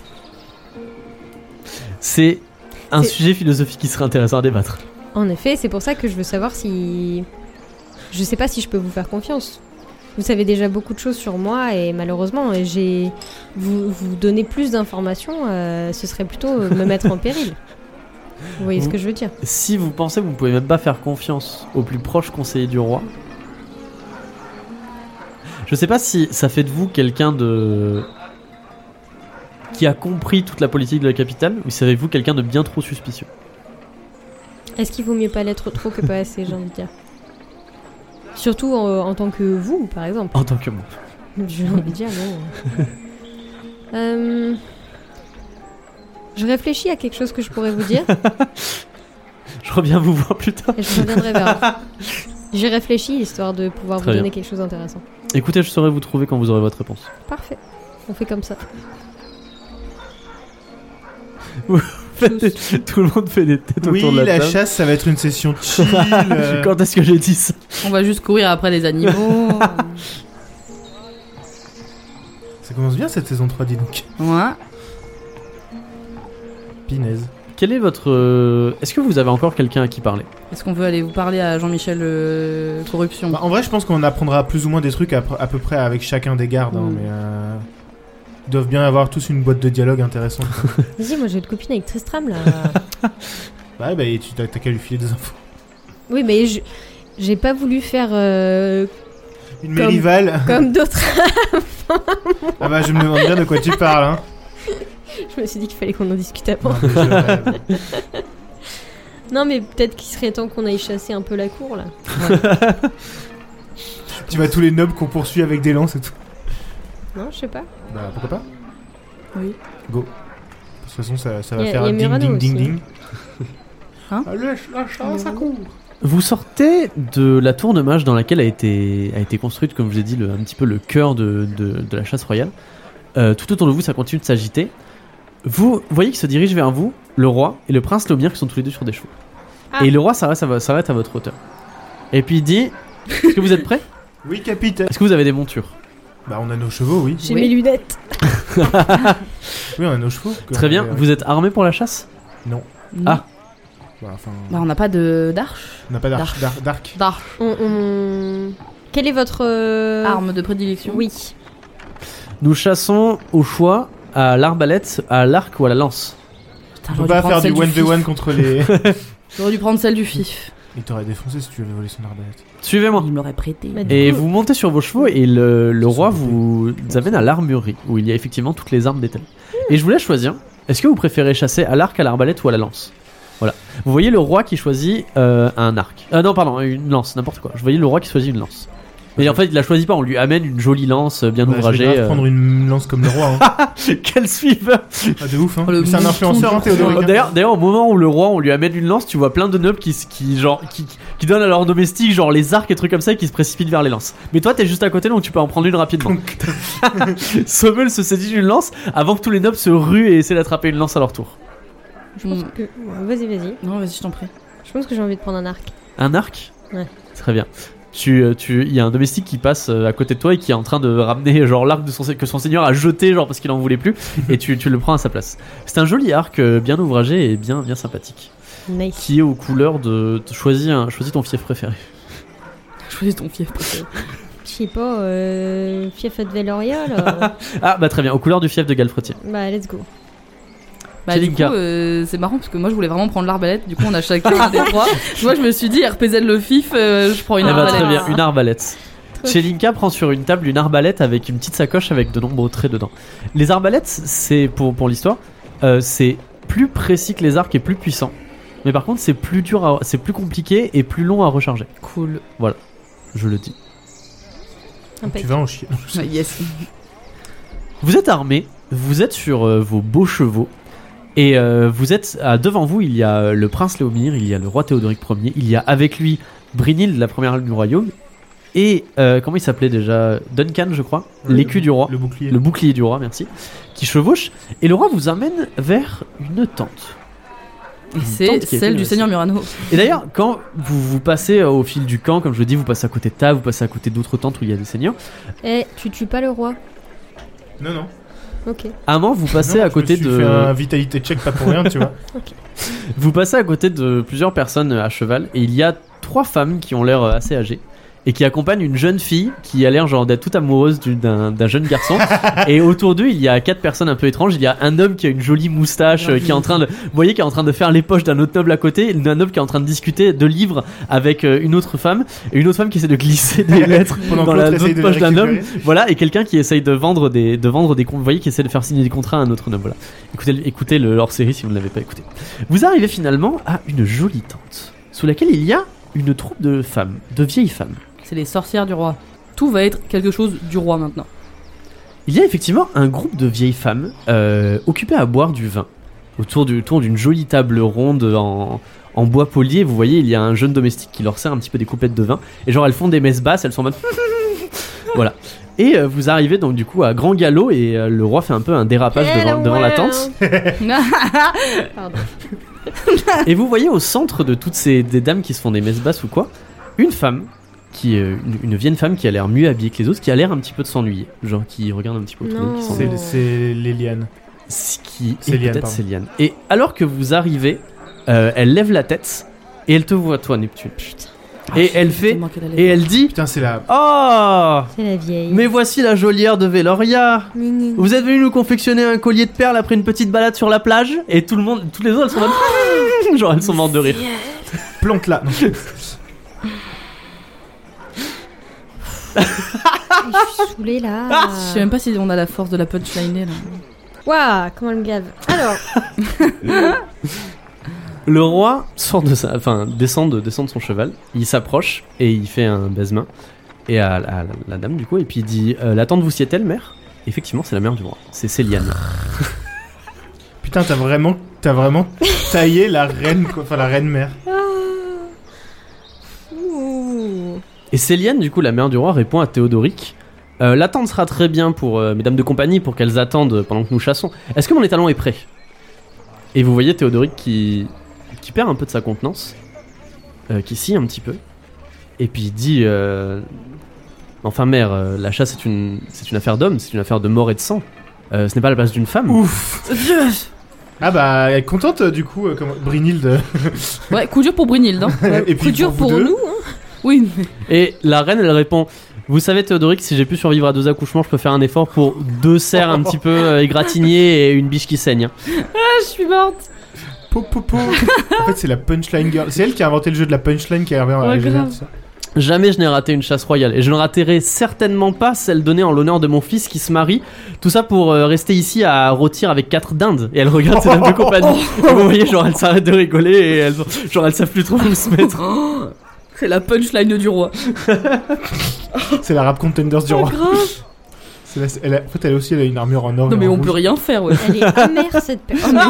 Speaker 1: C'est un
Speaker 4: C'est-
Speaker 1: sujet philosophique qui serait intéressant à débattre.
Speaker 4: En effet, c'est pour ça que je veux savoir si je sais pas si je peux vous faire confiance. Vous savez déjà beaucoup de choses sur moi et malheureusement, j'ai vous vous donner plus d'informations, euh, ce serait plutôt euh, me mettre en péril. Vous voyez ce
Speaker 1: Vous-
Speaker 4: que je veux dire
Speaker 1: Si vous pensez, vous ne pouvez même pas faire confiance au plus proche conseiller du roi. Je sais pas si ça fait de vous quelqu'un de qui a compris toute la politique de la capitale, ou si ça fait de vous quelqu'un de bien trop suspicieux.
Speaker 4: Est-ce qu'il vaut mieux pas l'être trop que pas assez, j'ai envie de dire. Surtout euh, en- en tant que vous, par exemple.
Speaker 1: En tant que moi.
Speaker 4: J'ai envie de dire non. Euh, je réfléchis à quelque chose que je pourrais vous dire
Speaker 1: Je reviens vous voir plus tard.
Speaker 4: et je reviendrai vers vous. J'y réfléchis histoire de pouvoir
Speaker 1: Très
Speaker 4: vous
Speaker 1: bien.
Speaker 4: donner quelque chose d'intéressant.
Speaker 1: Écoutez, je saurai vous trouver quand vous aurez votre réponse.
Speaker 4: Parfait. On fait comme ça. Tous.
Speaker 1: Tout le monde fait des têtes
Speaker 3: Oui,
Speaker 1: autour de la,
Speaker 3: la,
Speaker 1: table.
Speaker 3: chasse, ça va être une session chill. euh,
Speaker 1: Quand est-ce que j'ai dit ça
Speaker 2: On va juste courir après les animaux.
Speaker 3: Ça commence bien cette saison 3, dis donc.
Speaker 2: ouais.
Speaker 3: Pinaise.
Speaker 1: Quel est votre euh, Est-ce que vous avez encore quelqu'un à qui parler
Speaker 2: Est-ce qu'on veut aller vous parler à Jean-Michel euh, Corruption
Speaker 3: Bah, en vrai, je pense qu'on apprendra plus ou moins des trucs à, pr- à peu près avec chacun des gardes, hein,
Speaker 2: Mm.
Speaker 3: mais euh, ils doivent bien avoir tous une boîte de dialogue intéressante.
Speaker 4: Vas-y, moi j'ai une copine avec Tristram là.
Speaker 3: bah, bah, et tu t'as t'as qu'à lui filer des infos.
Speaker 4: Oui, mais je- j'ai pas voulu faire euh,
Speaker 3: Une
Speaker 4: Comme-
Speaker 3: mérivale.
Speaker 4: comme d'autres.
Speaker 3: ah bah, je me demande bien de quoi tu parles. Hein.
Speaker 4: je me suis dit qu'il fallait qu'on en discute
Speaker 3: Non,
Speaker 4: avant.
Speaker 3: mais je- euh,
Speaker 4: Non, mais peut-être qu'il serait temps qu'on aille chasser un peu la cour là.
Speaker 3: tu vas tous les nobles qu'on poursuit avec des lances et tout.
Speaker 4: Non, je sais pas.
Speaker 3: Bah, pourquoi pas
Speaker 2: Oui.
Speaker 3: Go. De toute façon, ça, ça va
Speaker 4: Y a-
Speaker 3: faire
Speaker 4: y a
Speaker 3: un ding
Speaker 4: Murano
Speaker 3: ding ding
Speaker 4: aussi.
Speaker 3: ding.
Speaker 2: Hein
Speaker 3: ah, le, ch- la chasse à court.
Speaker 1: Vous sortez de la tour de mage dans laquelle a été, a été construite, comme je vous ai dit, le- un petit peu le cœur de, de- de la chasse royale. Euh, tout autour de vous, ça continue de s'agiter. Vous voyez qu'il se dirige vers vous, le roi et le prince Lomir qui sont tous les deux sur des chevaux.
Speaker 4: Ah.
Speaker 1: Et le roi s'arrête à vo- s'arrête à votre hauteur. Et puis il dit Est-ce que vous êtes prêts
Speaker 3: Oui, capitaine.
Speaker 1: Est-ce que vous avez des montures
Speaker 3: Bah, on a nos chevaux, oui.
Speaker 4: J'ai
Speaker 2: Oui.
Speaker 4: mes lunettes.
Speaker 3: Oui, on a nos chevaux.
Speaker 1: Très bien,
Speaker 3: Euh,
Speaker 1: vous êtes armés pour la chasse
Speaker 3: Non.
Speaker 2: Non.
Speaker 1: Ah.
Speaker 3: Bah, enfin,
Speaker 2: Bah, on n'a pas de d'arche.
Speaker 3: on n'a pas d'arc. d'arc- d'arc.
Speaker 2: D'arche.
Speaker 4: On, on- Quelle est votre euh,
Speaker 2: Arme de prédilection.
Speaker 4: Oui.
Speaker 1: Nous chassons au choix à l'arbalète, à l'arc ou à la lance.
Speaker 2: Putain,
Speaker 3: On peut
Speaker 2: j'aurais
Speaker 3: pas
Speaker 2: dû prendre
Speaker 3: faire du
Speaker 2: celle
Speaker 3: 1v1
Speaker 2: fif.
Speaker 3: contre les.
Speaker 2: J'aurais dû prendre celle du fif.
Speaker 3: Il t'aurait défoncé si tu avais volé son arbalète.
Speaker 1: Suivez-moi.
Speaker 2: Il me l'aurait prêté.
Speaker 4: Mais-
Speaker 1: Et
Speaker 4: Du coup-
Speaker 1: vous montez sur vos chevaux et le, le
Speaker 3: Ils
Speaker 1: roi
Speaker 3: sont
Speaker 1: vous amène à l'armurerie où il y a effectivement toutes les armes d'étal. Et je vous laisse choisir. Est-ce que vous préférez chasser à l'arc, à l'arbalète ou à la lance Voilà. Vous Euh, voyez le roi qui choisit euh, un arc. Ah non, pardon, une lance, n'importe quoi. Je voyais le roi qui choisit une lance. Mais en fait, il la choisit pas, on lui amène une jolie lance euh, bien
Speaker 3: Bah, je vais
Speaker 1: ouvragée.
Speaker 3: grave
Speaker 1: euh.
Speaker 3: prendre une lance comme le roi. hein.
Speaker 1: Quel suiveur
Speaker 3: Ah, de ouf. Hein.
Speaker 2: Oh, le
Speaker 3: Mais C'est un
Speaker 2: mouton
Speaker 3: influenceur, hein,
Speaker 2: du roi.
Speaker 3: Théodoric. hein.
Speaker 1: Oh, D'ailleurs, d'ailleurs, au moment où le roi, on lui amène une lance, tu vois plein de nobles qui, s- qui, genre, qui, qui donnent à leurs domestiques genre les arcs et trucs comme ça et qui se précipitent vers les lances. Mais toi, t'es juste à côté, donc tu peux en prendre une rapidement. Sommel se saisit d'une lance avant que tous les nobles se ruent et essaient d'attraper une lance à leur tour.
Speaker 4: Je pense
Speaker 2: Mm.
Speaker 4: que. ouais, Vas-y, vas-y.
Speaker 2: Non, vas-y, je t'en prie.
Speaker 4: Je pense que j'ai envie de prendre un arc.
Speaker 1: Un arc
Speaker 4: Ouais.
Speaker 1: Très bien. Tu, euh, tu, il y a un domestique qui passe euh, à côté de toi et qui est en train de ramener genre l'arc de son se- que son seigneur a jeté genre parce qu'il en voulait plus et tu, tu le prends à sa place. C'est un joli arc euh, bien ouvragé et bien bien sympathique
Speaker 4: Nice.
Speaker 1: qui est aux couleurs de, de- choisis un, choisis ton fief préféré.
Speaker 2: Choisis ton fief préféré.
Speaker 4: Je sais pas, euh, Fief de Veloria, alors.
Speaker 1: Ah bah très bien aux couleurs du fief de Galfretier.
Speaker 4: bah, let's go.
Speaker 2: Bah, du coup,
Speaker 1: Jelinka.
Speaker 2: euh, c'est marrant parce que moi je voulais vraiment prendre l'arbalète. Du coup, on a chacun un des trois. Moi, je me suis dit, RPZ le fif, euh, je prends une
Speaker 1: Eh bah, très
Speaker 2: arbalète.
Speaker 1: bien une arbalète. Chelinka prend sur une table une arbalète avec une petite sacoche avec de nombreux traits dedans. Les arbalètes, c'est pour, pour l'histoire, euh, c'est plus précis que les arcs et plus puissant. Mais par contre, c'est plus dur, à- c'est plus compliqué et plus long à recharger.
Speaker 2: Cool.
Speaker 1: Je le dis.
Speaker 4: Impec.
Speaker 3: Tu vas en chier.
Speaker 2: Ouais, yes.
Speaker 1: Vous êtes armés, vous êtes sur euh, vos beaux chevaux. Et euh, vous êtes ah, devant vous, il y a euh, le prince Léomir, il y a le roi Théodoric Ier, il y a avec lui Brynhild, la première reine du royaume, et euh, comment il s'appelait déjà Duncan, je crois,
Speaker 3: Ouais,
Speaker 1: l'écu du roi.
Speaker 3: Le bouclier.
Speaker 1: le bouclier du roi, merci, qui chevauche, et le roi vous amène vers une tente.
Speaker 2: Et
Speaker 1: Une
Speaker 2: c'est
Speaker 1: tente qui a
Speaker 2: celle
Speaker 1: été
Speaker 2: du
Speaker 1: dressée.
Speaker 2: Seigneur Murano.
Speaker 1: Et d'ailleurs, quand vous vous passez au fil du camp, comme je le dis, vous passez à côté de table, vous passez à côté d'autres tentes où il y a des seigneurs.
Speaker 4: Eh, tu tues pas le roi
Speaker 3: Non, non.
Speaker 4: Ok.
Speaker 1: À un moment, vous passez
Speaker 3: Non,
Speaker 1: à côté
Speaker 3: je me
Speaker 1: de,
Speaker 3: suis fait un vitalité check pas pour rien, tu vois.
Speaker 1: vous passez à côté de plusieurs personnes à cheval, et il y a trois femmes qui ont l'air euh, assez âgées. Et qui accompagnent une jeune fille qui a l'air genre d'être toute amoureuse du- d'un d'un jeune garçon. et autour d'eux, il y a quatre personnes un peu étranges. Il y a un homme qui a une jolie moustache, euh, qui est en train de, vous voyez, qui est en train de faire les poches d'un autre noble à côté, et un noble qui est en train de discuter de livres avec euh, une autre femme, et une autre femme qui essaie de glisser des lettres
Speaker 3: Pendant
Speaker 1: dans
Speaker 3: que
Speaker 1: la
Speaker 3: l'autre essaye de
Speaker 1: autre poche
Speaker 3: les
Speaker 1: d'un homme.
Speaker 3: récupérer.
Speaker 1: Voilà, et quelqu'un qui essaye de vendre des, de vendre des, con- vous voyez, qui essaie de faire signer des contrats à un autre noble. Voilà. Écoutez, le- écoutez le hors série si vous ne l'avez pas écouté. Vous arrivez finalement à une jolie tente, sous laquelle il y a une troupe de femmes, de vieilles femmes.
Speaker 2: C'est les sorcières du roi. Tout va être quelque chose du roi maintenant.
Speaker 1: Il y a effectivement un groupe de vieilles femmes euh, occupées à boire du vin autour du- autour d'une jolie table ronde en, en bois poli. Et vous voyez, il y a un jeune domestique qui leur sert un petit peu des coupettes de vin. Et genre, elles font des messes basses, elles sont en mode. voilà. Et euh, vous arrivez donc du coup à grand galop et euh, le roi fait un peu un dérapage
Speaker 4: Eh,
Speaker 1: Ah, devant,
Speaker 4: le
Speaker 1: devant la
Speaker 4: roi,
Speaker 1: tente.
Speaker 4: hein. Pardon.
Speaker 1: Et vous voyez au centre de toutes ces des dames qui se font des messes basses ou quoi, une femme qui euh, une, une vieille femme qui a l'air mieux habillée que les autres, qui a l'air un petit peu de s'ennuyer, genre qui regarde un petit peu autour d'elle, qui
Speaker 4: Non.
Speaker 1: s'ennuie.
Speaker 3: C'est- C'est les lianes.
Speaker 1: Ce qui
Speaker 3: C'est
Speaker 1: est
Speaker 3: Liane,
Speaker 1: peut-être
Speaker 3: pardon.
Speaker 1: Céliane. Et alors que vous arrivez, euh, elle lève la tête et elle te voit toi Neptune.
Speaker 2: Ah,
Speaker 1: Et elle fait
Speaker 2: Tellement qu'elle allait-
Speaker 1: et elle dit
Speaker 3: Putain, c'est la.
Speaker 1: "Oh
Speaker 4: C'est la vieille.
Speaker 1: Mais voici la jolière de Veloria.
Speaker 4: Mignonne.
Speaker 1: Vous êtes venu nous confectionner un collier de perles après une petite balade sur la plage et tout le monde tous les autres elles sont mortes- genre elles sont mortes de rire.
Speaker 3: Plante là.
Speaker 4: Je suis saoulée là.
Speaker 2: Ah, Je sais même pas si on a la force de la punchline là.
Speaker 4: Waouh, comment elle me gave. Alors,
Speaker 1: Le roi sort de sa, enfin descend de, descend de son cheval, il s'approche et il fait un baisement et à, à la, la dame du coup et puis il dit Euh, la tante vous y est-elle mère Effectivement c'est la mère du roi, c'est Céliane.
Speaker 3: Putain, t'as vraiment, t'as vraiment taillé la reine, quoi. Enfin, la reine mère.
Speaker 4: ouh.
Speaker 1: Et Céliane, du coup, la mère du roi, répond à Théodoric. Euh, L'attente sera très bien pour euh, mesdames de compagnie, pour qu'elles attendent pendant que nous chassons. Est-ce que mon étalon est prêt Et vous voyez Théodoric qui, qui perd un peu de sa contenance, euh, qui scie un petit peu, et puis il dit euh, Enfin, mère, euh, la chasse est une, c'est une affaire d'homme, c'est une affaire de mort et de sang. Euh, ce n'est pas la place d'une femme.
Speaker 3: Ouf.
Speaker 2: Yes
Speaker 3: Ah bah, elle est contente euh, du coup, euh, comme Brinilde.
Speaker 2: Ouais, coup dur pour Brunhilde. hein.
Speaker 3: Et puis
Speaker 4: Plus dur
Speaker 3: pour
Speaker 4: pour,
Speaker 3: vous deux.
Speaker 4: nous. Hein.
Speaker 2: Oui, mais-
Speaker 1: Et la reine, elle répond Vous savez, Théodoric, si j'ai pu survivre à deux accouchements, je peux faire un effort pour deux cerfs un petit peu euh, égratignés et une biche qui saigne. hein.
Speaker 2: Ah, je suis morte.
Speaker 3: Po, po, po. en fait, c'est la punchline girl. C'est elle qui a inventé le jeu de la punchline qui a inventé
Speaker 2: Ouais,
Speaker 3: la
Speaker 2: grave.
Speaker 3: tout ça.
Speaker 1: Jamais je n'ai raté une chasse royale et je ne raterai certainement pas celle donnée en l'honneur de mon fils qui se marie. Tout ça pour euh, rester ici à rôtir avec quatre dindes. Et elle regarde ses dames de compagnie. Et vous voyez, genre elle s'arrête de rigoler et elles, genre elles savent plus trop où se mettre.
Speaker 2: C'est la punchline du roi.
Speaker 3: C'est la rap contenders du
Speaker 2: Oh,
Speaker 3: roi.
Speaker 2: grave.
Speaker 3: C'est la- elle a- en fait, elle aussi, elle a une armure en or.
Speaker 2: Non
Speaker 3: et
Speaker 2: mais
Speaker 3: en
Speaker 2: on peut
Speaker 3: rouge.
Speaker 2: rien faire, ouais. Ah,
Speaker 4: Elle est amère cette personne.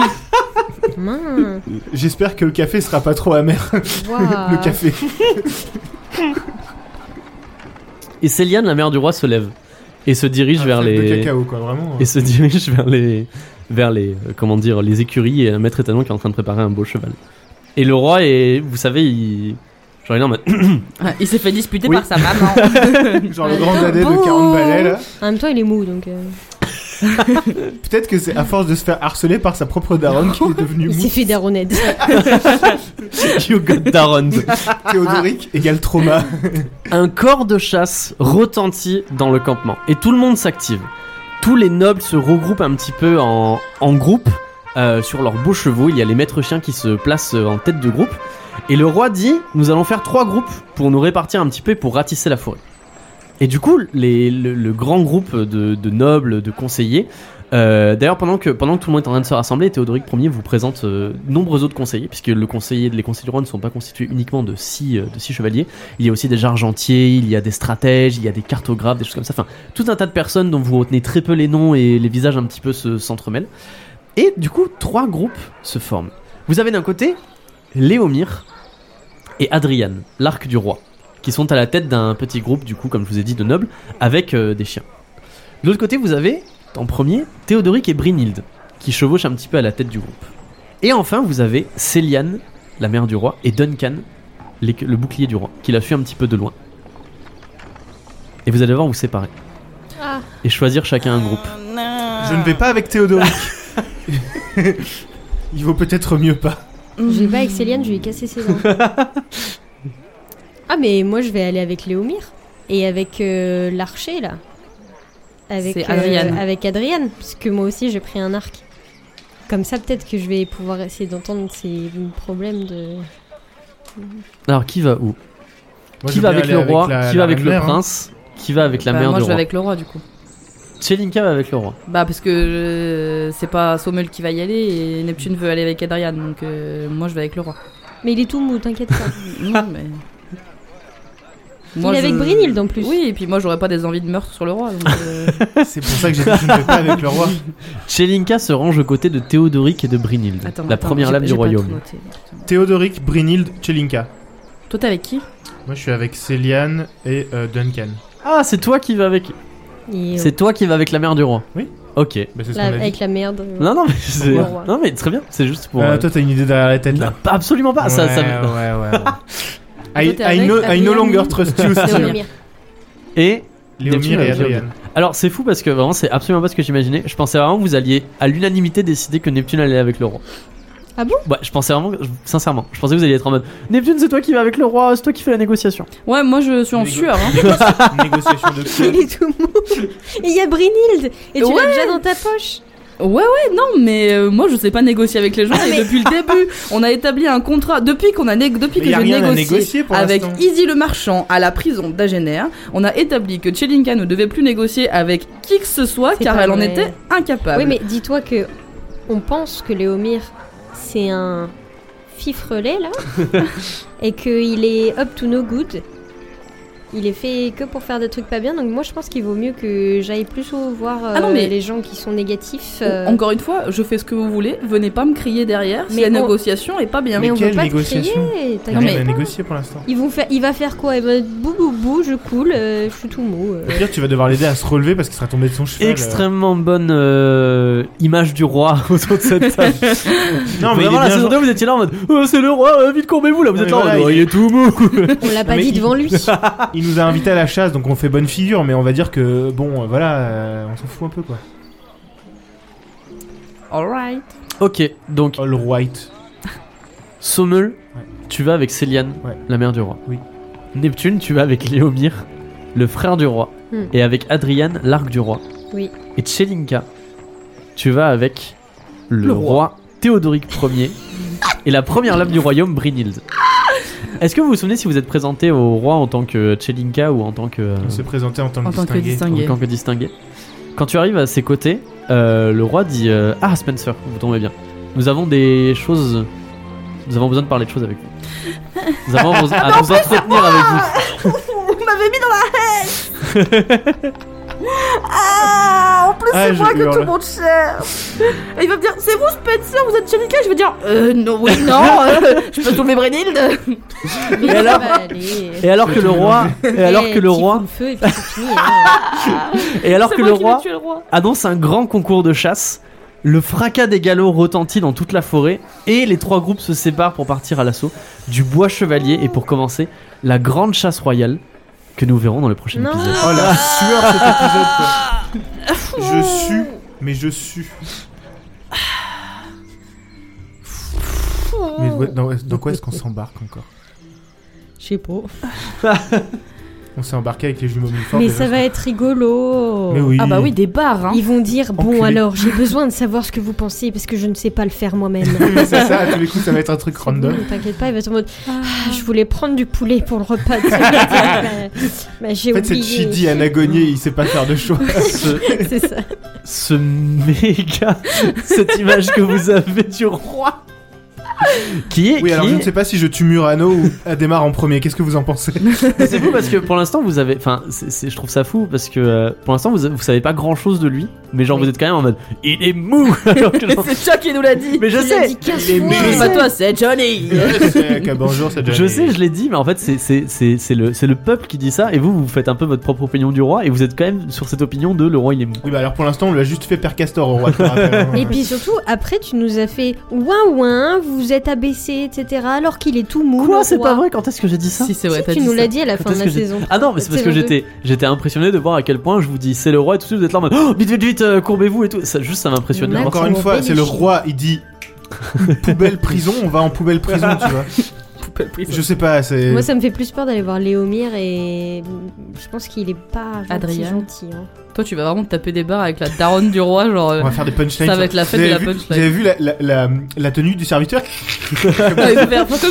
Speaker 4: Mince.
Speaker 3: J'espère que le café sera pas trop amer.
Speaker 4: Waouh.
Speaker 3: le café.
Speaker 1: Et Céliane, la mère du roi, se lève et se dirige
Speaker 3: Un
Speaker 1: vers
Speaker 3: trèfle De
Speaker 1: les
Speaker 3: cacao, quoi, vraiment.
Speaker 1: et se dirige vers les vers les euh, comment dire les écuries et un maître étalon qui est en train de préparer un beau cheval. Et le roi est, vous savez, il genre il est en mode,
Speaker 2: Ouais, Ah, Il s'est fait disputer
Speaker 1: Oui.
Speaker 2: par sa maman.
Speaker 3: Genre le grand dadais de
Speaker 4: Ah, Bon.
Speaker 3: 40 balais, là.
Speaker 4: En même temps, il est mou donc. euh,
Speaker 3: Peut-être que c'est à force de se faire harceler par sa propre daronne qui est devenue
Speaker 4: Il s'est
Speaker 3: mou.
Speaker 4: fait daronnette.
Speaker 1: you got Daron.
Speaker 3: Théodoric égale trauma.
Speaker 1: Un corps de chasse retentit dans le campement et tout le monde s'active. Tous les nobles se regroupent un petit peu en, en groupe euh, sur leurs beaux chevaux. Il y a les maîtres chiens qui se placent euh, en tête de groupe. Et le roi dit Nous allons faire trois groupes pour nous répartir un petit peu et pour ratisser la forêt. Et du coup, les- le, le grand groupe de, de nobles, de conseillers. euh, D'ailleurs, pendant que, pendant que tout le monde est en train de se rassembler, Théodoric Ier vous présente euh, nombreux autres conseillers, puisque le conseiller, les conseillers du roi ne sont pas constitués uniquement de six, euh, de six chevaliers. Il y a aussi des argentiers, il y a des stratèges, il y a des cartographes, des choses comme ça. Enfin, tout un tas de personnes dont vous retenez très peu les noms et les visages un petit peu se- s'entremêlent. Et du coup, trois groupes se forment. Vous avez d'un côté Léomir et Adrian, l'arc du roi, qui sont à la tête d'un petit groupe, du coup, comme je vous ai dit, de nobles, avec euh, des chiens. De l'autre côté, vous avez, en premier, Théodoric et Brynhilde, qui chevauchent un petit peu à la tête du groupe. Et enfin, vous avez Céliane, la mère du roi, et Duncan, les- le bouclier du roi, qui la suit un petit peu de loin. Et vous allez voir vous séparer.
Speaker 4: Ah.
Speaker 1: Et choisir chacun un groupe. Ah.
Speaker 3: Je ne vais pas avec Théodoric. Il vaut peut-être mieux pas.
Speaker 4: Je vais pas avec Céliane, je vais casser ses dents. ah, mais moi je vais aller avec Léomir et avec euh, l'archer là. Avec euh,
Speaker 2: C'est Adriane.
Speaker 4: Avec Adriane, parce que moi aussi j'ai pris un arc. Comme ça, peut-être que je vais pouvoir essayer d'entendre ces problèmes de.
Speaker 1: Alors, qui va où
Speaker 3: Moi,
Speaker 1: Qui
Speaker 3: je
Speaker 1: va
Speaker 3: vais
Speaker 1: avec
Speaker 3: aller
Speaker 1: le roi
Speaker 3: la-
Speaker 1: Qui
Speaker 3: la
Speaker 1: va avec le
Speaker 3: reine-mère, hein.
Speaker 1: prince Qui va avec la
Speaker 2: Bah,
Speaker 1: mère
Speaker 2: moi
Speaker 1: du
Speaker 2: je vais
Speaker 1: roi
Speaker 2: avec le roi du coup.
Speaker 1: Tchelinka va avec le roi.
Speaker 2: Bah parce que euh, c'est pas Sommel qui va y aller et Neptune veut aller avec Adrian donc euh, moi je vais avec le roi.
Speaker 4: Mais il est tout mou, t'inquiète pas.
Speaker 2: Non mais.
Speaker 4: Ah. il est avec Brynhilde en plus.
Speaker 2: Oui et puis moi j'aurais pas des envies de meurtre sur le roi. donc, euh,
Speaker 3: C'est pour ça que j'ai dit que je ne vais pas avec le roi.
Speaker 1: Tchelinka se range aux côtés de Théodoric et de Brynhilde,
Speaker 2: attends,
Speaker 1: la
Speaker 2: attends,
Speaker 1: première
Speaker 2: j'ai-
Speaker 1: lame
Speaker 2: j'ai
Speaker 1: du
Speaker 2: pas
Speaker 1: royaume.
Speaker 2: tout noté. Attends.
Speaker 3: Théodoric, Brynhilde, Chelinka.
Speaker 2: Toi t'es avec qui
Speaker 3: Moi, je suis avec Céliane et euh, Duncan.
Speaker 1: Ah, c'est toi qui va avec.
Speaker 4: Et, euh,
Speaker 1: C'est toi qui va avec la mère du roi
Speaker 3: Oui.
Speaker 1: Ok.
Speaker 3: Bah, c'est ce
Speaker 4: la-
Speaker 3: qu'on a dit.
Speaker 4: avec la merde. euh,
Speaker 1: Non, non, mais c'est.
Speaker 4: Le roi.
Speaker 1: Non, mais très bien, c'est juste pour.
Speaker 3: Euh,
Speaker 1: euh,
Speaker 3: toi, t'as une idée derrière la tête là.
Speaker 1: non, pas- absolument pas, Ah, ça.
Speaker 3: ouais,
Speaker 1: ça-
Speaker 3: ouais, ouais, ouais.
Speaker 2: Et
Speaker 3: I,
Speaker 2: toi, t'es avec
Speaker 3: I no, I no
Speaker 2: Adrienne
Speaker 3: longer trust you,
Speaker 2: C'est
Speaker 3: Steve.
Speaker 2: Léomir.
Speaker 4: Léomir.
Speaker 1: Et.
Speaker 3: Léomir et Adrienne.
Speaker 1: Alors, c'est fou parce que vraiment, c'est absolument pas ce que j'imaginais. Je pensais vraiment que vous alliez à l'unanimité décider que Neptune allait avec le roi.
Speaker 4: Ah bon
Speaker 1: Ouais, je pensais vraiment, je- sincèrement, je pensais que vous alliez être en mode Neptune, c'est toi qui vas avec le roi, c'est toi qui fais la négociation.
Speaker 2: Ouais moi je suis en
Speaker 3: Négo-
Speaker 2: sueur. hein.
Speaker 3: Négociation de
Speaker 4: Il est tout mou. Et il y a Brynhilde. Et tu l'as
Speaker 2: Ouais.
Speaker 4: déjà dans ta poche.
Speaker 2: Ouais ouais non mais euh, moi je sais pas négocier avec les gens
Speaker 4: Ah,
Speaker 2: et depuis le début on a établi un contrat depuis qu'on a nég- depuis
Speaker 3: Mais
Speaker 2: que
Speaker 3: y a
Speaker 2: je
Speaker 3: rien à négocier
Speaker 2: négocie
Speaker 3: pour
Speaker 2: avec
Speaker 3: l'instant.
Speaker 2: Izzy le marchand à la prison d'Agener on a établi que Chelinka ne devait plus négocier avec qui que ce soit
Speaker 4: C'est
Speaker 2: car
Speaker 4: pas
Speaker 2: elle en
Speaker 4: vrai.
Speaker 2: était incapable.
Speaker 4: Oui, mais dis-toi que on pense que Léomir, c'est un fifrelet là, et qu'il est up to no good. Il est fait que pour faire des trucs pas bien, donc moi je pense qu'il vaut mieux que j'aille plus souvent voir euh,
Speaker 2: Ah non, mais-
Speaker 4: les gens qui sont négatifs.
Speaker 2: O-
Speaker 4: euh,
Speaker 2: Encore une fois, je fais ce que vous voulez, venez pas me crier derrière si
Speaker 4: Mais
Speaker 2: la
Speaker 4: on-
Speaker 2: négociation est pas bien.
Speaker 4: mais on
Speaker 3: quelle
Speaker 4: peut pas te
Speaker 3: négociation
Speaker 4: crier,
Speaker 3: Il y a
Speaker 4: t'inquiète
Speaker 2: Non, mais-
Speaker 3: rien à
Speaker 4: pas.
Speaker 3: négocier pour l'instant.
Speaker 4: Ils vont faire, il va faire quoi Il va être bou bou bou, je coule, euh, je suis tout mou. euh.
Speaker 3: Au pire, tu vas devoir l'aider à se relever parce qu'il sera tombé de son cheval. euh.
Speaker 1: Extrêmement bonne euh, image du roi autour de cette table.
Speaker 3: Non, mais il est
Speaker 1: Vraiment, la
Speaker 3: bien
Speaker 1: saison
Speaker 3: gentil.
Speaker 1: 2, vous étiez là en mode Oh, c'est le roi, euh, vite courbez-vous là, vous
Speaker 3: Non,
Speaker 1: êtes
Speaker 3: mais
Speaker 1: là en mode
Speaker 3: voilà,
Speaker 1: Oh,
Speaker 3: il-
Speaker 1: il est tout mou.
Speaker 4: On l'a pas
Speaker 3: mais
Speaker 4: dit
Speaker 3: il-
Speaker 4: devant lui.
Speaker 3: Il nous a invités à la chasse, donc on fait bonne figure, mais on va dire que bon, euh, voilà, euh, on s'en fout un peu quoi.
Speaker 2: Alright.
Speaker 1: ok, donc
Speaker 3: All white.
Speaker 1: Sommel,
Speaker 3: Ouais.
Speaker 1: tu vas avec Céliane,
Speaker 3: Ouais.
Speaker 1: la mère du roi.
Speaker 3: Oui.
Speaker 1: Neptune, tu vas avec Léomir, le frère du roi.
Speaker 4: Hmm.
Speaker 1: Et avec Adrian, l'arc du roi.
Speaker 4: Oui.
Speaker 1: Et Tchelinka, tu vas avec le,
Speaker 2: Le
Speaker 1: roi.
Speaker 2: roi.
Speaker 1: Théodoric Ier et la première lame du royaume, Brynhilde. Est-ce que vous vous souvenez si vous êtes présenté au roi en tant que Tchelinka ou en tant que. euh,
Speaker 3: On s'est présenté en tant que
Speaker 2: En tant que
Speaker 1: en
Speaker 3: distingué.
Speaker 2: distingué.
Speaker 1: tant que distingué Quand tu arrives à ses côtés, euh, le roi dit euh, Ah, Spencer, vous tombez bien. Nous avons des choses Nous avons besoin de parler de choses avec vous. Nous avons besoin à nous entretenir avec vous.
Speaker 2: Vous m'avez mis dans la haine Ah En plus,
Speaker 3: Ah,
Speaker 2: c'est
Speaker 3: je
Speaker 2: moi que
Speaker 3: hurle.
Speaker 2: tout le monde cherche Et il va me dire C'est vous Spencer Vous êtes Chemica Je vais dire Euh, non, oui, non euh, Je peux sauver Brennilde
Speaker 4: Mais
Speaker 1: Et
Speaker 4: ça
Speaker 1: alors
Speaker 4: va aller.
Speaker 1: Et alors que le roi, et alors
Speaker 4: Eh,
Speaker 1: que le
Speaker 4: petit
Speaker 1: roi,
Speaker 4: coup de feu et puis c'est fini, hein.
Speaker 1: et alors
Speaker 2: C'est
Speaker 1: que
Speaker 2: moi
Speaker 1: le
Speaker 2: qui vais
Speaker 1: roi
Speaker 2: tuer le roi
Speaker 1: annonce un grand concours de chasse. Le fracas des galops retentit dans toute la forêt et les trois groupes se séparent pour partir à l'assaut du bois chevalier et pour commencer la grande chasse royale que nous verrons dans le prochain
Speaker 4: Non.
Speaker 1: épisode.
Speaker 3: Oh la sueur cet épisode quoi. Je sue, mais je sue. Mais ouais, dans, dans quoi est-ce qu'on s'embarque encore
Speaker 4: Je sais pas.
Speaker 3: On s'est embarqué avec les jumeaux Milford.
Speaker 4: Mais
Speaker 3: déjà,
Speaker 4: ça va être rigolo.
Speaker 3: Mais oui.
Speaker 2: Ah bah oui, des barres, hein
Speaker 4: Ils vont dire bon
Speaker 3: Enculé.
Speaker 4: alors j'ai besoin de savoir ce que vous pensez parce que je ne sais pas le faire moi-même.
Speaker 3: c'est ça, à tous les coups ça va être un truc
Speaker 4: C'est bon,
Speaker 3: random.
Speaker 4: ne T'inquiète pas, il va être en mode Ah, je voulais prendre du poulet pour le repas. de ce matin, mais- mais j'ai
Speaker 3: En fait, cette
Speaker 4: oublié.
Speaker 3: Chidi Anagonier, il sait pas faire de choix.
Speaker 1: Ce,
Speaker 4: C'est ça.
Speaker 1: ce méga, cette image que vous avez du roi qui est,
Speaker 3: Oui,
Speaker 1: qui
Speaker 3: alors je
Speaker 1: est-
Speaker 3: ne sais pas si je tue Murano ou Adémar en premier. Qu'est-ce que vous en pensez
Speaker 1: C'est fou parce que pour l'instant vous avez, enfin, c'est- c'est- je trouve ça fou parce que euh, pour l'instant vous, vous savez pas grand chose de lui, mais genre
Speaker 4: Oui.
Speaker 1: vous êtes quand même en mode il est mou. alors que genre-
Speaker 2: C'est ça qui nous l'a dit
Speaker 1: mais je
Speaker 4: Il l'a
Speaker 1: sais,
Speaker 4: dit 15
Speaker 3: les
Speaker 4: fois.
Speaker 3: Mais-
Speaker 2: C'est pas toi, c'est Johnny
Speaker 3: C'est que Bonjour, c'est
Speaker 1: je
Speaker 3: Johnny.
Speaker 1: sais, je l'ai dit, mais en fait c'est c'est- c'est- c'est le c'est le peuple qui dit ça et vous vous faites un peu votre propre opinion du roi et vous êtes quand même sur cette opinion de le roi il est mou.
Speaker 3: Oui, bah alors pour l'instant, on lui a juste fait Père Castor au roi. je te rappelle, hein.
Speaker 4: Et puis surtout, après, tu nous as fait ouin ouin, vous êtes abaissé, etc. Alors qu'il est tout mou.
Speaker 1: Quoi,
Speaker 4: le
Speaker 1: c'est
Speaker 4: roi.
Speaker 1: pas vrai Quand est-ce que j'ai dit ça
Speaker 2: Si, c'est vrai,
Speaker 4: Si,
Speaker 2: t'as
Speaker 4: tu
Speaker 2: dit
Speaker 4: nous
Speaker 2: ça.
Speaker 4: l'as dit à la
Speaker 1: Quand
Speaker 4: fin de
Speaker 1: est-ce
Speaker 4: la
Speaker 1: que j'ai-
Speaker 4: saison.
Speaker 1: Ah non, mais c'est parce que
Speaker 4: Saison deux.
Speaker 1: j'étais j'étais impressionné de voir à quel point je vous dis c'est le roi et tout de suite vous êtes là en mode oh, vite vite vite euh, courbez-vous et tout. Ça juste ça m'impressionne.
Speaker 4: D'accord.
Speaker 3: Encore une
Speaker 4: Comment
Speaker 3: fois, c'est le
Speaker 4: bénéfique.
Speaker 3: roi, il dit poubelle prison, on va en poubelle prison, tu vois.
Speaker 2: Poupelle prison.
Speaker 3: Je sais pas, c'est.
Speaker 1: Euh.
Speaker 4: Moi, ça me fait plus peur d'aller voir Léomir et je pense qu'il est pas gentil,
Speaker 2: Adrien.
Speaker 4: gentil. hein.
Speaker 2: Toi, tu vas vraiment te taper des barres avec la daronne du roi, genre... euh,
Speaker 3: On va faire des punchlines.
Speaker 2: Ça va être la fête
Speaker 3: Vous
Speaker 2: de
Speaker 3: avez
Speaker 2: la
Speaker 3: vu-
Speaker 2: punchline.
Speaker 3: Vous avez vu la, la, la- la tenue du serviteur
Speaker 2: il faut faire comme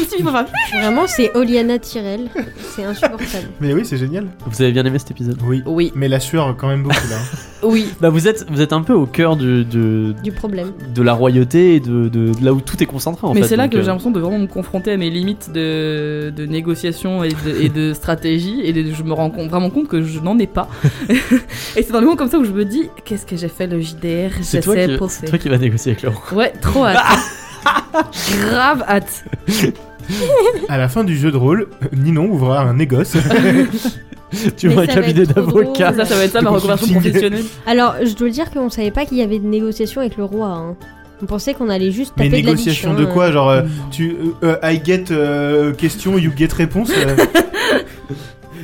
Speaker 2: si, il faut faire-
Speaker 4: Vraiment, c'est Oliana Tyrell. C'est insupportable.
Speaker 3: Mais oui, c'est génial.
Speaker 1: Vous avez bien aimé cet épisode
Speaker 3: Oui.
Speaker 2: Oui,
Speaker 3: Mais la sueur, quand même beaucoup là. hein.
Speaker 2: oui.
Speaker 1: Bah vous êtes vous êtes un peu au cœur du, de
Speaker 4: Du problème.
Speaker 1: de la royauté et de, de- de là où tout est concentré en
Speaker 2: mais
Speaker 1: fait.
Speaker 2: c'est là
Speaker 1: donc,
Speaker 2: que
Speaker 1: euh,
Speaker 2: j'ai l'impression de vraiment me confronter à mes limites de, de négociation et de, et de stratégie. Et de- je me rends compte- vraiment compte que je n'en ai pas. et c'est dans le moment comme ça où je me dis Qu'est-ce que j'ai fait le JDR
Speaker 1: C'est
Speaker 2: Je
Speaker 1: toi,
Speaker 2: sais
Speaker 1: qui-
Speaker 2: pas
Speaker 1: c'est
Speaker 2: faire.
Speaker 1: toi qui va négocier avec le roi.
Speaker 2: Ouais, trop hâte. Grave hâte.
Speaker 3: à la fin du jeu de rôle, euh, Ninon ouvrira un négoce.
Speaker 1: tu
Speaker 4: Mais
Speaker 1: vois un
Speaker 4: ça va
Speaker 1: cabinet
Speaker 4: être trop
Speaker 1: d'avocats.
Speaker 4: drôle.
Speaker 2: Ça, ça va être ça ma
Speaker 3: Le
Speaker 2: reconversion
Speaker 3: consulting.
Speaker 2: professionnelle.
Speaker 4: Alors, je dois dire qu'on savait pas qu'il y avait de négociations avec le roi. hein. On pensait qu'on allait juste
Speaker 3: Mais
Speaker 4: taper de la
Speaker 3: négociation
Speaker 4: biche,
Speaker 3: de
Speaker 4: hein.
Speaker 3: quoi Genre, euh, tu, euh, euh, I get euh, question, you get réponse. euh.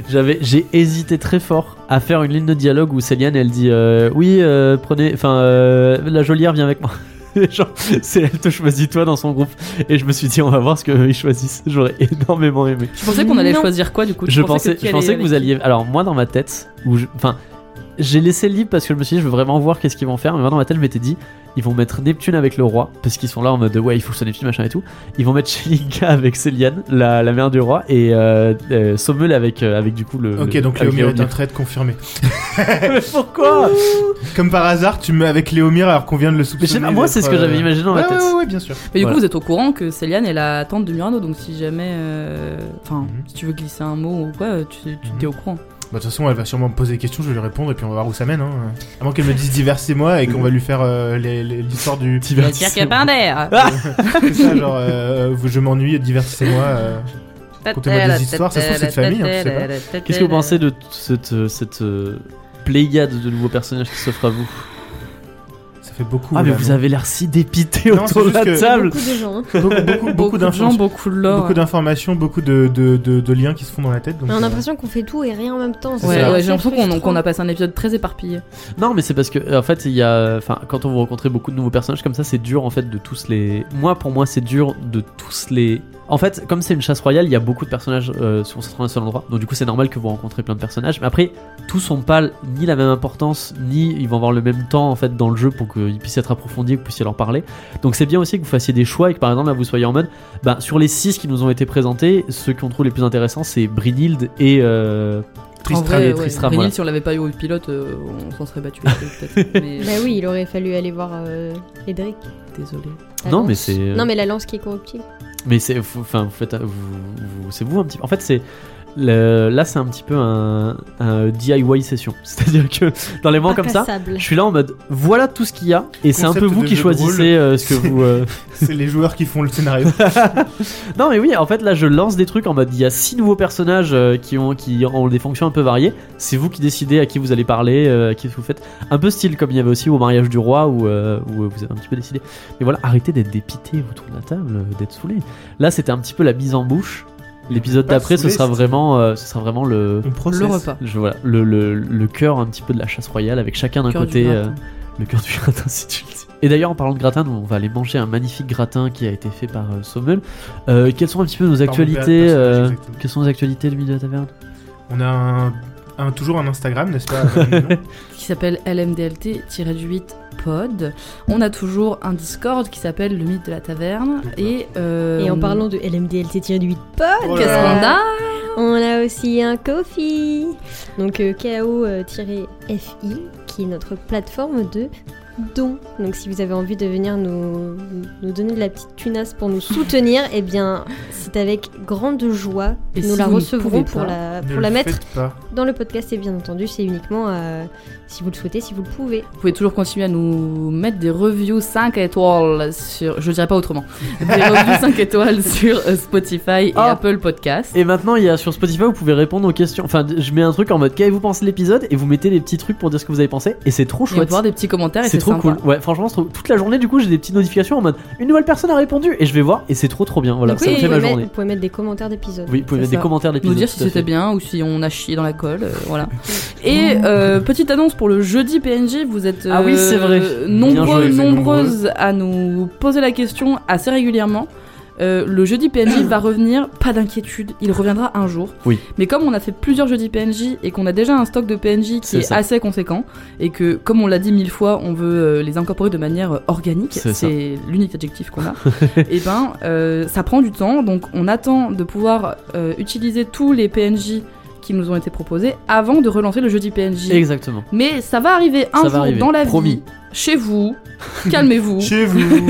Speaker 1: J'avais, j'ai hésité très fort à faire une ligne de dialogue où Céliane elle dit euh, oui euh, prenez, enfin euh, la jolière vient avec moi. Et Genre, c'est elle te choisit toi dans son groupe. Et je me suis dit on va voir ce qu'ils choisissent. J'aurais énormément aimé.
Speaker 2: Je pensais qu'on allait
Speaker 4: Non.
Speaker 2: choisir quoi du coup Tu
Speaker 1: Je pensais,
Speaker 2: pensais qui
Speaker 1: je
Speaker 2: allait
Speaker 1: pensais que
Speaker 2: avec
Speaker 1: vous
Speaker 2: qui
Speaker 1: alliez. Alors moi dans ma tête, où je- enfin, j'ai laissé libre parce que je me suis dit je veux vraiment voir qu'est-ce qu'ils vont faire. Mais moi dans ma tête je m'étais dit ils vont mettre Neptune avec le roi parce qu'ils sont là en mode ouais il faut que ce Neptune machin et tout. Ils vont mettre Shelinka avec Céliane, la, la mère du roi, et euh, euh, Sommel avec euh, avec du coup le.
Speaker 3: ok,
Speaker 1: le-
Speaker 3: donc
Speaker 1: avec
Speaker 3: Léomir est un
Speaker 1: Léomir.
Speaker 3: traître confirmé.
Speaker 1: Mais pourquoi
Speaker 3: Comme par hasard, tu me mets avec Léomir alors qu'on vient de le
Speaker 1: Mais je sais
Speaker 3: soupçonner.
Speaker 1: pas, moi c'est ce que
Speaker 3: d'être, euh,
Speaker 1: j'avais imaginé dans ma
Speaker 3: Ouais,
Speaker 1: tête.
Speaker 3: ouais, ouais, ouais, bien sûr.
Speaker 2: Mais du
Speaker 1: Voilà.
Speaker 2: coup, vous êtes au courant que Céliane est la tante de Murano, donc si jamais. euh, Enfin,
Speaker 3: Mhm.
Speaker 2: si tu veux glisser un mot ou quoi, tu tu- t'es
Speaker 3: Mhm.
Speaker 2: au courant.
Speaker 3: Bah, de toute façon, elle va sûrement me poser des questions, je vais lui répondre et puis on va voir où ça mène. Hein. À moins qu'elle me dise diversez-moi et qu'on va lui faire euh, les- les- l'histoire du.
Speaker 2: Dire qu'il n'y a pas un d'air
Speaker 3: C'est ça, genre, euh, vous- je m'ennuie, divertissez-moi. euh. Contez-moi des histoires, ça se trouve, c'est de famille, hein, tu sais
Speaker 1: Qu'est-ce que vous pensez de t- cette euh, cette euh, pléiade de nouveaux personnages qui s'offrent à vous
Speaker 3: Ça fait beaucoup. euh,
Speaker 1: Ah mais
Speaker 3: là,
Speaker 1: vous
Speaker 3: non
Speaker 1: avez l'air si dépité
Speaker 3: Non, c'est
Speaker 1: autour de
Speaker 3: juste
Speaker 1: la
Speaker 3: que-
Speaker 1: table.
Speaker 4: Beaucoup de gens. hein.
Speaker 3: Beaucoup, beaucoup, beaucoup
Speaker 2: Beaucoup de gens,
Speaker 3: d'informations.
Speaker 2: beaucoup de lore.
Speaker 3: Beaucoup d'informations, beaucoup de, de, de, de liens qui se font dans la tête. donc,
Speaker 4: On a
Speaker 3: euh,
Speaker 4: l'impression qu'on fait tout et rien en même temps.
Speaker 2: Ouais,
Speaker 4: c'est
Speaker 2: ouais,
Speaker 4: assez
Speaker 2: j'ai l'impression qu'on
Speaker 4: frustrant.
Speaker 2: qu'on a passé un épisode très éparpillé.
Speaker 1: Non, mais c'est parce que en fait, il y a, enfin, quand on vous rencontrez beaucoup de nouveaux personnages comme ça, c'est dur en fait de tous les. Moi, pour moi, c'est dur de tous les. En fait, comme c'est une chasse royale, il y a beaucoup de personnages euh, sur sur un seul endroit. Donc du coup, c'est normal que vous rencontrez plein de personnages. Mais après, tous n'ont pas ni la même importance, ni ils vont avoir le même temps en fait dans le jeu pour qu'ils puissent être approfondis, que vous puissiez leur parler. Donc c'est bien aussi que vous fassiez des choix et que par exemple là, vous soyez en mode, bah, sur les 6 qui nous ont été présentés, ceux qu'on trouve les plus intéressants, c'est Brinild et euh,
Speaker 3: Tristram
Speaker 2: en vrai,
Speaker 1: et
Speaker 2: ouais,
Speaker 1: Tristram,
Speaker 2: Brynhild,
Speaker 1: voilà.
Speaker 2: si on l'avait pas eu au pilote, euh, on s'en serait battu les couilles, peut-être. Mais
Speaker 4: Bah oui, il aurait fallu aller voir euh, Edric.
Speaker 2: désolé.
Speaker 4: la
Speaker 1: Non,
Speaker 4: lance.
Speaker 1: mais c'est-
Speaker 4: Non, mais la lance qui est corruptible.
Speaker 1: Mais c'est, vous- enfin, vous faites, vous- vous- c'est vous un petit. En fait, c'est le- là, c'est un petit peu un, un DIY session. C'est-à-dire que dans les moments comme ça,
Speaker 4: Incassable.
Speaker 1: je suis là en mode voilà tout ce qu'il y a et c'est un
Speaker 3: Concept
Speaker 1: peu vous
Speaker 3: de
Speaker 1: qui
Speaker 3: jeu de rôle.
Speaker 1: choisissez euh, ce que vous. euh,
Speaker 3: C'est les joueurs qui font le scénario.
Speaker 1: Non mais oui, en fait là je lance des trucs en mode il y a six nouveaux personnages euh, qui ont qui ont des fonctions un peu variées. C'est vous qui décidez à qui vous allez parler, euh, à qui vous faites un peu style comme il y avait aussi au mariage du roi où, euh, où euh, vous avez un petit peu décidé. Mais voilà, arrêtez d'être dépité autour de la table, euh, d'être saoulé. Là c'était un petit peu la mise en bouche. L'épisode
Speaker 3: Pas
Speaker 1: d'après ce
Speaker 3: saoulé,
Speaker 1: sera
Speaker 3: c'est-
Speaker 1: vraiment euh, ce sera vraiment le
Speaker 3: On processe.
Speaker 2: Le repas.
Speaker 1: je, voilà, le, le, le cœur un petit peu de la chasse royale avec chacun d'un
Speaker 2: Cœur du
Speaker 1: côté
Speaker 2: gratin.
Speaker 1: euh, le cœur du gratin si tu le dis. Et d'ailleurs en parlant de gratin, nous, on va aller manger un magnifique gratin qui a été fait par euh, Sommel. Euh, quelles sont un petit peu nos
Speaker 3: Par mon
Speaker 1: actualités
Speaker 3: personnage,
Speaker 1: euh,
Speaker 3: exactement.
Speaker 1: Quelles sont nos actualités le milieu de la taverne
Speaker 3: On a un, un- toujours un Instagram, n'est-ce pas Madame Ninon
Speaker 2: qui s'appelle LMDLT-8 pod. On a toujours un Discord qui s'appelle le mythe de la taverne. Et, euh,
Speaker 4: Et en
Speaker 2: on-
Speaker 4: parlant de LMDLT-8 pod,
Speaker 3: Oh
Speaker 2: Qu'est-ce
Speaker 3: là
Speaker 2: qu'on a
Speaker 4: on a aussi un Kofi. Donc euh, KO-FI, qui est notre plateforme de dons. Donc si vous avez envie de venir nous, nous donner de la petite tunasse pour nous soutenir, eh bien c'est avec grande joie que
Speaker 2: Et
Speaker 4: nous
Speaker 2: si
Speaker 4: la
Speaker 2: vous ne
Speaker 4: recevrons
Speaker 2: pouvez
Speaker 4: pour la,
Speaker 3: Ne
Speaker 4: pour la
Speaker 3: le
Speaker 4: mettre
Speaker 3: faites pas.
Speaker 4: dans le podcast. Et bien entendu, c'est uniquement euh, si vous le souhaitez, si vous le pouvez.
Speaker 2: Vous pouvez toujours continuer à nous mettre des reviews 5 étoiles sur. Je dirais pas autrement. Des reviews 5 étoiles sur euh, Spotify et
Speaker 1: Ah.
Speaker 2: Apple Podcast.
Speaker 1: Et maintenant, il y a sur Spotify, vous pouvez répondre aux questions. Enfin, d- je mets un truc en mode qu'avez-vous pensé de l'épisode et vous mettez des petits trucs pour dire ce que vous avez pensé et c'est trop
Speaker 2: Je vais
Speaker 1: chouette.
Speaker 2: voir des petits commentaires et
Speaker 1: C'est trop
Speaker 2: sympa.
Speaker 1: cool. Ouais, franchement, c'est trop- toute la journée, du coup, j'ai des petites notifications en mode une nouvelle personne a répondu et je vais voir et c'est trop trop bien. Voilà,
Speaker 2: Donc
Speaker 1: ça
Speaker 2: oui,
Speaker 1: me fait
Speaker 4: vous,
Speaker 1: ma
Speaker 4: pouvez mettre,
Speaker 1: journée.
Speaker 4: vous pouvez mettre des commentaires d'épisodes.
Speaker 1: Oui, vous pouvez
Speaker 2: C'est
Speaker 1: mettre des
Speaker 2: ça.
Speaker 1: commentaires d'épisodes.
Speaker 2: Nous dire si
Speaker 1: tout à fait.
Speaker 2: c'était bien ou si on a chié dans la colle, euh, voilà. Et euh, petite annonce pour le jeudi PNJ, vous êtes
Speaker 1: Ah oui,
Speaker 2: euh,
Speaker 1: c'est vrai. Bien joué,
Speaker 2: nombreux,
Speaker 3: vous êtes
Speaker 2: nombreuses à nous poser la question assez régulièrement. Euh, le jeudi PNJ va revenir, pas d'inquiétude, il reviendra un jour.
Speaker 1: Oui.
Speaker 2: Mais comme on a fait plusieurs jeudis PNJ et qu'on a déjà un stock de PNJ qui
Speaker 1: C'est
Speaker 2: est,
Speaker 1: ça.
Speaker 2: assez conséquent et que, comme on l'a dit mille fois, on veut euh, les incorporer de manière euh, organique,
Speaker 1: C'est ça.
Speaker 2: c'est l'unique adjectif qu'on a et ben euh, ça prend du temps donc on attend de pouvoir euh, utiliser tous les PNJ qui nous ont été proposés avant de relancer le jeudi PNJ.
Speaker 1: Exactement.
Speaker 2: Mais ça va arriver un
Speaker 1: Ça va
Speaker 2: jour
Speaker 1: arriver,
Speaker 2: dans la
Speaker 1: promis.
Speaker 2: vie, chez vous, calmez-vous,
Speaker 3: Chez vous.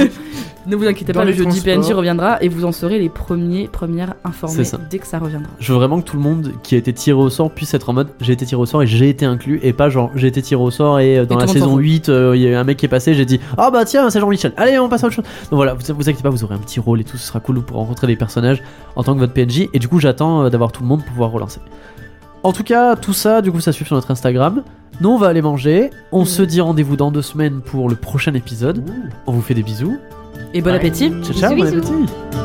Speaker 2: ne vous inquiétez
Speaker 3: dans
Speaker 2: pas, le
Speaker 3: les
Speaker 2: jeudi PNJ
Speaker 3: transports.
Speaker 2: reviendra et vous en serez les premiers, premières
Speaker 1: C'est
Speaker 2: informés
Speaker 1: ça.
Speaker 2: dès que ça reviendra.
Speaker 1: Je veux vraiment que tout le monde qui a été tiré au sort puisse être en mode j'ai été tiré au sort et j'ai été inclus et pas genre j'ai été tiré au sort et euh, dans
Speaker 2: Et
Speaker 1: la
Speaker 2: tout le monde s'en
Speaker 1: saison
Speaker 2: fout.
Speaker 1: 8 euh, il y a eu un mec qui est passé j'ai dit ah bah tiens c'est Jean-Michel allez on passe à autre chose donc voilà vous vous inquiétez pas vous aurez un petit rôle et tout ce sera cool vous pourrez rencontrer des personnages en tant que votre PNJ et du coup j'attends euh, d'avoir tout le monde pour pouvoir relancer en tout cas tout ça du coup ça suit sur notre Instagram nous on va aller manger on
Speaker 2: Oui.
Speaker 1: se dit rendez-vous dans deux semaines pour le prochain épisode on vous fait des bisous
Speaker 2: Et bon
Speaker 1: Ouais.
Speaker 2: appétit
Speaker 1: ciao ciao bon
Speaker 4: Bisous, bisous.
Speaker 1: appétit